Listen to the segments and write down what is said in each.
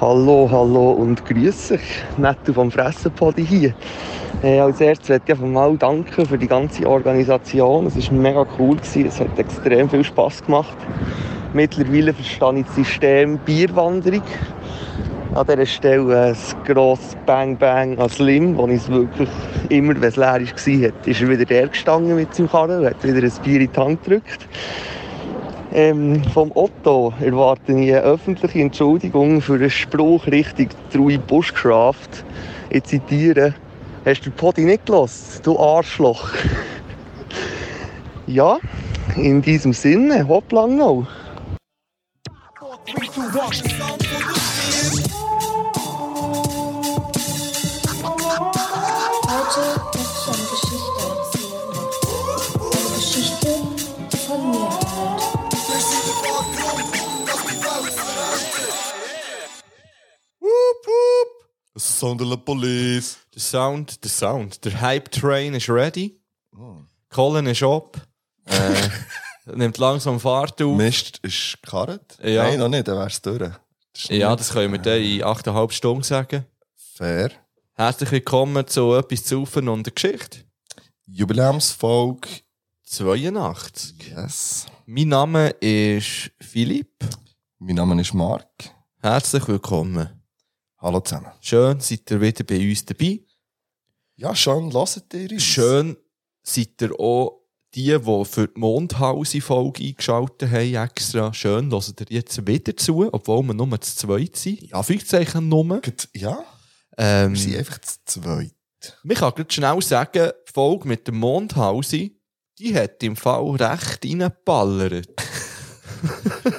Hallo, hallo und grüß euch. Netto vom Fressenpodi hier. Äh, als erstes möchte ich einfach mal danken für die ganze Organisation. Es war mega cool, gewesen. es hat extrem viel Spass gemacht. Mittlerweile verstehe ich das System Bierwanderung. An dieser Stelle ein grosses Bang Bang an Slim, wo ich es wirklich immer, wenn es leer war, hat, ist er wieder der gestanden mit seinem Karren und hat wieder ein Bier in die Hand gedrückt. Ähm, vom Otto erwarte ich eine öffentliche Entschuldigung für einen Spruch Richtung True Bushcraft. Ich zitiere: Hast du den Podi nicht gelassen, du Arschloch? ja, in diesem Sinne, hopplang noch. Heute möchte ich eine Geschichte erzählen. Eine Geschichte, die von mir handelt. Das ist Sound of the Police. Der Sound, der Sound. Der Hype Train ist ready. Colin ist ab. Äh, nimmt langsam Fahrt auf. Mist ist gekarrt? Ja. Nein, noch nicht, dann wär's durch. Das ist Ja, nicht das können wir dann in 8,5 Stunden sagen. Fair. Herzlich willkommen zu etwas zu Saufen und der Geschichte. Jubiläumsfolge. 82. Yes. Mein Name ist Philipp. Mein Name ist Marc. Herzlich willkommen. Hallo zusammen. Schön, seid ihr wieder bei uns dabei. Ja, schön, lasst ihr uns. Schön seid ihr auch die, die für die Mondhause-Folge eingeschaltet haben, extra. Schön, hört ihr jetzt wieder zu, obwohl wir nur zu zweit sind. Ja, Anführungszeichen nur. Gut, Ja, Ähm, wir sind einfach zu zweit. Man kann grad schnell sagen, die Folge mit dem Mondhausi, die hat im Fall recht reingeballert.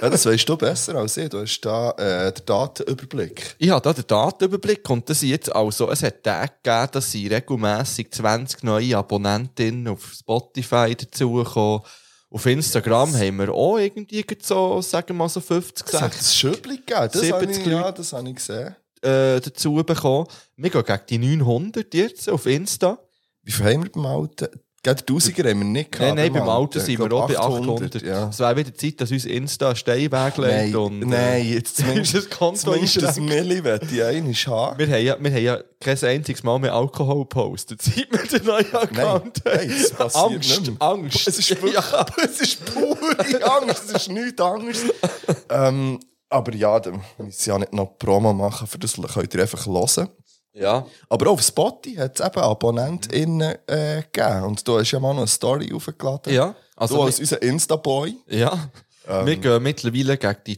Ja, das weißt du besser als ich. Du hast da äh, den Datenüberblick. Ich habe da den Datenüberblick und das sind jetzt also, es hat Tage gegeben, dass sie regelmässig 20 neue Abonnentinnen auf Spotify dazukommen. Auf Instagram haben wir auch irgendwie grad so, sagen wir mal so 50, Das hat 60 es schon Überblick gegeben. Das habe ich, 70 ja, das habe ich gesehen. äh, dazu bekommen. Wir gehen gegen die 900 jetzt auf Insta. Wie viel haben wir beim Alten? Gegen die 1000er haben wir nicht Nein, gehabt. nein, beim Alten Alten. sind Ich wir glaube, auch bei 800. Ja. Es wäre wieder Zeit, dass uns Insta einen Stein weglegt Nein, und... äh, nein, jetzt ist zumindest, das Konto zumindest das einschränken. Milli möchte ich einmal haben. Wir haben, ja, wir haben ja kein einziges Mal mehr Alkohol gepostet, seit wir den neuen Account nein, das passiert haben. Angst, nicht mehr. Angst. Es ist, ja. es ist pure Angst, es ist nichts anderes. ähm, aber ja, dann müssen sie ja nicht noch Promo machen, für das könnt ihr einfach hören. Ja. Aber auch auf Spotify hat es eben AbonnentInnen äh, gegeben. Und du hast ja mal noch eine Story aufgeladen. ja. du Also, als unser Insta-Boy. Ähm, wir, ja. wir gehen mittlerweile gegen die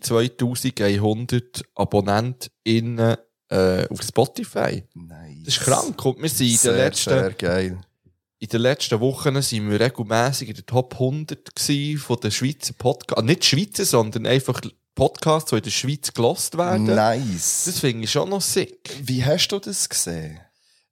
2100 AbonnentInnen äh, auf Spotify. Nein. Das ist krank. Und wir sind in Sehr, den letzten, sehr geil. in den letzten Wochen sind wir regelmäßig in der Top 100 gewesen von den Schweizer Podcasts. Nicht Schweizer, sondern einfach Podcasts, die in der Schweiz gelost werden. Nice. Das finde ich schon noch sick. Wie hast du das gesehen?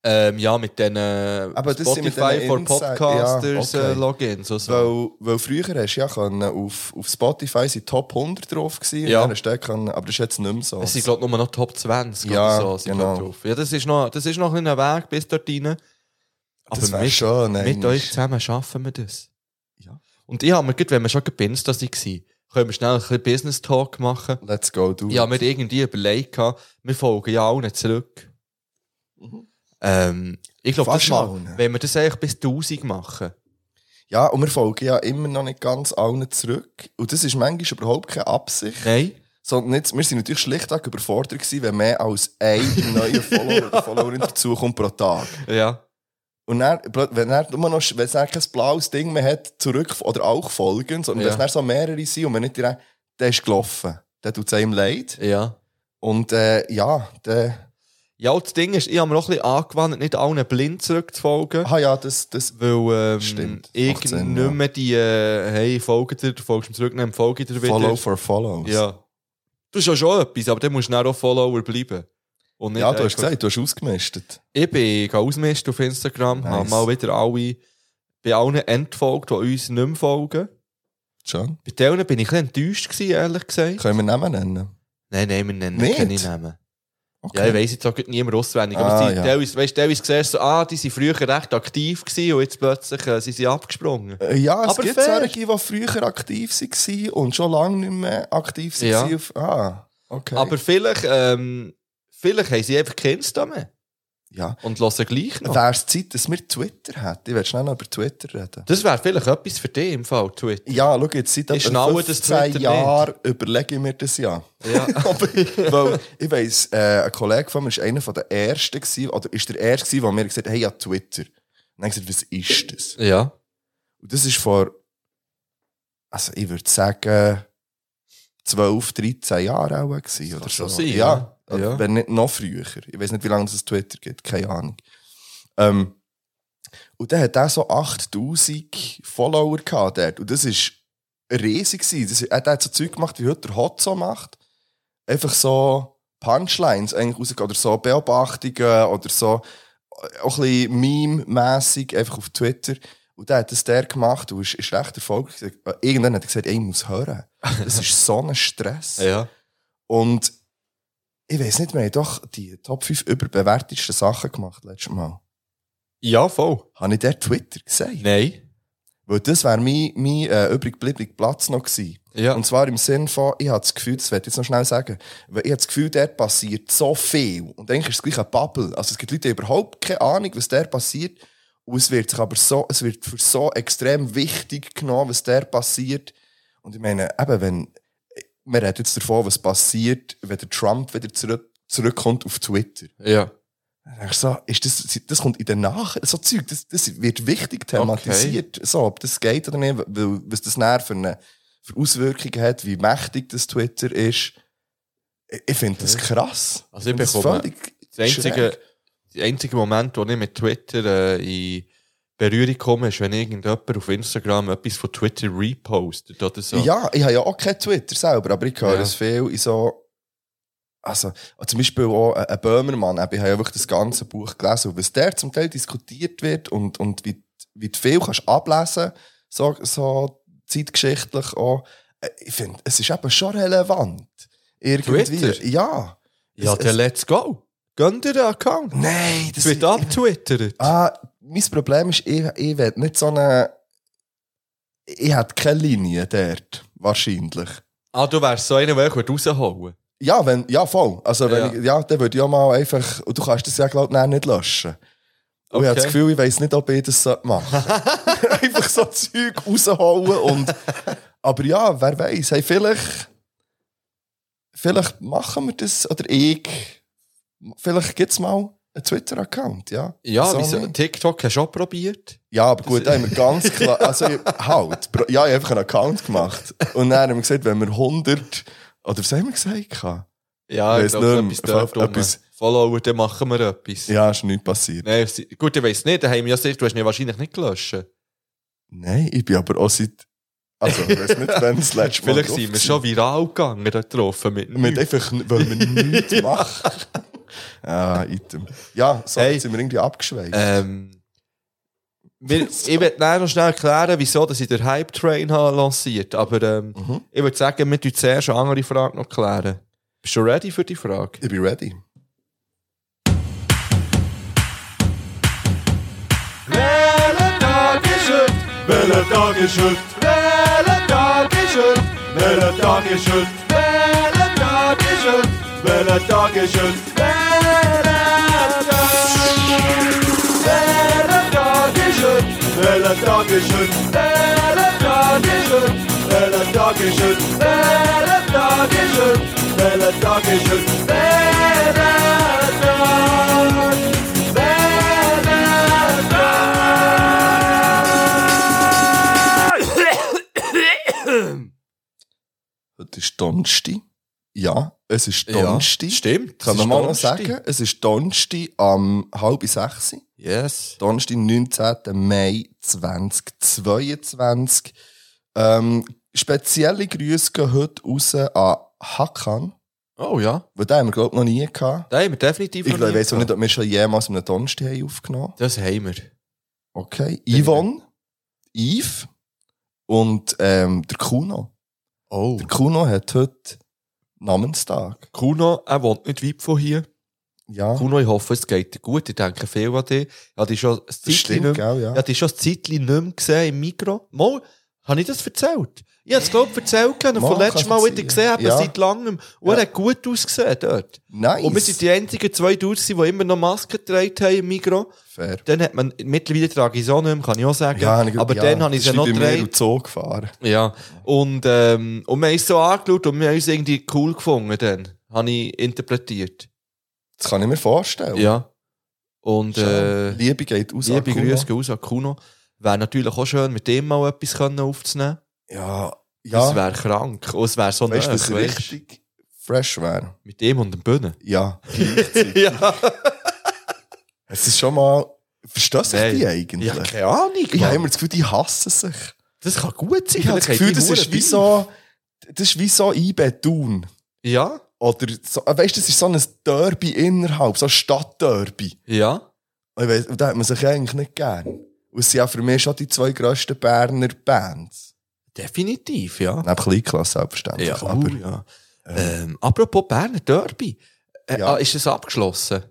Ähm, ja, mit den äh, Aber das sind mit Spotify diesen for Inside- Podcasters ja, okay. äh, Logins. und so. Weil, weil früher hast du ja können, auf, auf Spotify sind Top 100 drauf gewesen, und Ja. dann hast du dort können, aber das ist jetzt nicht mehr so. es sind, glaube ich, nur noch Top 20 Ja, oder so. sind genau. dort drauf. Ja, das ist noch, das ist noch ein kleiner Weg bis dort rein. Aber das wäre mit, schon, mit einmal. euch zusammen schaffen wir das. Ja. Und ich habe mir gedacht, wenn wir schon gebinst, dass ich war, können wir schnell ein bisschen Business Talk machen. Let's go, du. Ich habe mir irgendwie überlegt, gehabt, wir folgen ja allen zurück. Ähm, ich glaube, Mhm. Fast das machen, allen. wenn wir das eigentlich bis 1000 machen. ja, und wir folgen ja immer noch nicht ganz allen zurück. Und das ist manchmal überhaupt keine Absicht. Nein. Sondern jetzt, wir sind natürlich schlichtweg überfordert gewesen, wenn mehr als ein neuer Follower oder Followerin dazukommt pro Tag. Ja. Und dann, wenn er immer noch, wenn er kein blaues Ding mehr hat, zurück oder auch folgen, sondern Ja. wenn es dann so mehrere sind und man nicht direkt, der ist gelaufen. Der tut es einem leid. Ja. Und, äh, ja, der, Ja, und das Ding ist, ich habe mir noch ein bisschen angewandt, nicht allen blind zurückzufolgen. ah ja, das, das, Weil ähm, Stimmt. ich Macht Sinn, nicht ja. mehr die äh, «Hey, folge dir, du folgst mir zurück, nehmen folge dir wieder». Follow for Follows. Ja. Das ist ja schon etwas, aber dann musst du dann auch Follower bleiben. Und nicht Ja, du einfach- hast gesagt, du hast ausgemistet. Ich bin ausmisten auf Instagram, Nice. habe mal wieder alle, bei allen entfolgt, die uns nicht mehr folgen. Schon. Bei denen bin ich ein bisschen enttäuscht gewesen, ehrlich gesagt. Können wir Namen nennen? Nein, nein, wir nennen Nicht? keine Namen. Okay. Ja, ich weiss jetzt auch grad niemand auswendig, aber Ah, sie, ja. teilweise, weißt, teilweise siehst du, so, ah, die sind früher recht aktiv gewesen und jetzt plötzlich äh, sind sie abgesprungen. Äh, Ja, es Aber gibt fair. solche, die früher aktiv waren und schon lange nicht mehr aktiv Ja. waren. auf- Ah, Okay. Aber vielleicht, ähm, vielleicht haben sie einfach kein Insta mehr ja. und hören gleich noch. Wäre es Zeit, dass wir Twitter hätten? Ich will schnell noch über Twitter reden. Das wäre vielleicht etwas für dich im Fall, Twitter. Ja, schau, jetzt seit Ist schneller, dass Twitter Jahren überlege ich mir das ja. Ja. Aber weil, ich weiss, äh, ein Kollege von mir war einer der Ersten, gewesen, oder ist der Erste, gewesen, der mir gesagt hat, hey, ja, Twitter. Und dann habe ich gesagt, was ist das? ja. Und das ist vor, also ich würde sagen, 12, 13 Jahren auch gewesen, oder kann so. schon sein, ja, ja. Ja. wenn nicht noch früher. Ich weiß nicht, wie lange es Twitter gibt, keine Ahnung. Ähm, und dann hat er so 8000 Follower gehabt dort. Und das ist riesig. gewesen. Das, er hat so Zeug gemacht, wie heute der Hot so macht. Einfach so Punchlines eigentlich rausgegeben. Oder so Beobachtungen oder so äh, auch ein bisschen Meme-mässig, einfach auf Twitter. Und dann hat das der gemacht und ist, ist recht erfolgreich. Irgendwann hat er gesagt, ey, ich muss hören. Das ist so ein Stress. ja. Und ich weiß nicht, wir haben doch die Top 5 überbewertetsten Sachen gemacht letztes Mal. Ja, voll. Habe ich der Twitter gesagt? Nein. Weil das wäre mein, mein äh, übrig gebliebener Platz noch gewesen. Ja. Und zwar im Sinn von, ich habe das Gefühl, das werde ich jetzt noch schnell sagen, weil ich habe das Gefühl, dort passiert so viel. Und eigentlich ist es gleich eine Bubble. Also es gibt Leute, die haben überhaupt keine Ahnung, was dort passiert. Und es wird sich aber so, es wird für so extrem wichtig genommen, was dort passiert. Und ich meine, eben, wenn, man redet jetzt davon, was passiert, wenn der Trump wieder zurück, zurückkommt auf Twitter. Ja. Dann denkst du so, ist das, das kommt in den Nach so Zeug, das, das wird wichtig thematisiert, so, ob das geht oder nicht, weil, was das nachher für, eine, für Auswirkungen hat, wie mächtig das Twitter ist. Ich, ich finde das krass. Also ich finde das bekomme- völlig Der einzige, schräg. der einzige Moment, wo ich mit Twitter äh, in Berührung komme, ist, wenn irgendjemand auf Instagram etwas von Twitter repostet oder so. Ja, ich habe ja auch kein Twitter selber, aber ich höre Ja. es viel in so. Also, zum Beispiel auch äh, ein Böhmermann, eben, ich habe ja wirklich das ganze Buch gelesen. Und was der zum Teil diskutiert wird und, und wie, wie du viel kannst ablesen so, so zeitgeschichtlich auch. äh, Ich finde, es ist eben schon relevant. Irgendwie. Twitter? Ja. ja Es- dann let's go. Gönn dir den Account. Nein, das Es wird abtwittert. Ah, mein Problem ist, ich, ich will nicht so eine. Ich hätte keine Linie dort, wahrscheinlich. Ah, du wärst so einer, der ich raushauen Ja, wenn, ja, voll. Also, wenn Ja. Ich, ja, dann würde ich auch mal einfach, und du kannst das ja, glaube ich, nicht löschen. Und ich habe das Okay. Gefühl, ich weiß nicht, ob ich das machen sollte. einfach so Zeug raushauen und, aber ja, wer weiß, hey, vielleicht, vielleicht machen wir das, oder ich, vielleicht gibt es mal einen Twitter-Account, ja. Ja, Wieso wieso? nicht? TikTok hast du auch probiert. Ja, aber gut, da haben wir ganz klar. Also, ich, halt. pro- Ja, ich habe einfach einen Account gemacht. Und dann haben wir gesagt, wenn wir 100. Oder was haben wir gesagt? gehabt? Ja, Weiss ich glaube, nicht etwas mehr. dort rum. Etwas- Follower, dann machen wir etwas. Ja, ist nichts passiert. Nein, es- gut, ich weiss nicht, da haben wir ja gesagt, du hast ihn wahrscheinlich nicht gelöscht. Nein, ich bin aber auch seit. Also, ich weiß nicht, wenn es letztes Mal. Vielleicht drauf sind wir war. schon viral gegangen, da getroffen mit Mit nichts. einfach, weil wir nichts machen. Ah, Item. Ja, so Hey. sind wir irgendwie abgeschweigt. Ähm, wir, ich werde nachher noch schnell erklären, wieso dass ich den Hype Train habe lanciert. Aber ähm, Mhm. ich würde sagen, wir tun zuerst eine andere Frage noch klären. Bist du ready für die Frage? Ich bin ready. Das ist Donnerstag. Ja, es ist Donnerstag. Stimmt. Kann man es ist mal noch Donnerstag. sagen, es ist Donnerstag am halb sechs. Yes. Donnerstag, 19. Mai 2022. Ähm, spezielle Grüße gehen heute raus an Hakan, Oh ja. weil den haben wir, glaube ich, noch nie gehabt. Da haben wir definitiv Ich noch glaube, ich nie weiß auch nicht, gehabt. ob wir schon jemals einen Donnerstag haben aufgenommen Das haben wir. Okay. Yvonne, Yves und ähm, der Kuno. Oh. Der Kuno hat heute Namenstag. Kuno, er wohnt nicht weit von hier. Ja, Kuno, ich hoffe, es geht dir gut. Ich denke viel an dich. Ich habe dich schon ein das Zeitchen nicht stimmt, mehr- gell, ja. ich habe dich schon ein Zeitchen nicht mehr gesehen im Mikro. Mal, Habe ich das erzählt? Ich habe es, glaube ich, erzählt, gehabt und Mal, vom letzten kannst Mal du wieder erzählen. gesehen, aber Ja. seit langem. Und er hat gut ausgesehen dort. Nice. Und wir sind die einzigen zwei Dudes, die immer noch Masken getragen haben im Migros. Fair. Dann hat man, mittlerweile trage ich sie auch nicht mehr, kann ich auch sagen. Ja, hab ich- aber ja, dann habe ich das sie ist noch wie bei mir getragen. und Zoo gefahren. Ja. Und, ähm, und wir haben es so angeschaut und wir haben uns irgendwie cool gefunden dann. Habe ich interpretiert. Das kann ich mir vorstellen. Ja. Und, äh, Schön. Liebe geht aus. liebe Akuno. Grüße gehen aus an Kuno. Wäre natürlich auch schön, mit dem mal etwas können aufzunehmen. Ja, Das ja. wäre krank. Und es wäre so Weißt du, nah, was weisst. richtig fresh wäre? Mit dem und dem Bühne. Ja. ja. Es ist schon mal. Verstehst du Nein. die eigentlich? ja, keine Ahnung. ich habe Mann. immer das Gefühl, die hassen sich. Das kann gut sein. Ich habe das Vielleicht Gefühl, haben das die ist wie Huren Beef. so. Das ist wie so Einbettun. Ja, Oder so, äh, weißt du, das ist so ein Derby innerhalb, so ein Stadtderby. ja. Und ich weiss, und da hat man sich eigentlich nicht gern. Und es sind auch für mich schon die zwei grössten Berner Bands. Definitiv, ja. Neben Kleinklasse selbstverständlich. Ja, aber aber, ja. Ähm, apropos Berner Derby. Äh, Ja. ah, Ist das abgeschlossen?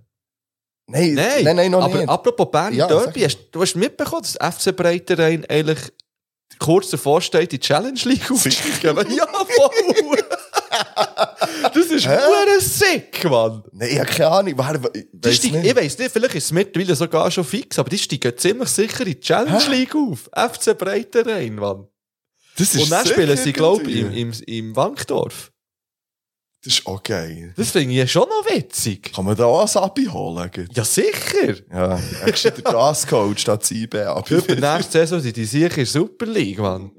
nein, Nein, nein, nein, noch aber nicht. apropos Berner Ja, Derby, sag hast, du hast mitbekommen, dass der FC Breiterein eigentlich kurz davor steht, in die Challenge League aufzusteigen. ja, Dus voll! das ist Hä? hure sick, Mann! Nein, ich habe keine Ahnung. Wer, ich Die weiss steigen, nicht. ich weiss nicht, vielleicht ist es mittlerweile sogar schon fix, aber die steigen ziemlich sicher in die Challenge Hä? League auf. FC Breiterein, Mann. das Und dann sick spielen sie, glaube ich, im, irgendwie. im, im Wankdorf. Das ist okay. Das finde ich ja schon noch witzig. Kann man da auch ein Abi holen? gell? Ja, sicher. Ja, er ist der Gascoach statt das IB. Abi. Für die nächste Saison sind die sicher in der Super League, Mann.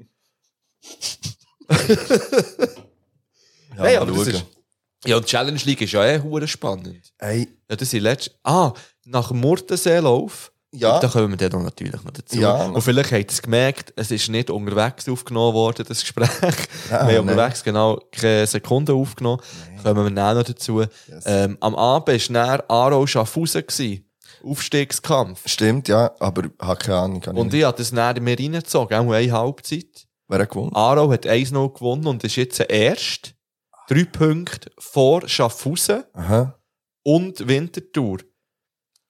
Ja, Hey, mal aber das schauen. ist, ja, und die Challenge League ist ja eh hure spannend. Ey, Ja, das sind letzt Ah, nach dem Murtenseelauf. ja, Da kommen wir dann noch natürlich noch dazu. Ja. Und vielleicht habt ihr es gemerkt, es ist nicht unterwegs aufgenommen worden, das Gespräch. Nein, wir nein. haben unterwegs genau keine Sekunde aufgenommen. Kommen wir dann noch dazu. Yes. Äh, Ähm, am Abend war dann Aro Schaffhausen. gewesen. Aufstiegskampf. stimmt, ja, aber habe keine Ahnung. Kann Und ich, ich habe das dann mir reingezogen, auch eine Halbzeit. wer hat gewonnen? Aarau hat 1-0 gewonnen und ist jetzt der Erste. Drei Punkte vor Schaffhausen Aha. und Winterthur.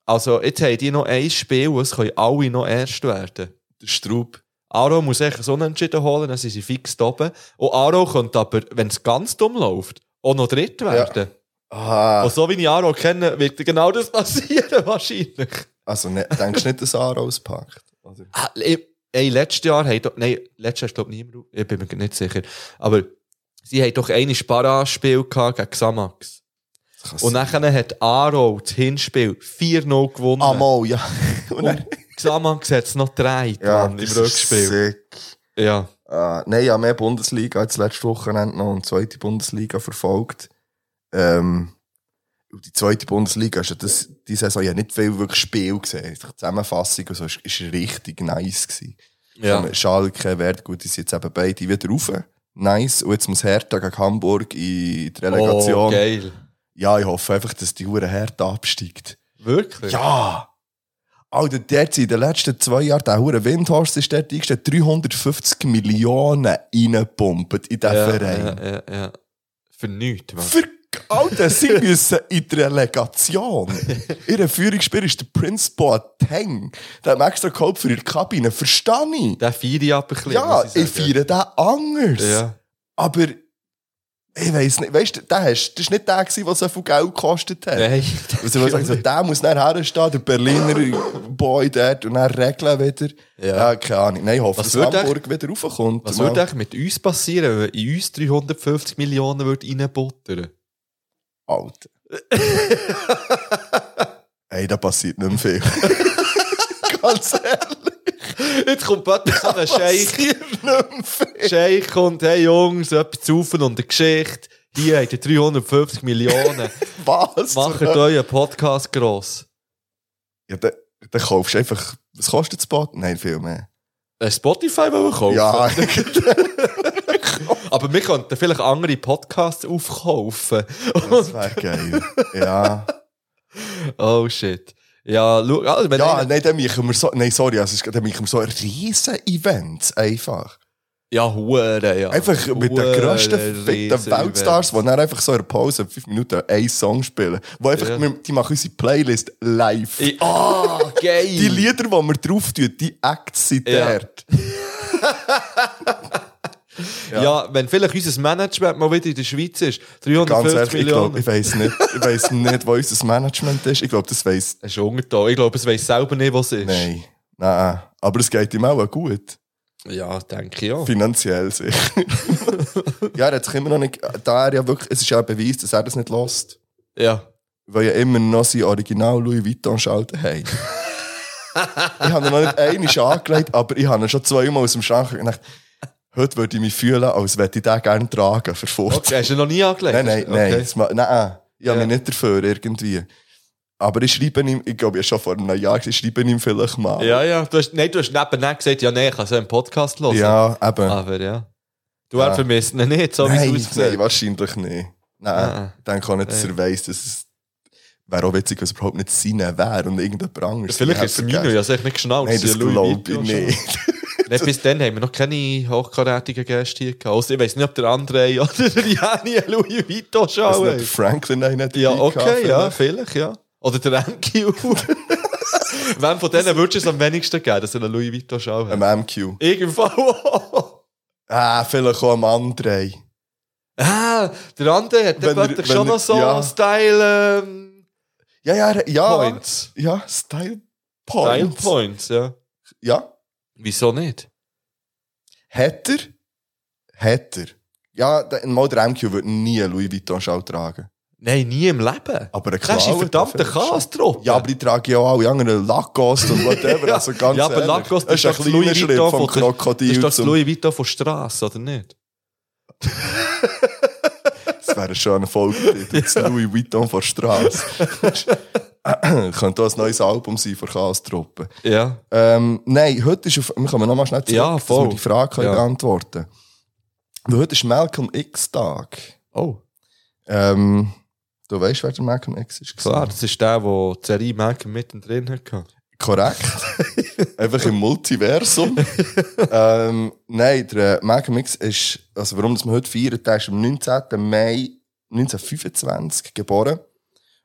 Also jetzt haben die noch ein Spiel und es können alle noch Erst werden. Der Straub. Aarau muss echt so Unentschieden holen, dann sind sie fix da oben. Und Aarau könnte aber, wenn es ganz dumm läuft, auch noch dritt werden. Ah, Und so wie ich Aarau kenne, wird genau das passieren wahrscheinlich. also ne, denkst du nicht, dass Also, Aarau es packt? Oder? Ah, le- Ey, letztes Jahr haben doch, nein, letztes Jahr ist glaube ich niemand, auf- ich bin mir nicht sicher. Aber sie haben doch ein Spara-Spiel gehabt gegen Xamax. Das kann Und sein. nachher hat Aro das Hinspiel 4-0 gewonnen. Ah, mal, ja. Und dann- Und Xamax hat es noch gedreht Mann, im das Rückspiel. ist sick. Ja. Ah, nein, ja, mehr Bundesliga als letztes Wochenende noch und zweite Bundesliga verfolgt. Ähm, und die zweite Bundesliga ist ja das, die Saison ja nicht viel wirklich Spiel gesehen. Die Zusammenfassung und so ist, ist richtig nice gewesen. ja. Ähm, Schalke, Wertgut, die sind jetzt eben beide wieder rauf. Nice. Und jetzt muss Hertha gegen Hamburg in die Relegation. Oh, geil. Ja, ich hoffe einfach, dass die Hure Hertha absteigt. Wirklich? Ja! Alter, der in den letzten zwei Jahren, der Hure Windhorst ist dort eingestellt, 350 Millionen reingepumpt in diesen ja, Verein. ja, ja, ja. Für nichts, Mann. Für Alter, sie müssen in die Relegation. Ihr Führungsspieler ist der Prince Boateng. Der hat mir extra geholt für ihre Kabine. Verstehe ich. Den feiere ich aber ein bisschen. Ja, muss ich sagen. feiere den anders. Ja. Aber ich weiss nicht, weißt du, der hast- das war nicht der, gewesen, der so viel Geld gekostet hat. Nein. Also, ich sagen, so, der muss dann herstehen, der Berliner Boy dort, und dann regeln wieder. Ja. Ja, keine Ahnung. Nein, ich hoffe, Was dass würde Hamburg wieder raufkommt. Was Mal. würde eigentlich mit uns passieren, wenn in uns 350 Millionen würde reinbuttern? Alter. Ey, da passiert nicht mehr viel. Ganz ehrlich, Jetzt kommt plötzlich so ein Scheich, passiert nicht mehr viel. Scheich kommt, hey Jungs, etwas saufen und eine Geschichte. Hier habt ihr 350 Millionen. Was? Macht euren Podcast gross. Ja, dann, dann kaufst du einfach, was kostet das Bad? Nein, viel mehr. Äh, Spotify wollen wir kaufen. Ja, Aber wir könnten vielleicht andere Podcasts aufkaufen. das wäre geil. Ja. Oh shit. Ja, schau, also, wenn Ja, ne- einer- nein, dann machen wir so, nein, sorry, also, es ist- dann machen wir so riesen Events einfach. ja, Hure, ja. Einfach mit den Hure grössten fetten Ah, riesen Weltstars, die Event. dann einfach so in der Pause fünf Minuten einen Song spielen. Wo einfach, Ja. wir- die machen unsere Playlist live. Ich- Ah, geil. die Lieder, die wir drauf tun, die Acts sind Ja. dort. Ja. wenn vielleicht unser Management mal wieder in der Schweiz ist, 350 Ganz ehrlich, ich Millionen. glaube, ich weiß nicht, ich weiss nicht, wo unser Management ist. Ich glaube, das weiss. Es ist ungetan. Ich glaube, es weiß selber nicht, was es ist. Nein. Nein. Aber es geht ihm auch gut. Ja, denke ich auch. Finanziell sicher. ja, er hat sich immer noch nicht. Da er ja wirklich. Es ist ja ein Beweis, dass er das nicht lässt. Ja. Weil ja immer noch sein Original Louis Vuitton-Schalter haben. ich habe ihn noch nicht einmal angelegt, aber ich habe ihn schon zweimal aus dem Schrank gedacht, heute würde ich mich fühlen, als hätte ich den gerne tragen, verfolgt. Okay, hast du ihn noch nie angelegt? Nein, nein, nein. okay. das ma- Nein, ich habe mich Ja. nicht dafür irgendwie. Aber ich schreibe ihm, ich glaube, ich habe schon vor einem Jahr gesagt, ich schreibe ihm vielleicht mal. Ja, also. ja. Du hast, nein, du hast nebenan gesagt, ja, nein, ich kann so einen Podcast hören. ja eben. Aber ja. Du, Ja. er vermisst ihn nicht, Ah, so wie es nein, nein, aussieht. wahrscheinlich nicht. Nein, Ah. ich denke auch nicht, dass er weiss, dass es wäre auch witzig, wenn es überhaupt nicht seine wäre und irgendjemand anderes. Vielleicht Ich ist es hab Mino, ich vergessen. habe es echt nicht geschnallt. Nein, Sie das haben Louis glaube ich Vuitton schon. nicht. Nicht bis dann haben wir noch keine hochkarätigen Gäste hier gehabt. Also, ich weiß nicht, ob der André oder der Jani einen Louis Vuitton Also schauen. nicht der Franklin einen hat Ja, dabei okay, gehabt, ja, vielleicht. vielleicht, ja. Oder der MQ. Wem von denen würdest du es am wenigsten geben, dass er einen Louis Vuitton Schal hat? Am MQ. Irgendwo. Ah, vielleicht auch am Andrei. ah, der andere hat Wenn dann er- plötzlich wenn schon er- noch so ja. Style ähm, Ja, ja, ja. Points. Ja, Style Style Points. Points, ja. Ja. Wieso nicht? Hat er? Hat er. Ja, der- mal der MQ würde nie einen Louis Vuitton-Schal tragen. Nein, nie im Leben. Aber eine Das ist ein Klaue verdammter darf er schon. Chaos-Trupp. Ja, aber ich trage ja auch alle anderen Lacoste und whatever. Ja. also ganz Ja, aber ehrlich. Lacoste das ist ist ein doch Louis kleiner Schritt Vuitton vom von- das Krokodil ist doch das zum... Louis Vuitton von Strasse, oder nicht? Das wäre schon eine Folge. Das Louis Vuitton von Straße. Könnte auch ein neues Album sein von Chaos-Truppe. Ja. Ähm, nein, heute ist auf, wir kommen nochmal schnell zurück, Ja, dass voll. wir die Frage können Ja. beantworten können. Heute ist Malcolm X-Tag. Oh, Ähm, du weißt, wer der Malcolm X ist? klar, das ist der, der die Serie Malcolm mittendrin hatte. Korrekt. Einfach im Multiversum. ähm, nein, der äh, Malcolm X ist, also warum das wir heute feiern, der ist am 19. Mai 1925 geboren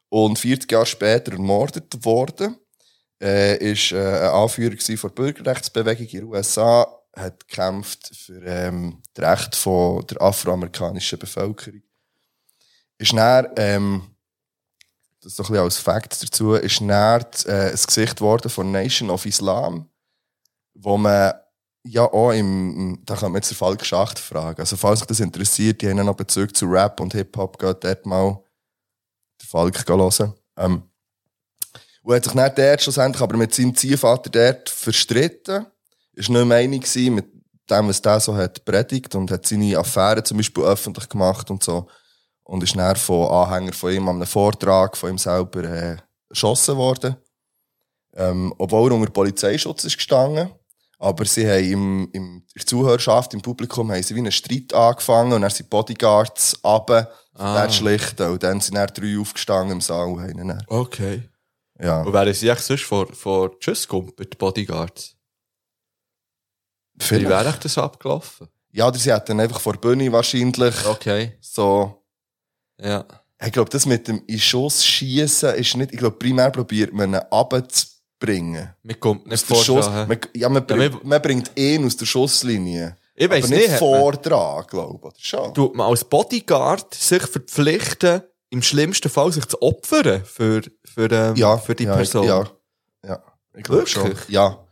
und 40 Jahre später ermordet worden. Er äh, ist äh, ein Anführer gewesen von der Bürgerrechtsbewegung in den USA, hat gekämpft für ähm, das Recht von der afroamerikanischen Bevölkerung. Ist dann, ähm, das so ein bisschen als Fakt dazu, ist näher äh, das Gesicht geworden von Nation of Islam, wo man ja auch im, da kann man jetzt den falschen Schacht fragen. Also falls euch das interessiert, die haben ja noch Bezug zu Rap und Hip-Hop, geht dort mal den Falk gehen hören. Ähm, und hat sich dann dort schlussendlich aber mit seinem Ziehvater dort verstritten, ist nicht mehr einig gewesen mit dem, was der so hat predigt und hat seine Affäre zum Beispiel öffentlich gemacht und so und ist dann von Anhängern von ihm an einem Vortrag von ihm selber äh, erschossen worden. Ähm, obwohl er unter Polizeischutz ist gestanden. Aber sie haben im, im, in der Zuhörerschaft, im Publikum, haben sie wie einen Streit angefangen und dann sind die Bodyguards runter, Ah. ah. schlichten. Und dann sind dann drei aufgestanden im Saal und haben ihn dann- Okay. Ja, Und wären sie echt sonst vor, vor Tschüss gekommen, die Bodyguards? Wie vielleicht. wäre echt das abgelaufen? Ja, oder sie hat dann einfach vor der Bühne wahrscheinlich Okay. so... Ja. Ich glaube, das mit dem in Schuss schießen ist nicht... Ich glaube, primär probiert man ihn runterzubringen. Mir kommt nicht aus der Schuss. vor. Man, ja, man, Ja, bringt, wir- man bringt ihn aus der Schusslinie. Ich Aber weiß nicht, nicht, hat man- vordran, glaube ich. Schon. tut man als Bodyguard sich verpflichten, im schlimmsten Fall sich zu opfern für, für, ähm, für die ja, Person. Ja, ja. Ich glaube schon. Wirklich? Ja.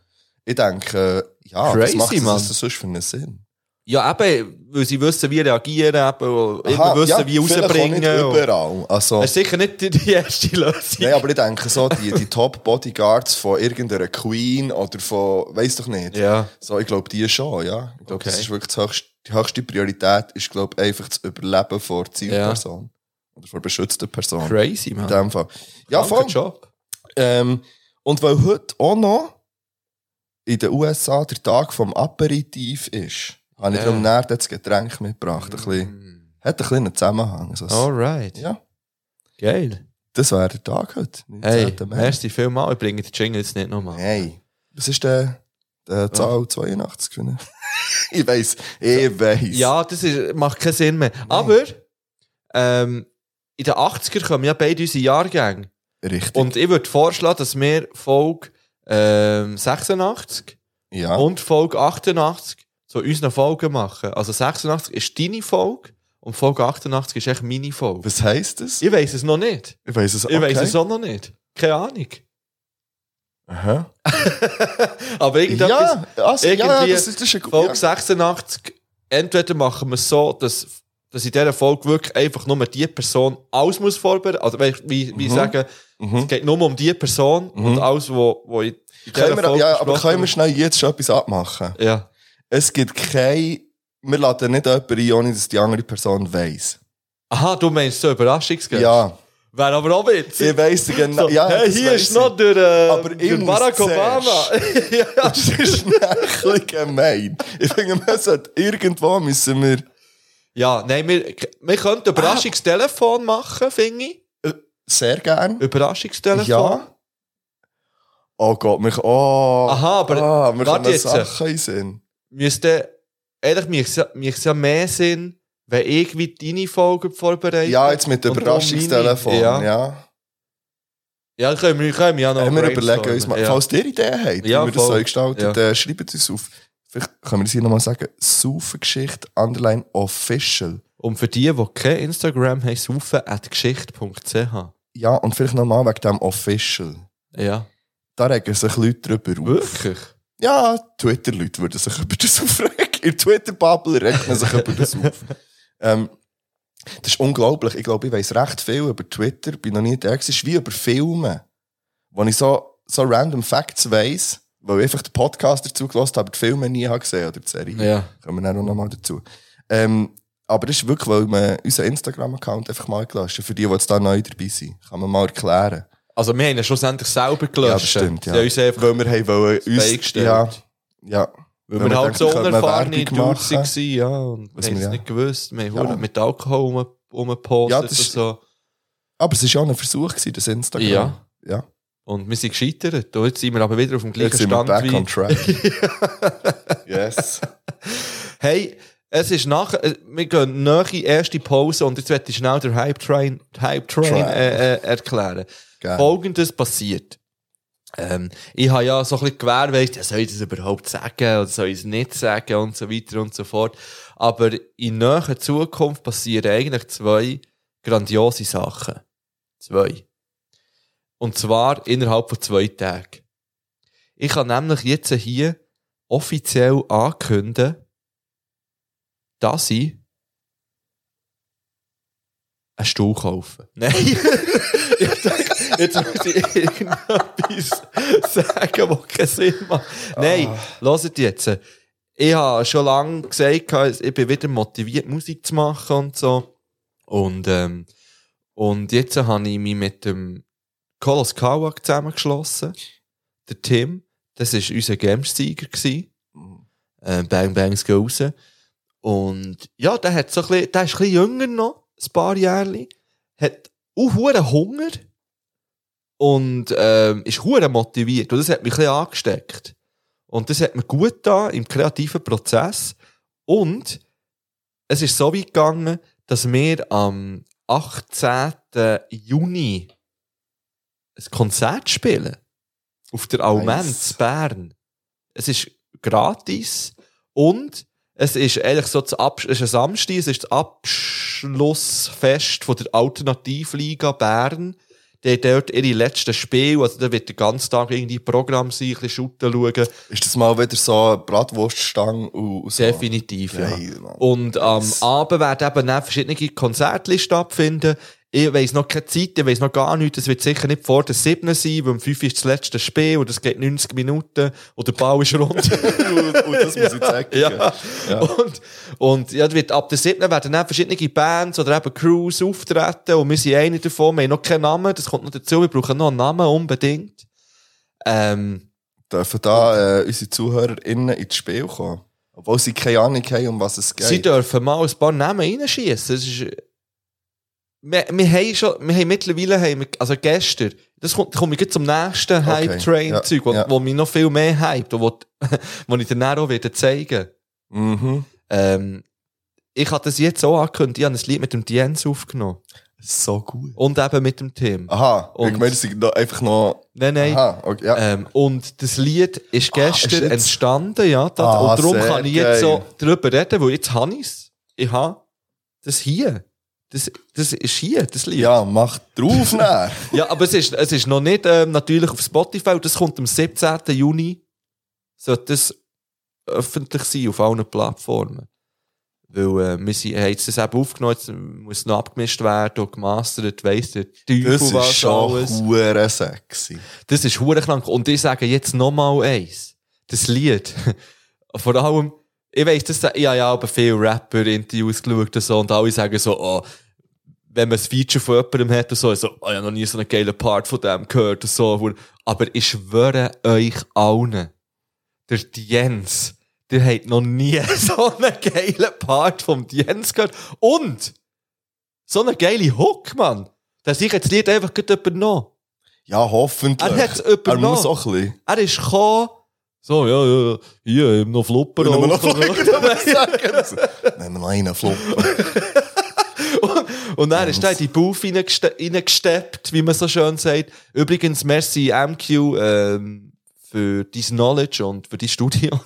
Ich denke, äh, ja, was Crazy, macht das, Mann. was das sonst für einen Sinn? Ja, eben, weil sie wissen, wie reagieren, eben, immer Aha, wissen, ja, wie vielleicht auch rausbringen. nicht und- überall. Also, Das ist sicher nicht die- die erste Lösung. nein, aber ich denke so, die, die Top-Bodyguards von irgendeiner Queen oder von, weiss doch nicht. ja. So, ich glaube, die schon, ja. Ich glaube, das Okay. ist wirklich das höchste, die höchste Priorität, ist, glaube einfach das Überleben vor der Zielperson. Oder vor der beschützten Person. Crazy, In man. dem Fall. Ja, Kranker voll. Job. Ähm, und weil heute auch noch in den USA der Tag vom Aperitif ist, habe ich Ja. darum näher das Getränk mitgebracht. Ein bisschen, Mm. hat ein bisschen einen Zusammenhang. Also, es- Alright. Ja, Geil. das wäre der Tag heute. Hey, 19. Mai. merci vielmals. Ich bringe den Jingle jetzt nicht nochmal. Hey, das ist der, der Zahl 82. gewesen. ich weiß, ich weiß. Ja, das ist, macht keinen Sinn mehr. Aber ähm, in den 80er kommen ja beide unsere Jahrgänge. Richtig. Und ich würde vorschlagen, dass wir Folge ähm, 86 ja. und Folge 88 so unsere Folgen machen. Also 86 ist deine Folge und Folge 88 ist echt meine Folge. Was heisst das? Ich weiß es noch nicht. Ich weiss es Ich weiß es auch noch nicht. Keine Ahnung. Aha. Aber Ja, irgendetwas... also, ja, irgendwie das ist, das ist ein Folge guter. 86, entweder machen wir es so, dass, dass in dieser Folge wirklich einfach nur die Person alles muss vorbereiten Also, weisst du, wie, wie Mhm. sagen, es Mhm. geht nur um die Person Mhm. und alles, wo, wo in in dieser Können wir, Folge ja, aber besprochen können wir schnell jetzt schon etwas abmachen? wird. Ja. Es gibt keine. Wir laden nicht jemanden ein, ohne dass die andere Person weiss. Aha, du meinst so Überraschungsgeld? Ja, Wäre aber auch witzig. ich weiss genau. So, Ja, hey, das hier weiss ist ich. noch der, äh, Aber ich der muss Barack Obama. ja. Das ist ein bisschen gemein. Ich finde, man sollte, irgendwo müssen wir. ja, nein, wir, wir könnten Ah. Überraschungstelefon machen, finde ich. Sehr gern. Überraschungstelefon. Ja. Oh Gott, mich. Oh. Aha, aber ah, wir warte können jetzt. Sachen einsehen. müsste ehrlich mich ja, mich ja mehr Sinn, wenn ich wie deine Folge vorbereite. Ja, jetzt mit Und Überraschungstelefon. auch Ja. meine. ja, dann können wir, können wir ja noch Hey, wir brainstormen. überlegen uns mal. Ja. Falls ihr Ideen habt, Ja, wie wir das voll. so gestaltet, Ja. äh, schreibt uns auf. Vielleicht können wir das hier nochmal sagen. Saufengeschichte underline official. Und für die, die kein Instagram haben, saufen at geschichte.ch. Ja, und vielleicht nochmal wegen dem official. Ja. Da regen sich Leute drüber auf. Wirklich? Ja, Twitter-Leute würden sich über das aufregen. In der Twitter-Bubble regt man sich über Also, das auf. Ähm, das ist unglaublich. Ich glaube, ich weiss recht viel über Twitter, bin noch nie da. gewesen. Es ist wie über Filme, wo ich so, so random Facts weiss, weil ich einfach den Podcast dazu gelassen habe, aber die Filme nie habe gesehen oder die Serie. Ja. Kommen wir dann auch nochmal dazu. Ähm, aber das ist wirklich, weil man unseren Instagram-Account einfach mal gelöscht hat. Für die, die jetzt da neu dabei sind, kann man mal erklären. Also wir haben ihn schlussendlich selber gelöscht. Ja, das stimmt, ja. Sie haben uns einfach Weil wir haben wollen, uns... beigestellt. Ja, ja. Weil Wenn wir wir halt denken, so wir könnten unerfahrene Werbung Dudes machen. waren, ja. Und wir Was haben wir es ja. nicht gewusst. Wir haben Ja. verdammt mit Alkohol um, umgepostet Ja, und das ist- so. Aber es war ja auch ein Versuch, gewesen, das Instagram. Ja. ja. Und wir sind gescheitert. Und jetzt sind wir aber wieder auf dem gleichen Jetzt sind wir Stand back wie... on track. yes. Hey, es ist nach, äh, wir gehen nach die erste Pause und jetzt werde ich schnell den Hype Train, Hype Train Train. äh, äh, erklären. Geil. Folgendes passiert. Ähm, ich habe ja so ein bisschen gewährleistet, ja, soll ich das überhaupt sagen oder soll ich es nicht sagen und so weiter und so fort. Aber in naher Zukunft passieren eigentlich zwei grandiose Sachen. Zwei. Und zwar innerhalb von zwei Tagen. Ich kann nämlich jetzt hier offiziell ankünden, dass ich einen Stuhl kaufe. Nein! ich dachte, jetzt muss ich irgendetwas sagen, was keinen Sinn macht. Nein, hört jetzt. Ich habe schon lange gesagt, ich bin wieder motiviert, Musik zu machen und so. Und, ähm, und jetzt habe ich mich mit dem Kolos Kawak zusammengeschlossen. Der Tim, das war unser Gamesieger. gewesen äh, Bang Bangs gehen raus. Und ja, der, hat so ein bisschen, der ist ein bisschen jünger noch, ein paar Jahre. Hat auch hohen Hunger und ähm, ist hure motiviert. Und das hat mich ein bisschen angesteckt. Und das hat mir gut da im kreativen Prozess. Und es ist so weit gegangen, dass wir am 18. Juni ein Konzert spielen. Auf der Almenz Nice. Bern. Es ist gratis und es ist ehrlich so das Abs es ist ein Samstag, es ist das Abschlussfest von der Alternativliga Bern. Die haben dort ihre letzten Spiele, also da wird der ganze Tag irgendwie Programm sein, ein bisschen Shooten schauen. Ist das mal wieder so eine Bratwurststange und so? Definitiv, ja. Geil, Mann. Und am Nice. Abend werden eben auch verschiedene Konzerte stattfinden. Ich weiss noch keine Zeit, ich weiss noch gar nichts. Es wird sicher nicht vor der 7 sein, weil um 5 ist das letzte Spiel und es geht 90 Minuten und der Ball ist rund. und, und das muss ich sagen. ja. Ja. Und, und ja, wird, ab der 7. werden dann verschiedene Bands oder eben Crews auftreten und wir sind eine davon. Wir haben noch keinen Namen, das kommt noch dazu. Wir brauchen noch einen Namen unbedingt. Ähm, Dürfen da äh, unsere ZuhörerInnen ins Spiel kommen? Obwohl sie keine Ahnung haben, um was es geht. Sie dürfen mal ein paar Namen reinschießen. Das ist. äh, Wir, wir haben schon, wir haben mittlerweile, haben wir, also gestern, das kommt, komme ich gleich zum nächsten Okay, Hype-Train-Zeug, ja, ja. wo, wo mich noch viel mehr hypt und wo, wo ich dir dann auch wieder zeigen mhm. ähm, Ich hatte das jetzt auch angekündigt, ich habe ein Lied mit dem Dienz aufgenommen. So gut. Und eben mit dem Tim. Aha, und ich Und- meine, das sind da einfach noch. Nein, nein. Ah. Aha, okay, ja. Ähm, und das Lied ist Ah, ist gestern jetzt- entstanden, ja. Das, Ah, und darum sehr kann ich jetzt so geil. drüber reden, weil jetzt habe ich es. Ich habe das hier. Das, das ist hier, das Lied. ja, mach drauf näher. Ja, aber es ist, es ist noch nicht ähm, natürlich auf Spotify. Das kommt am 17. Juni. Sollte das öffentlich sein auf allen Plattformen. Weil äh, wir sind, haben jetzt das eben aufgenommen, jetzt muss es noch abgemischt werden und gemastert, weiss der Teufel Das ist schon hure sexy. Das ist hure krank. Und ich sage jetzt nochmal eins. Das Lied. Vor allem, ich weiss, das, ich habe ja aber viele Rapper-Interviews geschaut und so, und alle sagen so, oh, wenn man ein Feature von jemandem hat und so, so, oh, ich habe noch nie so einen geilen Part von dem gehört und so. Aber ich schwöre euch allen, der Jens, der hat noch nie so einen geilen Part vom Jens gehört. Und so eine geile Hook, Mann. Dass ich jetzt Lied einfach gerade übernommen. Ja, hoffentlich. Er hat's Er übernommen. muss auch ein bisschen. Er ist gekommen. So, ja, ja, hier, eben noch Flopper. Nehmen wir noch raus. Flopper. Nehmen wir noch einen Flopper. Und dann ist er in die Booth reingeste- reingesteppt, wie man so schön sagt. Übrigens, merci MQ ähm, für dein Knowledge und für dein Studium.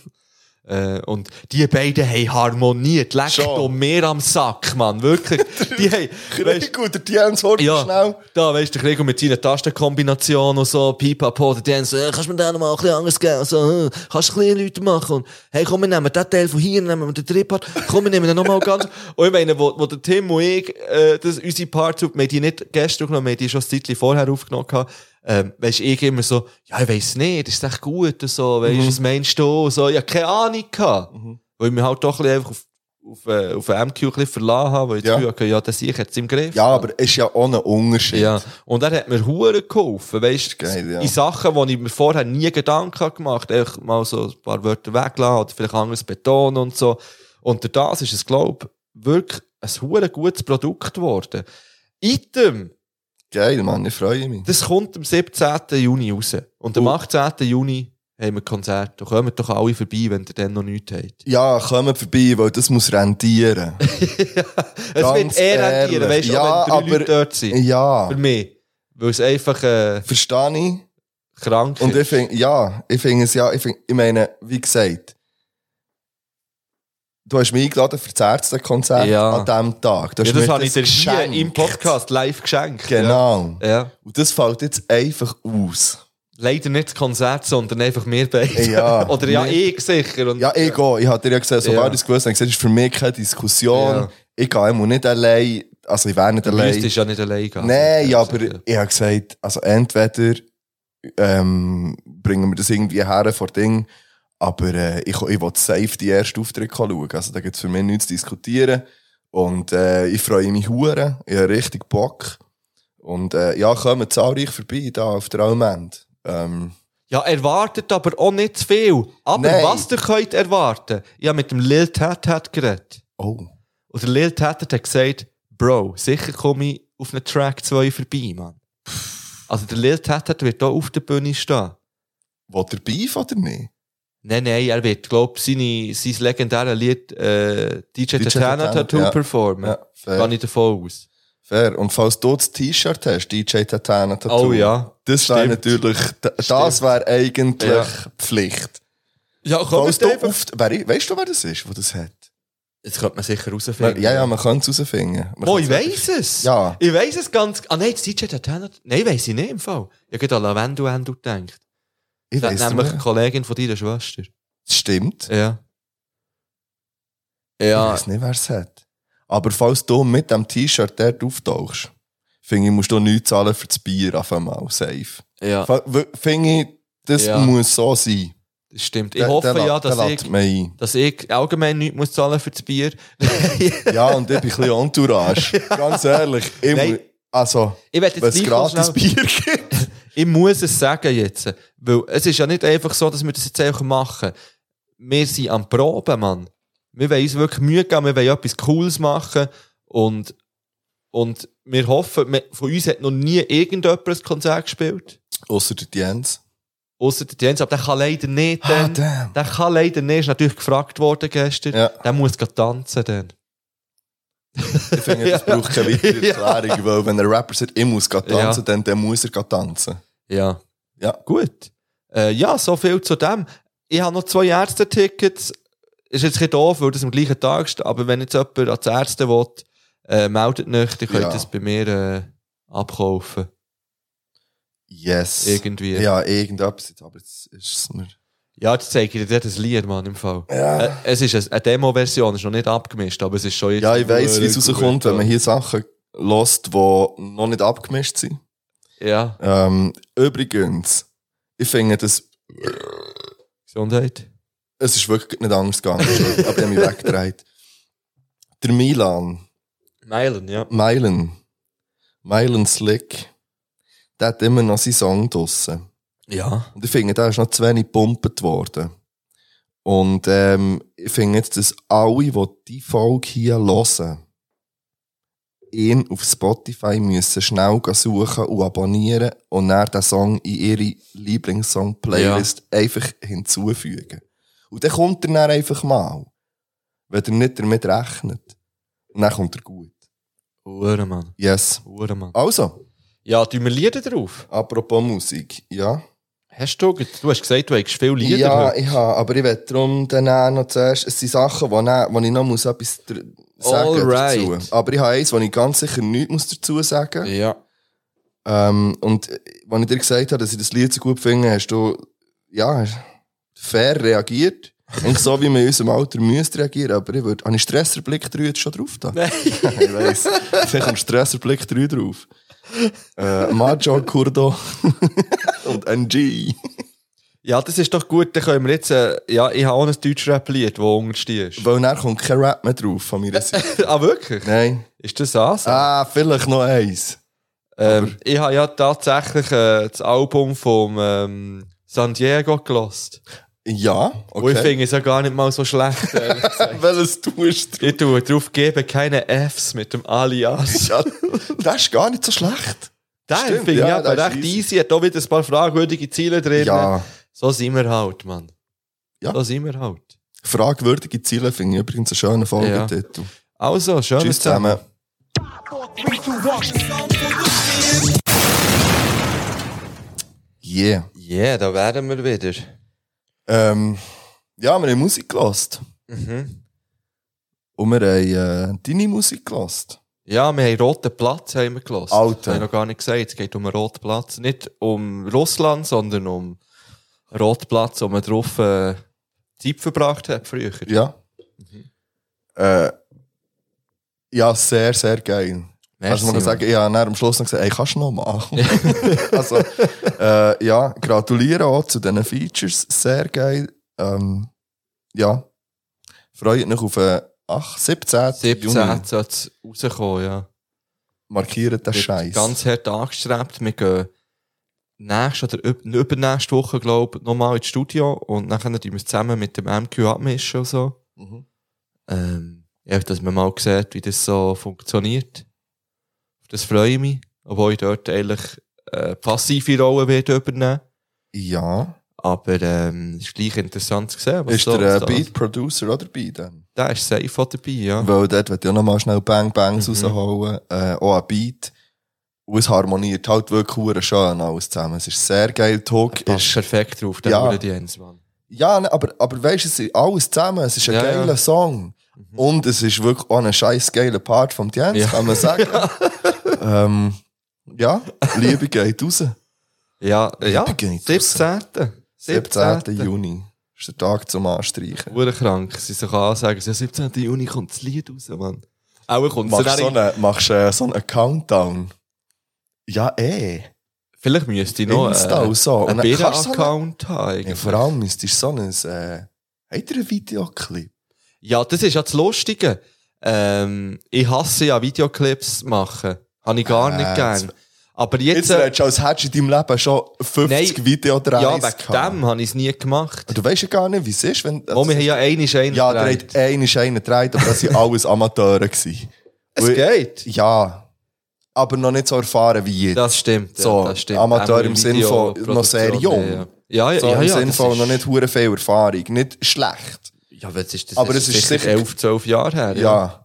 Äh, und die beiden haben harmoniert. Leckt Schon. um mehr am Sack, Mann. Wirklich. die haben, weisst- Krieg, oder die haben Wort Ja, schnell. da weißt du, Gregor mit seiner Tastenkombination und so, pipapo, der Dance, äh, kannst du mir den noch mal ein bisschen anders geben, so, äh, kannst du ein bisschen Leute machen und, hey, komm, wir nehmen den Teil von hier, nehmen wir den Tripart, komm, wir nehmen den nochmal ganz, und ich meine, wo, wo der Tim und ich, äh, das, unsere Parts, wir haben die nicht gestern aufgenommen, wir haben die schon ein Zeitchen vorher aufgenommen, gehabt. ähm, weisst, ich immer so, ja, ich weiss nicht, ist das echt gut, und so, weisst, Mhm. was meinst du, und so, ja, keine Ahnung gehabt, weil ich mich halt doch ein bisschen einfach auf, auf, äh, auf MQ ein bisschen verlassen habe, weil ich Ja. ja. Gefühl hatte, ja, das sehe ich jetzt im Griff. Ja, aber ist ja ohne Unterschied. Ja, und er hat mir Huren geholfen, weißt du, Geil, ja. in Sachen, wo ich mir vorher nie Gedanken gemacht habe, einfach mal so ein paar Wörter weglassen oder vielleicht anders betonen und so. Und durch das ist es, glaube ich, wirklich ein Huren gutes Produkt geworden. Item, Geil, Mann, ich freue mich. das kommt am 17. Juni raus. Und am Oh. 18. Juni haben wir Konzert. Da kommen doch alle vorbei, wenn ihr dann noch nichts habt. Ja, kommt vorbei, weil das muss rentieren. Es Ganz wird eh rentieren, ehrlich. weißt du, Ja, auch wenn drei aber- Leute dort sind. ja, Für mich. Weil es einfach äh, verstehe ich. krank Und ist. ich finde, ja, ich finde es ja, ich, find, ich meine, wie gesagt, du hast mich eingeladen für das Ärztekonzert Ja. an diesem Tag. Du hast Ja, das mir habe ich dir hier geschenkt. im Podcast live geschenkt. Genau. Ja. ja. Und das fällt jetzt einfach aus. Leider nicht das Konzert, sondern einfach wir beide. Ja. Oder ja, Wir- ich sicher. Und Ja, ich gehe. Ich habe dir ja gesagt, sobald Ja. ich es gewusst habe, ich gesagt, es ist für mich keine Diskussion. Ja. Ich gehe immer nicht allein. Also, ich wäre nicht Du allein. müsstest ja nicht allein gehen. Nein, ja, Ja, aber sicher. ich habe gesagt, also entweder ähm, bringen wir das irgendwie her vor Ding, aber äh, ich, ich will safe die ersten Auftritte schauen. Also da gibt es für mich nichts zu diskutieren. Und äh, ich freue mich hure, ich habe richtig Bock. Und äh, ja, kommen zahlreich vorbei da auf der Almend. Ähm, Ja, erwartet aber auch nicht zu viel. Aber Nein. was ihr könnt erwarten, ich habe mit dem Lil Tat Tat geredet. oh, Und der Lil Tat Tat hat gesagt, Bro, sicher komme ich auf einen Track 2 vorbei, Mann. Also der Lil Tat Tat wird hier auf der Bühne stehen. will der Beef oder nicht? Nein, nein, er wird, glaube ich, seine- sein legendäres Lied äh, DJ, DJ Tatana Tatjana, Tattoo ja. performen. Ja, Gehe fair. ich davon aus. fair. Und falls du das T-Shirt hast, DJ Tatana Tattoo, Oh ja. das wäre Stimmt. natürlich, d- das wäre eigentlich Ja. Pflicht. Ja, Falls kommt du einfach. auf, wer, weißt du, wer das ist, der das hat? Das könnte man sicher Man, herausfinden. ja, ja, man könnte es herausfinden. Man Oh, könnte ich es- weiss es. Ja. Ich weiss es ganz. Ah, nein, das DJ Tatana. Nein, weiss ich nicht im Fall. Ich habe an Lavendu Endo gedacht. Ich Das weiss hat nämlich eine nicht. Kollegin von deiner Schwester. Das stimmt. Ja. Ich Ja. weiß nicht, wer es hat. Aber falls du mit dem T-Shirt dort auftauchst, finde ich, musst du nichts zahlen für das Bier auf einmal. Safe. Ja, Fa- w- Finde ich, das Ja. muss so sein. das stimmt. Ich hoffe ja, dass ich, ich... dass ich allgemein nichts muss zahlen für das Bier. Ja, und ich bin ein bisschen Entourage. Ganz ehrlich. Ich Nein. muss, also, Ich werde wenn es jetzt gleich noch gratis schnell- Bier gibt. Ich muss es sagen jetzt, weil es ist ja nicht einfach so, dass wir das jetzt einfach machen. Wir sind am Proben, Mann. Wir wollen uns wirklich Mühe geben, wir wollen etwas Cooles machen und, und wir hoffen, wir, von uns hat noch nie irgendjemand ein Konzert gespielt, Außer der Jens. außer der Jens, aber der kann leider nicht. Ah, Dann, damn. der kann leider nicht, ist natürlich gefragt worden gestern. Ja. Der muss grad tanzen dann. Ich finde, das braucht keine weitere Erklärung, weil wenn ein Rapper sagt, ich muss gehen tanzen, Ja. dann, dann muss er gehen tanzen. Ja. Ja. Gut. Äh, ja, so viel zu dem. Ich habe noch zwei Ärzte-Tickets. Ist jetzt ein bisschen doof, weil das am gleichen Tag ist, aber wenn jetzt jemand als Ärzte will, äh, meldet nicht, ihr könnt Ja. das bei mir äh, abkaufen. Yes. Irgendwie. Ja, ja, irgendetwas, jetzt, aber jetzt ist es mir... jetzt zeige ich dir das Lied, Mann, im Fall. Äh, Ja, es ist eine- eine Demo-Version, ist noch nicht abgemischt, aber es ist schon jetzt... ja ich weiss, wie es Gut, rauskommt, wenn man ja. hier Sachen hört, die noch nicht abgemischt sind. Ja, Ähm, übrigens, ich finde das... Gesundheit. Es ist wirklich nicht anders gegangen, Entschuldigung, aber ich habe mich weggedreht. Der Milan... Meilen, ja. Meilen. Meilen Slick. Der hat immer noch seinen Song draussen. Ja. Und ich finde, der ist noch zu wenig gepumpt worden. Und ähm, ich finde jetzt, dass alle, die die Folge hier hören, ihn auf Spotify müssen schnell gehen suchen und abonnieren und dann den Song in ihre Lieblingssong-Playlist einfach hinzufügen. Und dann kommt er dann einfach mal. Wenn ihr nicht damit rechnet. Und dann kommt er gut. Uhrenmann. Yes. Uhrenmann. Also, Ja, tun wir Lieder drauf? apropos Musik, ja. Hast du... ge- Du hast gesagt, du hättest viele Lieder ja, heute. ich habe, aber ich will darum dann auch noch zuerst, es sind Sachen, wo, dann, wo ich noch muss etwas dr- sagen Alright. dazu. Aber ich habe eins, wo ich ganz sicher nichts muss dazu sagen muss. Ja. Ähm, und äh, als ich dir gesagt habe, dass ich das Lied so gut finde, hast du, ja, hast fair reagiert. Eigentlich so, wie man in unserem Alter müsste reagieren, aber ich würde, habe ich Stresserblick 3 jetzt schon drauf da? Nein. ich weiss. Vielleicht kommt Stresserblick 3 drauf. Äh, Major Kurdo und NG. Ja, das ist doch gut, dann können wir jetzt... Äh, ja, ich habe auch ein Deutschrap-Lied, das unterstehen ist. Weil dann kommt kein Rap mehr drauf von meiner Seite. ah, wirklich? Nein. Ist das Ansatz? Ah, vielleicht noch eins. ähm, ich habe ja tatsächlich äh, das Album vom ähm, San Diego gelost. Ja, Und ich okay. finde es ja gar nicht mal so schlecht. ehrlich gesagt. Welches tust du? ich tue drauf geben keine Fs mit dem Alias. Ja, das ist gar nicht so schlecht. Der stimmt, finde ich ja, aber der ist recht easy. easy, hat auch wieder ein paar fragwürdige Ziele drin. Ja, So sind wir halt, Mann. Ja. So sind wir halt. fragwürdige Ziele finde ich übrigens einen schönen Folgetitel. Also, schön. Tschüss zusammen. Yeah. Yeah, da werden wir wieder. Ähm, ja, wir haben Musik gelost Mhm. Und wir haben äh, deine Musik gelost. Ja, wir haben Roten Platz haben wir gehört. Alter. Das habe ich noch gar nicht gesagt. Es geht um einen Roten Platz. Nicht um Russland, sondern um einen Roten Platz, wo man drauf äh, Zeit verbracht hat früher. Ja. Mhm. Äh, ja, sehr, sehr geil. Merci, also man kann Mann. sagen, ich habe dann am Schluss noch gesagt, ey, kannst du noch machen? also, äh, ja, gratuliere auch zu diesen Features. Sehr geil. Ähm, ja. Freut mich auf äh, ach, 17. 17 Juni. sollte es rauskommen, ja. Markiert den Wird Scheiß. Ganz hart angestrebt. Wir gehen nächste oder üb- übernächste Woche, glaube ich, nochmal ins Studio und dann können wir es zusammen mit dem MQ abmischen und so. Mhm. Ähm, ja, dass man mal sieht, wie das so funktioniert. Auf das freue ich mich. Obwohl ich dort eigentlich äh, passive Rolle werde übernehmen Ja. Aber ähm, ist gleich interessant zu sehen. was ist so- der äh, so- Beat Producer auch dabei dann? Der ist safe auch dabei, ja. Weil dort wird ja nochmal schnell Bang Bangs Mhm. rausholen. Äh, auch ein Beat. Und es harmoniert halt wirklich hure schön alles zusammen. Es ist sehr geil. Talk Passt ist perfekt drauf, der Ja. ja. Jens, Mann. Ja, ne, aber, aber weißt du, es ist alles zusammen. Es ist ein Ja, ja. geiler Song. Mhm. Und es ist wirklich auch ein scheiß geiler Part vom Dance, Ja. kann man sagen. ja. Ähm, ja, Liebe geht raus. Ja, äh, ja. Liebe geht raus. 17. 17. Juni ist der Tag zum Anstreichen. Hure krank. Sie so ansagen, ja, 17. Juni kommt das Lied raus, Mann. Auch kommt es Machst du so dann- einen machst, äh, so einen Countdown? Ja, eh. Vielleicht müsste ich noch Insta äh, und so. Und einen dann kannst du so einen- Bier-Account haben. ja, irgendwie. vor allem ist es so ein... Äh, Habt ihr einen Videoclip? Ja, das ist ja das Lustige. Ähm, ich hasse ja Videoclips machen. Habe ich gar Äh, nicht jetzt- gern. Aber Jetzt jetzt, äh, redest du, als hättest du in deinem Leben schon 50 Nein. Videodrehs ja, wegen gehabt. dem habe ich es nie gemacht. Du weißt ja gar nicht, wie es ist, wenn. Oh, wir haben ja einiges einen ja, der hat eh einen einen gedreht, aber das waren alles Amateure. gewesen. Es Weil- geht. Ja. Aber noch nicht so erfahren wie jetzt. Das stimmt. So, ja, das stimmt. Amateur im Ähm, Sinn von Videoproduktion, noch sehr jung. Ja, ja, ja. so ja, im ja, Sinn das von ist- noch nicht hure viel Erfahrung. Nicht schlecht. Ja, aber jetzt ist das Aber ist es ist sicher sicher- 11, 12 Jahre her. Ja.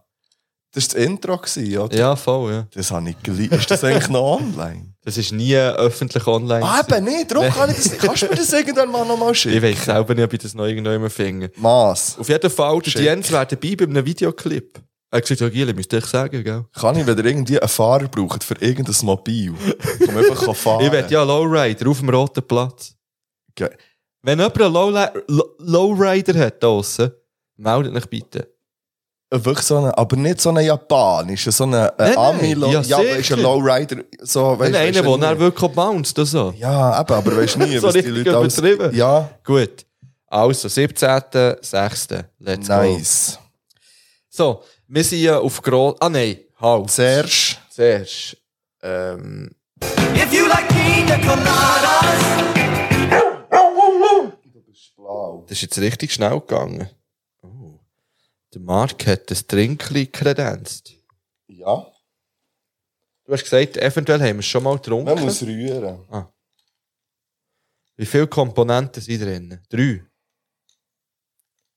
Das war das Intro, gewesen, oder? Ja, voll, ja. Das habe ich geliebt. Ist das eigentlich noch online? Das ist nie öffentlich online. ah, eben nicht. Darum kann ich das nicht. Kannst du mir das irgendwann mal nochmal Ich schicken? weiß selber nicht, ob ich das noch irgendwo immer finde. Mass. Auf jeden Fall, der Schick. Jens war dabei bei einem Videoclip. Er hat gesagt, ja, Gili, müsst ihr euch sagen, gell? Kann ich, wenn ihr irgendwie einen Fahrer braucht für irgendein Mobil, um einfach fahren Ich will ja Lowrider auf dem roten Platz. Geil. Wenn jemand einen Lowli- Lo- Lowrider hat draussen, meldet euch bitte. Äh, Wirklich so eine, aber nicht so eine japanische, so eine Nein, äh, nein. Ami-Low. Ja, Ja, ja aber ist sicher. ein Lowrider. So, weißt, Wenn weißt einer, ja der nie. dann wirklich bounced oder so. Ja, eben, aber weißt nie, So was die richtig Leute alles- übertrieben. Ja, Gut. Also, 17.06. Let's go. nice. So, wir sind ja auf Gross... Ah, nein. Halt. Zuerst. Zuerst. Ähm... If you like pina coladas, Wow. Das ist jetzt richtig schnell gegangen. Oh. Der Mark hat das Trinkli kredenzt. Ja, Du hast gesagt, eventuell haben wir es schon mal man getrunken. muss rühren. Wie viele Komponenten sind drin? Drei.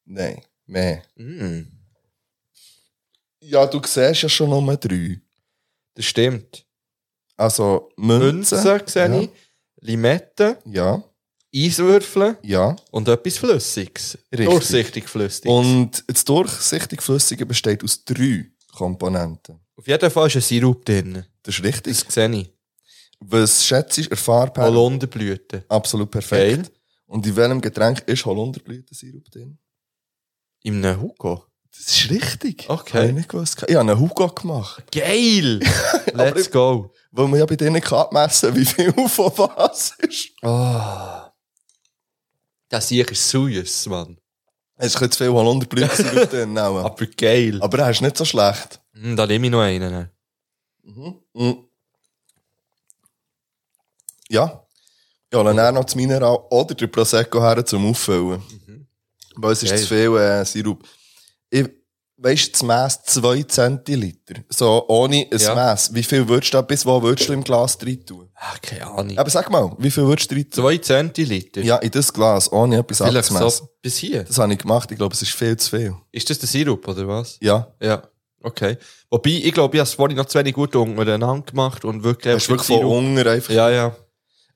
Nein, mehr. Mm. Ja, du siehst ja schon nur drei. Das stimmt. Also Münzen. Münzen sehe ja. ich, Limetten, Ja, Eiswürfel ja. und etwas Flüssiges. Richtig. Durchsichtig Flüssiges. Und das durchsichtig Flüssige besteht aus drei Komponenten. Auf jeden Fall ist ein Sirup drin. Das ist richtig. Das sehe ich. Was schätzt du? Erfahrbar. Holunderblüte. Absolut Äh, perfekt. Äh, Geil. Und in welchem Getränk ist Holunderblütensirup drin? In einem Hugo. Das ist richtig. Okay. Habe ich nicht gewusst. Ich habe einen Hugo gemacht. Geil! Let's go. Weil man ja bei denen nicht abmessen kann, wie viel von was ist. Ah. Das hier ist süß, Mann. Es ist ein bisschen zu viel Holunderblütensirup drin. nehmen. Aber geil. Aber er ist nicht so schlecht. Hm, da nehme ich noch einen. Mhm. Mhm. Ja. Ja, dann eher noch das Mineral oder der Prosecco her zum Auffüllen. Mhm. Weil es ist Geil. zu viel äh, Sirup. Ich, weißt du, das Mess 2 Zentiliter. So, ohne ein Ja. Mess. Wie viel würdest du, bis wo würdest du im Glas rein tun? Ach, keine Ahnung. Aber sag mal, wie viel würdest du rein tun? Zwei Zentiliter. Ja, in das Glas, ohne etwas Vielleicht abzumessen. so bis hier. Das habe ich gemacht. Ich glaube, es ist viel zu viel. Ist das der Sirup, oder was? Ja. Ja. Okay. Wobei, ich glaube, ich habe es vorhin noch zu wenig gut untereinander gemacht und wirklich... Das ist wirklich von Hunger einfach. Ja, ja.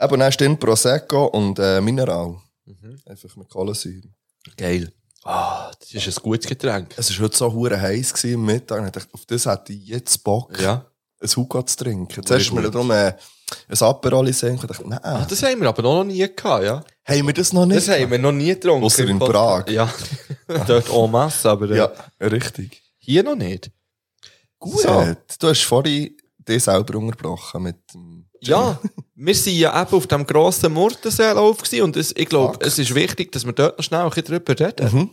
Aber dann stimmt Prosecco und äh, Mineral. Mhm. Einfach mit Kohlensäure. Geil. Ah, das ist ein gutes Getränk. Es war heute so hure heiß gewesen am Mittag. und Ich dachte, auf das hätte ich jetzt Bock, Ja. ein Hugo zu trinken. Hure Zuerst ist mir gut. darum äh, ein Aperol gesehen. Ich dachte, nein, Ah, das haben wir aber noch nie gehabt, ja. haben wir das noch nicht? Das haben wir noch nie getrunken. Ausser in Im Podcast. Prag. Ja. Dort en masse, aber äh, Ja, richtig. hier noch nicht. Gut. So, du hast vorhin dich selber unterbrochen mit dem Ja, wir sind ja eben auf dem grossen Murtenseelauf gewesen und es, ich glaube, Fakt. es ist wichtig, dass wir dort noch schnell ein bisschen drüber reden. Mhm.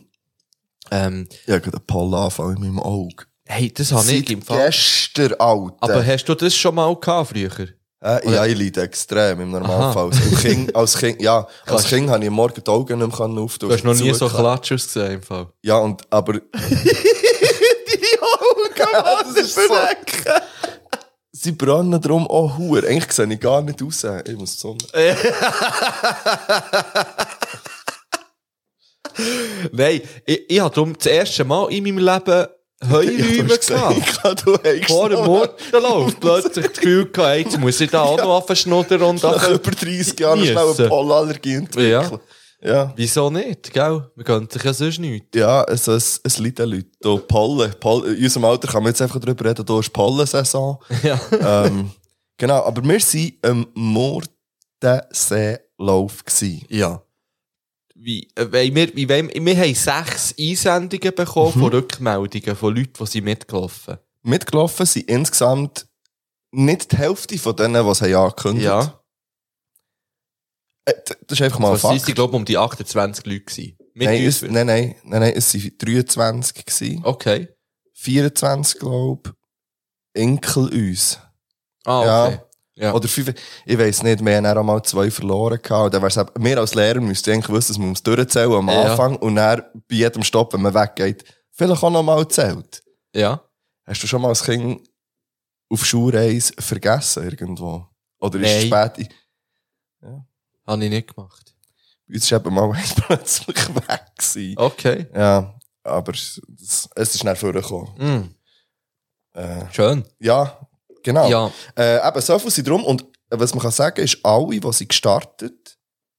Ähm, Ich habe gerade einen Pollanfall in meinem Auge. hey, das habe ich Seit im Fall. gestern, Alter. Aber hast du das schon mal gehabt früher? äh, ja, ich leide extrem im Normalfall. Als kind, als kind, ja, als Kannst- Kind habe ich am Morgen die Augen nicht mehr auftun. Du hast noch nie so Zugeklebt. Klatsch ausgesehen im Fall. Ja, und, aber. Deine Augen, was ist so. Sie brennen drum auch Huer. Eigentlich sehe ich gar nicht aus. Ich muss die Sonne. Nein, ich, ich habe darum das erste Mal in meinem Leben Ja, Heuräume du hast gesehen, gehabt. ich kann, du hast Vor dem noch- Murtenlauf plötzlich das Gefühl gehabt, hey, jetzt muss ich da auch noch verschnuddern und Nach anfangen- über 30 Jahren schnell eine Niesen. Pollenallergie entwickeln. Ja. Wieso nicht, gell? Man gönnt sich ja sonst nichts. Ja, also es, es leiden Leute. Da, Pollen, Pollen. In unserem Alter kann man jetzt einfach darüber reden, da ist Pollensaison. Ja. ähm, genau, aber wir waren am Mordenseelauf. gewesen. Ja. Wie, äh, weil wir, wie, weil wir haben sechs Einsendungen bekommen Mhm. von Rückmeldungen von Leuten, die sie mitgelaufen Mitgelaufen sind insgesamt nicht die Hälfte von denen, die sie angekündigt Ja. Äh, d- das ist einfach mal ein Was sind Fakt. sie, glaube ich, um die 28 Leute gewesen. Mit Nein, uns. Oh. es, nein, nein, nein, nein, es waren 23, gewesen, Okay. 24, glaube ich, Enkel uns. Ah, Ja. okay. Ja. Oder fünf, ich weiss nicht, wir haben dann auch mal zwei verloren gehabt. Und Dann wär's, eben- wir als Lehrer müssten eigentlich wissen, dass man es durchzählen am Ja. Anfang und dann bei jedem Stopp, wenn man weggeht, vielleicht auch noch mal zählt. ja. Hast du schon mal als Kind auf Schulreise vergessen irgendwo? Oder ist es Nein. spät? Habe ich nicht gemacht. Bei uns war eben mal eins plötzlich weg. Gewesen. Okay. Ja, aber es, es ist dann vorgekommen. Äh, Mm. Schön. Ja, genau. Ja. Äh, eben, so viel sind drum. Und äh, was man kann sagen ist, alle, die sie gestartet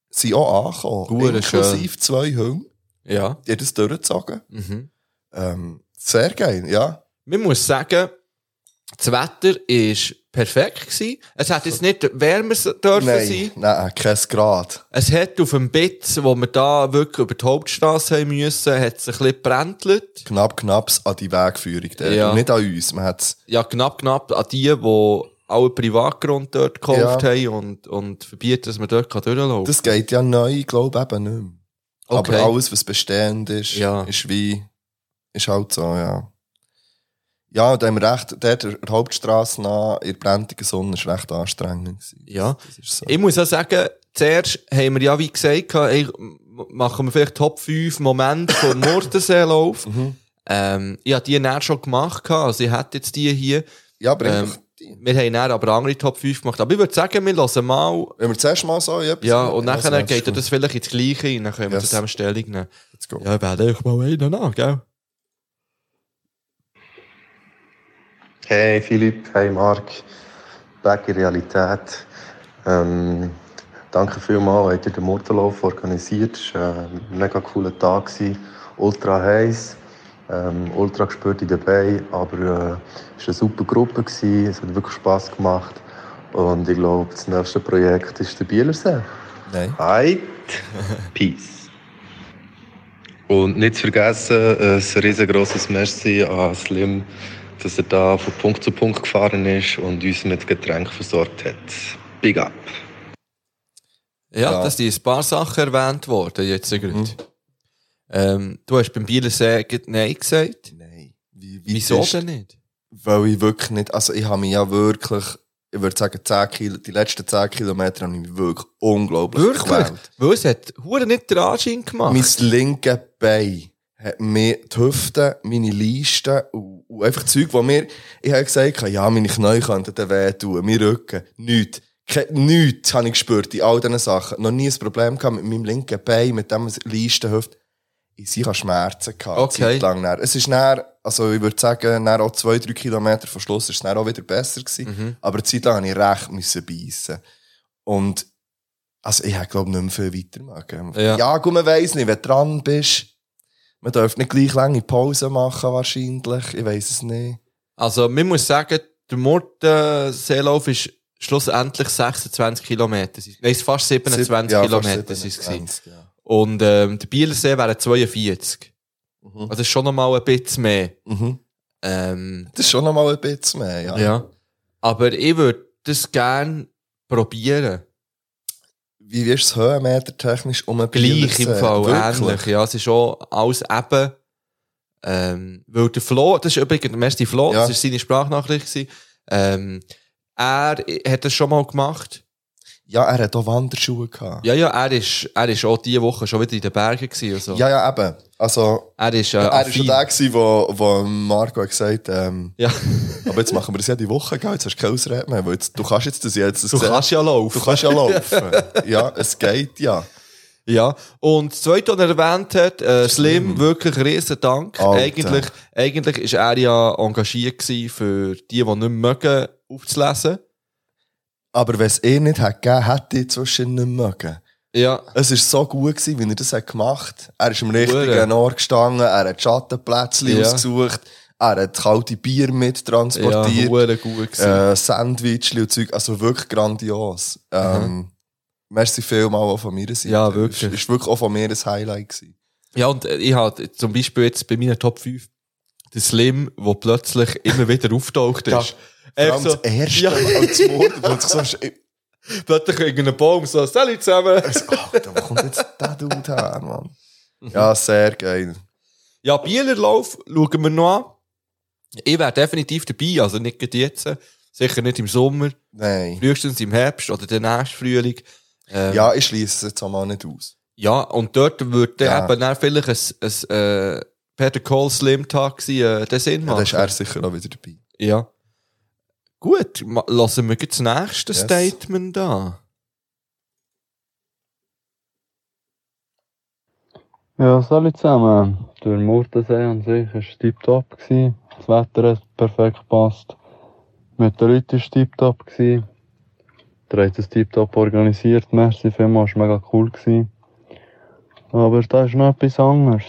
sind auch angekommen. Hure Inklusive zwei Hunde. Ja. Die haben das durchgezogen. Mhm. Ähm, sehr geil, ja. Man muss sagen, das Wetter war perfekt. Gewesen. Es hat jetzt nicht wärmer dürfen sein. Nein, nein, kein Grad. Es hat auf dem Bitz, wo wir da wirklich über die Hauptstraße haben müssen, hat es ein bisschen gebrändelt. Knapp, knapp an die Wegführung. Dort. Ja. Und nicht an uns. Man hat Ja, knapp, knapp an die, die alle Privatgrund dort gekauft Ja. haben und, und verbieten, dass man dort kann durchlaufen kann. Das geht ja neu, glaube ich, eben nicht mehr. Okay. Aber alles, was bestehend ist, Ja. ist wie, ist halt so, ja. Ja, und da haben wir recht, dort der Hauptstrasse nach, in der brennenden Sonne, ist recht anstrengend. gewesen. Ja. Das ist so. Ich muss auch sagen, zuerst haben wir ja, wie gesagt, ey, machen wir vielleicht Top 5 Momente vom Mordensee-Lauf. Mhm. Ähm, ich habe die dann schon gemacht, gehabt, also ich hätte jetzt die hier. Ja, aber Ähm, einfach die. Wir haben dann aber andere Top 5 gemacht. Aber ich würde sagen, wir lassen mal. Wenn wir zuerst mal so in etwas- Ja, und nachher Also, geht das vielleicht ins Gleiche rein, dann können wir Yes. zu dem Stellung nehmen. Let's go. Ja, ich werde euch mal einen an, gell? Hey Philipp, hey Mark, back in Realität. Ähm, danke vielmals, habt ihr den Mordelauf organisiert. Es war ein eh, mega cooler Tag, gewesen. ultra heiß, ähm, ultra gespürt in den Beinen, aber äh, es war eine super Gruppe, gewesen. es hat wirklich Spass gemacht. Und ich glaube, das nächste Projekt ist der Bielersee. Nein. Hi, Peace. Und nicht zu vergessen, äh, ein riesengroßes Merci an Slim, dass er da von Punkt zu Punkt gefahren ist und uns mit Getränk versorgt hat. Big up. Ja, Ja. dass die ein paar Sachen erwähnt worden, jetzt gerade. Ähm, du hast beim Bielensee gerade Nein gesagt. Nein. Wie, wie Wieso ist- denn nicht? Weil ich wirklich nicht, also ich habe mich ja wirklich, ich würde sagen, 10 Kilo, die letzten 10 Kilometer habe ich mich wirklich unglaublich Wirklich? gequält. Weil es hat hure nicht den Anschein gemacht. Mein linke Bein hat mir die Hüfte, meine Leisten und, und einfach Zeug, wo mir, ich habe gesagt, ja, meine Knie könnten dann wehtun, mein Rücken, nichts. Ke- Nichts habe ich gespürt in all diesen Sachen. Noch nie ein Problem gehabt mit meinem linken Bein, mit dem Leisten, Hüfte. Ich ich hatte Schmerzen gehabt, Okay. eine Zeit lang. dann. Es ist dann, also ich würde sagen, dann auch zwei, drei Kilometer vor Schluss ist es dann auch wieder besser gewesen. Mhm. Aber eine Zeit lang habe ich recht müssen beißen. Und also ich hätte, glaube ich, nicht mehr viel weitermachen Ja. Ja, gut, man weiss nicht, wenn du dran bist. Man darf nicht gleich lange Pause machen, wahrscheinlich. Ich weiss es nicht. Also, man muss sagen, der Mordensee-Lauf ist schlussendlich 26 Kilometer. Nein, es fast 27 Ja, fast Kilometer. sind es gewesen. 27, ja. Und ähm, der Bielersee wären 42. Mhm. Also, das ist schon noch mal ein bisschen mehr. Mhm. Ähm, Das ist schon noch mal ein bisschen mehr, ja. ja. Aber ich würde das gerne probieren. Wie wirst du es höhenmeter technisch um ein Gleich im Fall, Wirklich? ähnlich. Ja, es ist schon alles eben. Ähm, weil der Flo, das ist übrigens, merci Flo, Ja. das war seine Sprachnachricht. gewesen. Ähm, er hat das schon mal gemacht. Ja, er hat auch Wanderschuhe gehabt. Ja, ja, er ist, er ist auch diese Woche schon wieder in den Bergen gewesen. Also. ja, ja, eben. Also, Er ist, äh, er war schon affin. der, gewesen, wo, wo Marco hat gesagt ähm, Ja, aber jetzt machen wir das jede Woche, gell? jetzt hast du keine Ausrede mehr, weil jetzt, du kannst jetzt das jetzt. Das du kannst ja laufen. du kannst ja laufen. ja, es geht ja. Ja. Und das zweite, was er erwähnt hat, äh, Slim, wirklich riesen Dank. Alter. Eigentlich, eigentlich ist er ja engagiert gewesen für die, die nicht mögen, aufzulesen. Aber wenn es eh nicht hätte gegeben, hätte ich zwischen nicht mögen. Ja. Es war so gut, gewesen, wie er das hat gemacht hat. Er ist am richtigen Hure. Ort gestanden, er hat Schattenplätzchen Ja. ausgesucht, er hat kalte Bier Ja, mittransportiert, hure gut gewesen. äh, Sandwichli und Zeug. Also wirklich grandios. Ähm, merci vielmal auch von meiner Seite. Ja, wirklich. Es war wirklich auch von mir ein Highlight. Gewesen. Ja, und äh, ich hatte zum Beispiel jetzt bei meiner Top 5 den Slim, der plötzlich immer wieder auftaucht Ja. ist. Vor Ja. allem So, das erste Ja. Mal als Mord, wo ich so plötzlich irgendein Baum so, Salut zusammen! ach, da kommt jetzt der Dude her, Mann. Ja, sehr geil. Ja, Bielerlauf schauen wir noch an. Ich wäre definitiv dabei, also nicht gerade jetzt. Sicher nicht im Sommer, Nein. frühestens im Herbst oder den nächsten Frühling. Ähm, Ja, ich schließe es jetzt auch mal nicht aus. ja, und dort würde Ja. eben dann vielleicht ein, ein äh, Peter Cole Slim Tag sein, äh, den Sinn Ja, dann machen. ist er sicher auch wieder dabei. Ja. Gut, ma- lassen wir gleich das nächste Yes. Statement da. Ja, salut zusammen. Der Murtensee an sich war tiptop. gewesen. Das Wetter hat perfekt passt. Mit den Leuten war es tiptop. gewesen. Der hat es tiptop organisiert. Merci vielmals, es war mega cool. Gewesen. Aber da ist noch etwas anderes.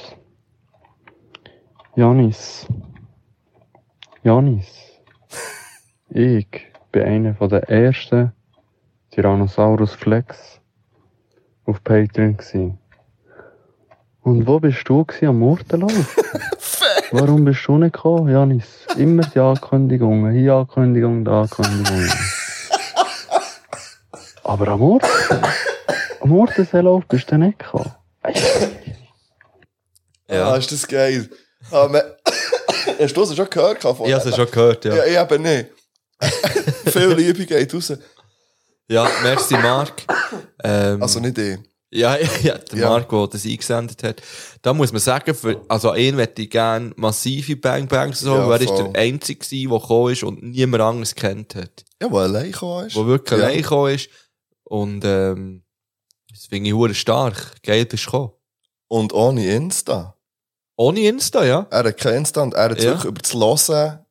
Janis. Janis. Ich bin einer der ersten Tyrannosaurus Flex auf Patreon. Gewesen. Und wo bist du gewesen am Murtenlauf? Warum bist du nicht gekommen, Janis? Immer die Ankündigungen, hier Ankündigungen, da Ankündigungen. Aber am Ort, am Ortenseelauf bist du nicht gekommen. Ah, ist das geil. Ah, man, hast du das schon gehört? Von Ich habe es schon gehört, ja. äh, Ja, ich eben nicht. Viel Liebe geht raus. Ja, merci Marc. Ähm, Also nicht ich. Ja, ja, der Ja. Marco, der das eingesendet hat. Da muss man sagen, für, also ihn möchte ich gerne massive Bang Bangs so, Ja, weil er ist voll. der Einzige gewesen, der gekommen ist und niemand anderes kennt hat. Ja, weil allein gekommen ist. Der wirklich Ja. allein gekommen ist und ähm, das finde ich hure stark. Geil bist du gekommen. Und ohne Insta. Ohne Insta, ja? Er hat kein Insta und er hat Ja. wirklich über das Hören.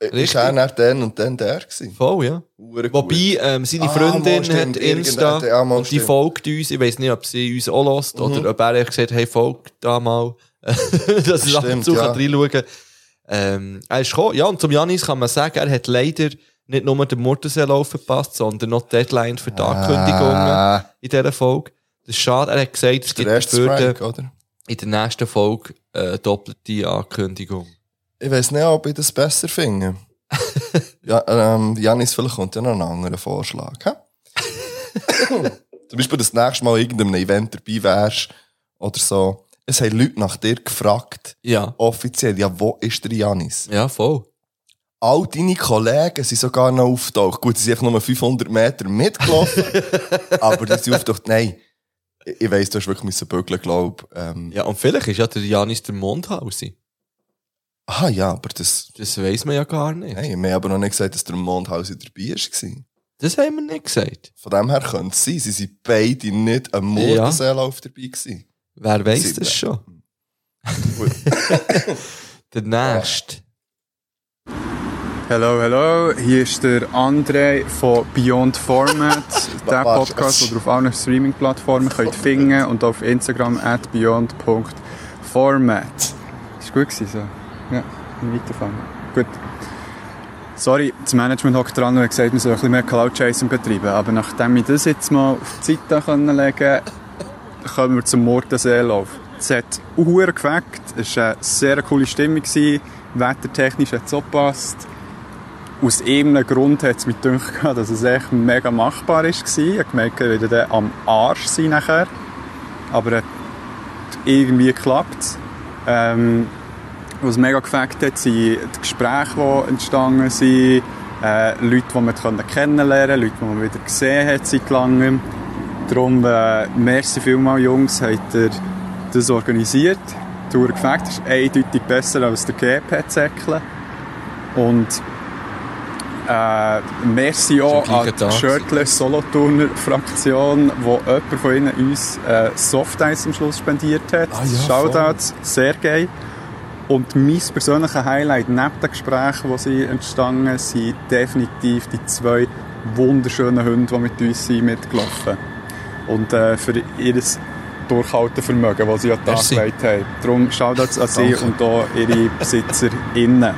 äh, Richtig. Ist er dann dann und dann der gewesen. Voll, ja. Hure gut. Wobei, ähm, seine Ah, Freundin mal stimmt, hat Insta irgendein- ja, mal und die stimmt. Mhm. folgt uns. Ich weiß nicht, ob sie uns auch lost oder ob er gesagt hat, hey, folgt da mal. Dass ich ab und Stimmt, zu ja. ja. reinschauen kann. Ähm, er ist gekommen. Ja, und zum Janis kann man sagen, er hat leider nicht nur den Murtenseelauf verpasst, sondern noch die Deadline für die Ankündigungen Ah, in dieser Folge. Das ist schade. Er hat gesagt, es der gibt erste dafür Spike, oder? in der nächsten Folge äh, doppelte Ankündigung. Ich weiß nicht, ob ich das besser finde. ja, ähm, Janis, vielleicht kommt ja noch ein anderer Vorschlag. Hä? Zum Beispiel, dass du das nächste Mal irgendeinem Event dabei wärst oder so. Es haben Leute nach dir gefragt, Ja. offiziell, ja, wo ist der Janis? Ja, voll. All deine Kollegen sind sogar noch aufgetaucht. Gut, sie sind einfach nur 500 Meter mitgelaufen, aber die sind aufgetaucht. Nein, ich, ich weiss, du hast wirklich müssen bügeln, glaub. Ähm, Ja, und vielleicht ist ja der Janis der Mondhausi. Ah ja, aber das... Das weiß man ja gar nicht. Nein, wir haben aber noch nicht gesagt, dass der Mondhauser dabei war. Das haben wir nicht gesagt. Von dem her könnte es sein, sie sind beide nicht am Mordenseelauf dabei gewesen. Wer weiß Sie- das schon? Gut. Der Nächste. Hello, hello, hier ist der André von Beyond Format, der Warte, Podcast, es- den ihr auf allen Streaming-Plattformen könnt finden und auf Instagram at beyond.format. Ist gut gewesen, so. Ja, weiterfahren. Gut. Sorry, das Management hockt dran und hat gesagt, wir sollen ein bisschen mehr Cloud-Chasing betreiben, aber nachdem ich das jetzt mal auf die Seite können legen konnte, kommen wir zum Mortenseelauf. Es hat sehr gefeckt, es war eine sehr coole Stimmung, gewesen. wettertechnisch hat es auch gepasst. Aus irgendeinem Grund hat es mich gedacht, dass es echt mega machbar war. Ich habe gemerkt, ich werde dann am Arsch sein nachher. Aber es hat irgendwie geklappt. Ähm, was mega gefällt hat, sind die Gespräche, die entstanden sind. Äh, Leute, die man konnte kennenlernen Leute, die man wieder gesehen hat seit langem. Darum, äh, merci vielmals, Jungs, habt ihr das organisiert. Die Tour gefällt, ist eindeutig besser als der GP-Zäckle. Und äh, merci auch Zum an gleichen die Tag. Shirtless Solothurner Fraktion, wo jemand von ihnen uns äh, Softeis am Schluss spendiert hat. Ah ja, Shoutouts, sehr geil. Und mein persönliches Highlight neben den Gesprächen, die sie entstanden sind, definitiv die zwei wunderschönen Hunde, die mit uns sind, mitgelaufen Und äh, für ihr Durchhaltevermögen, das sie an den Tag Merci. gelegt haben. Darum Shoutouts an sie Danke. und auch ihre BesitzerInnen.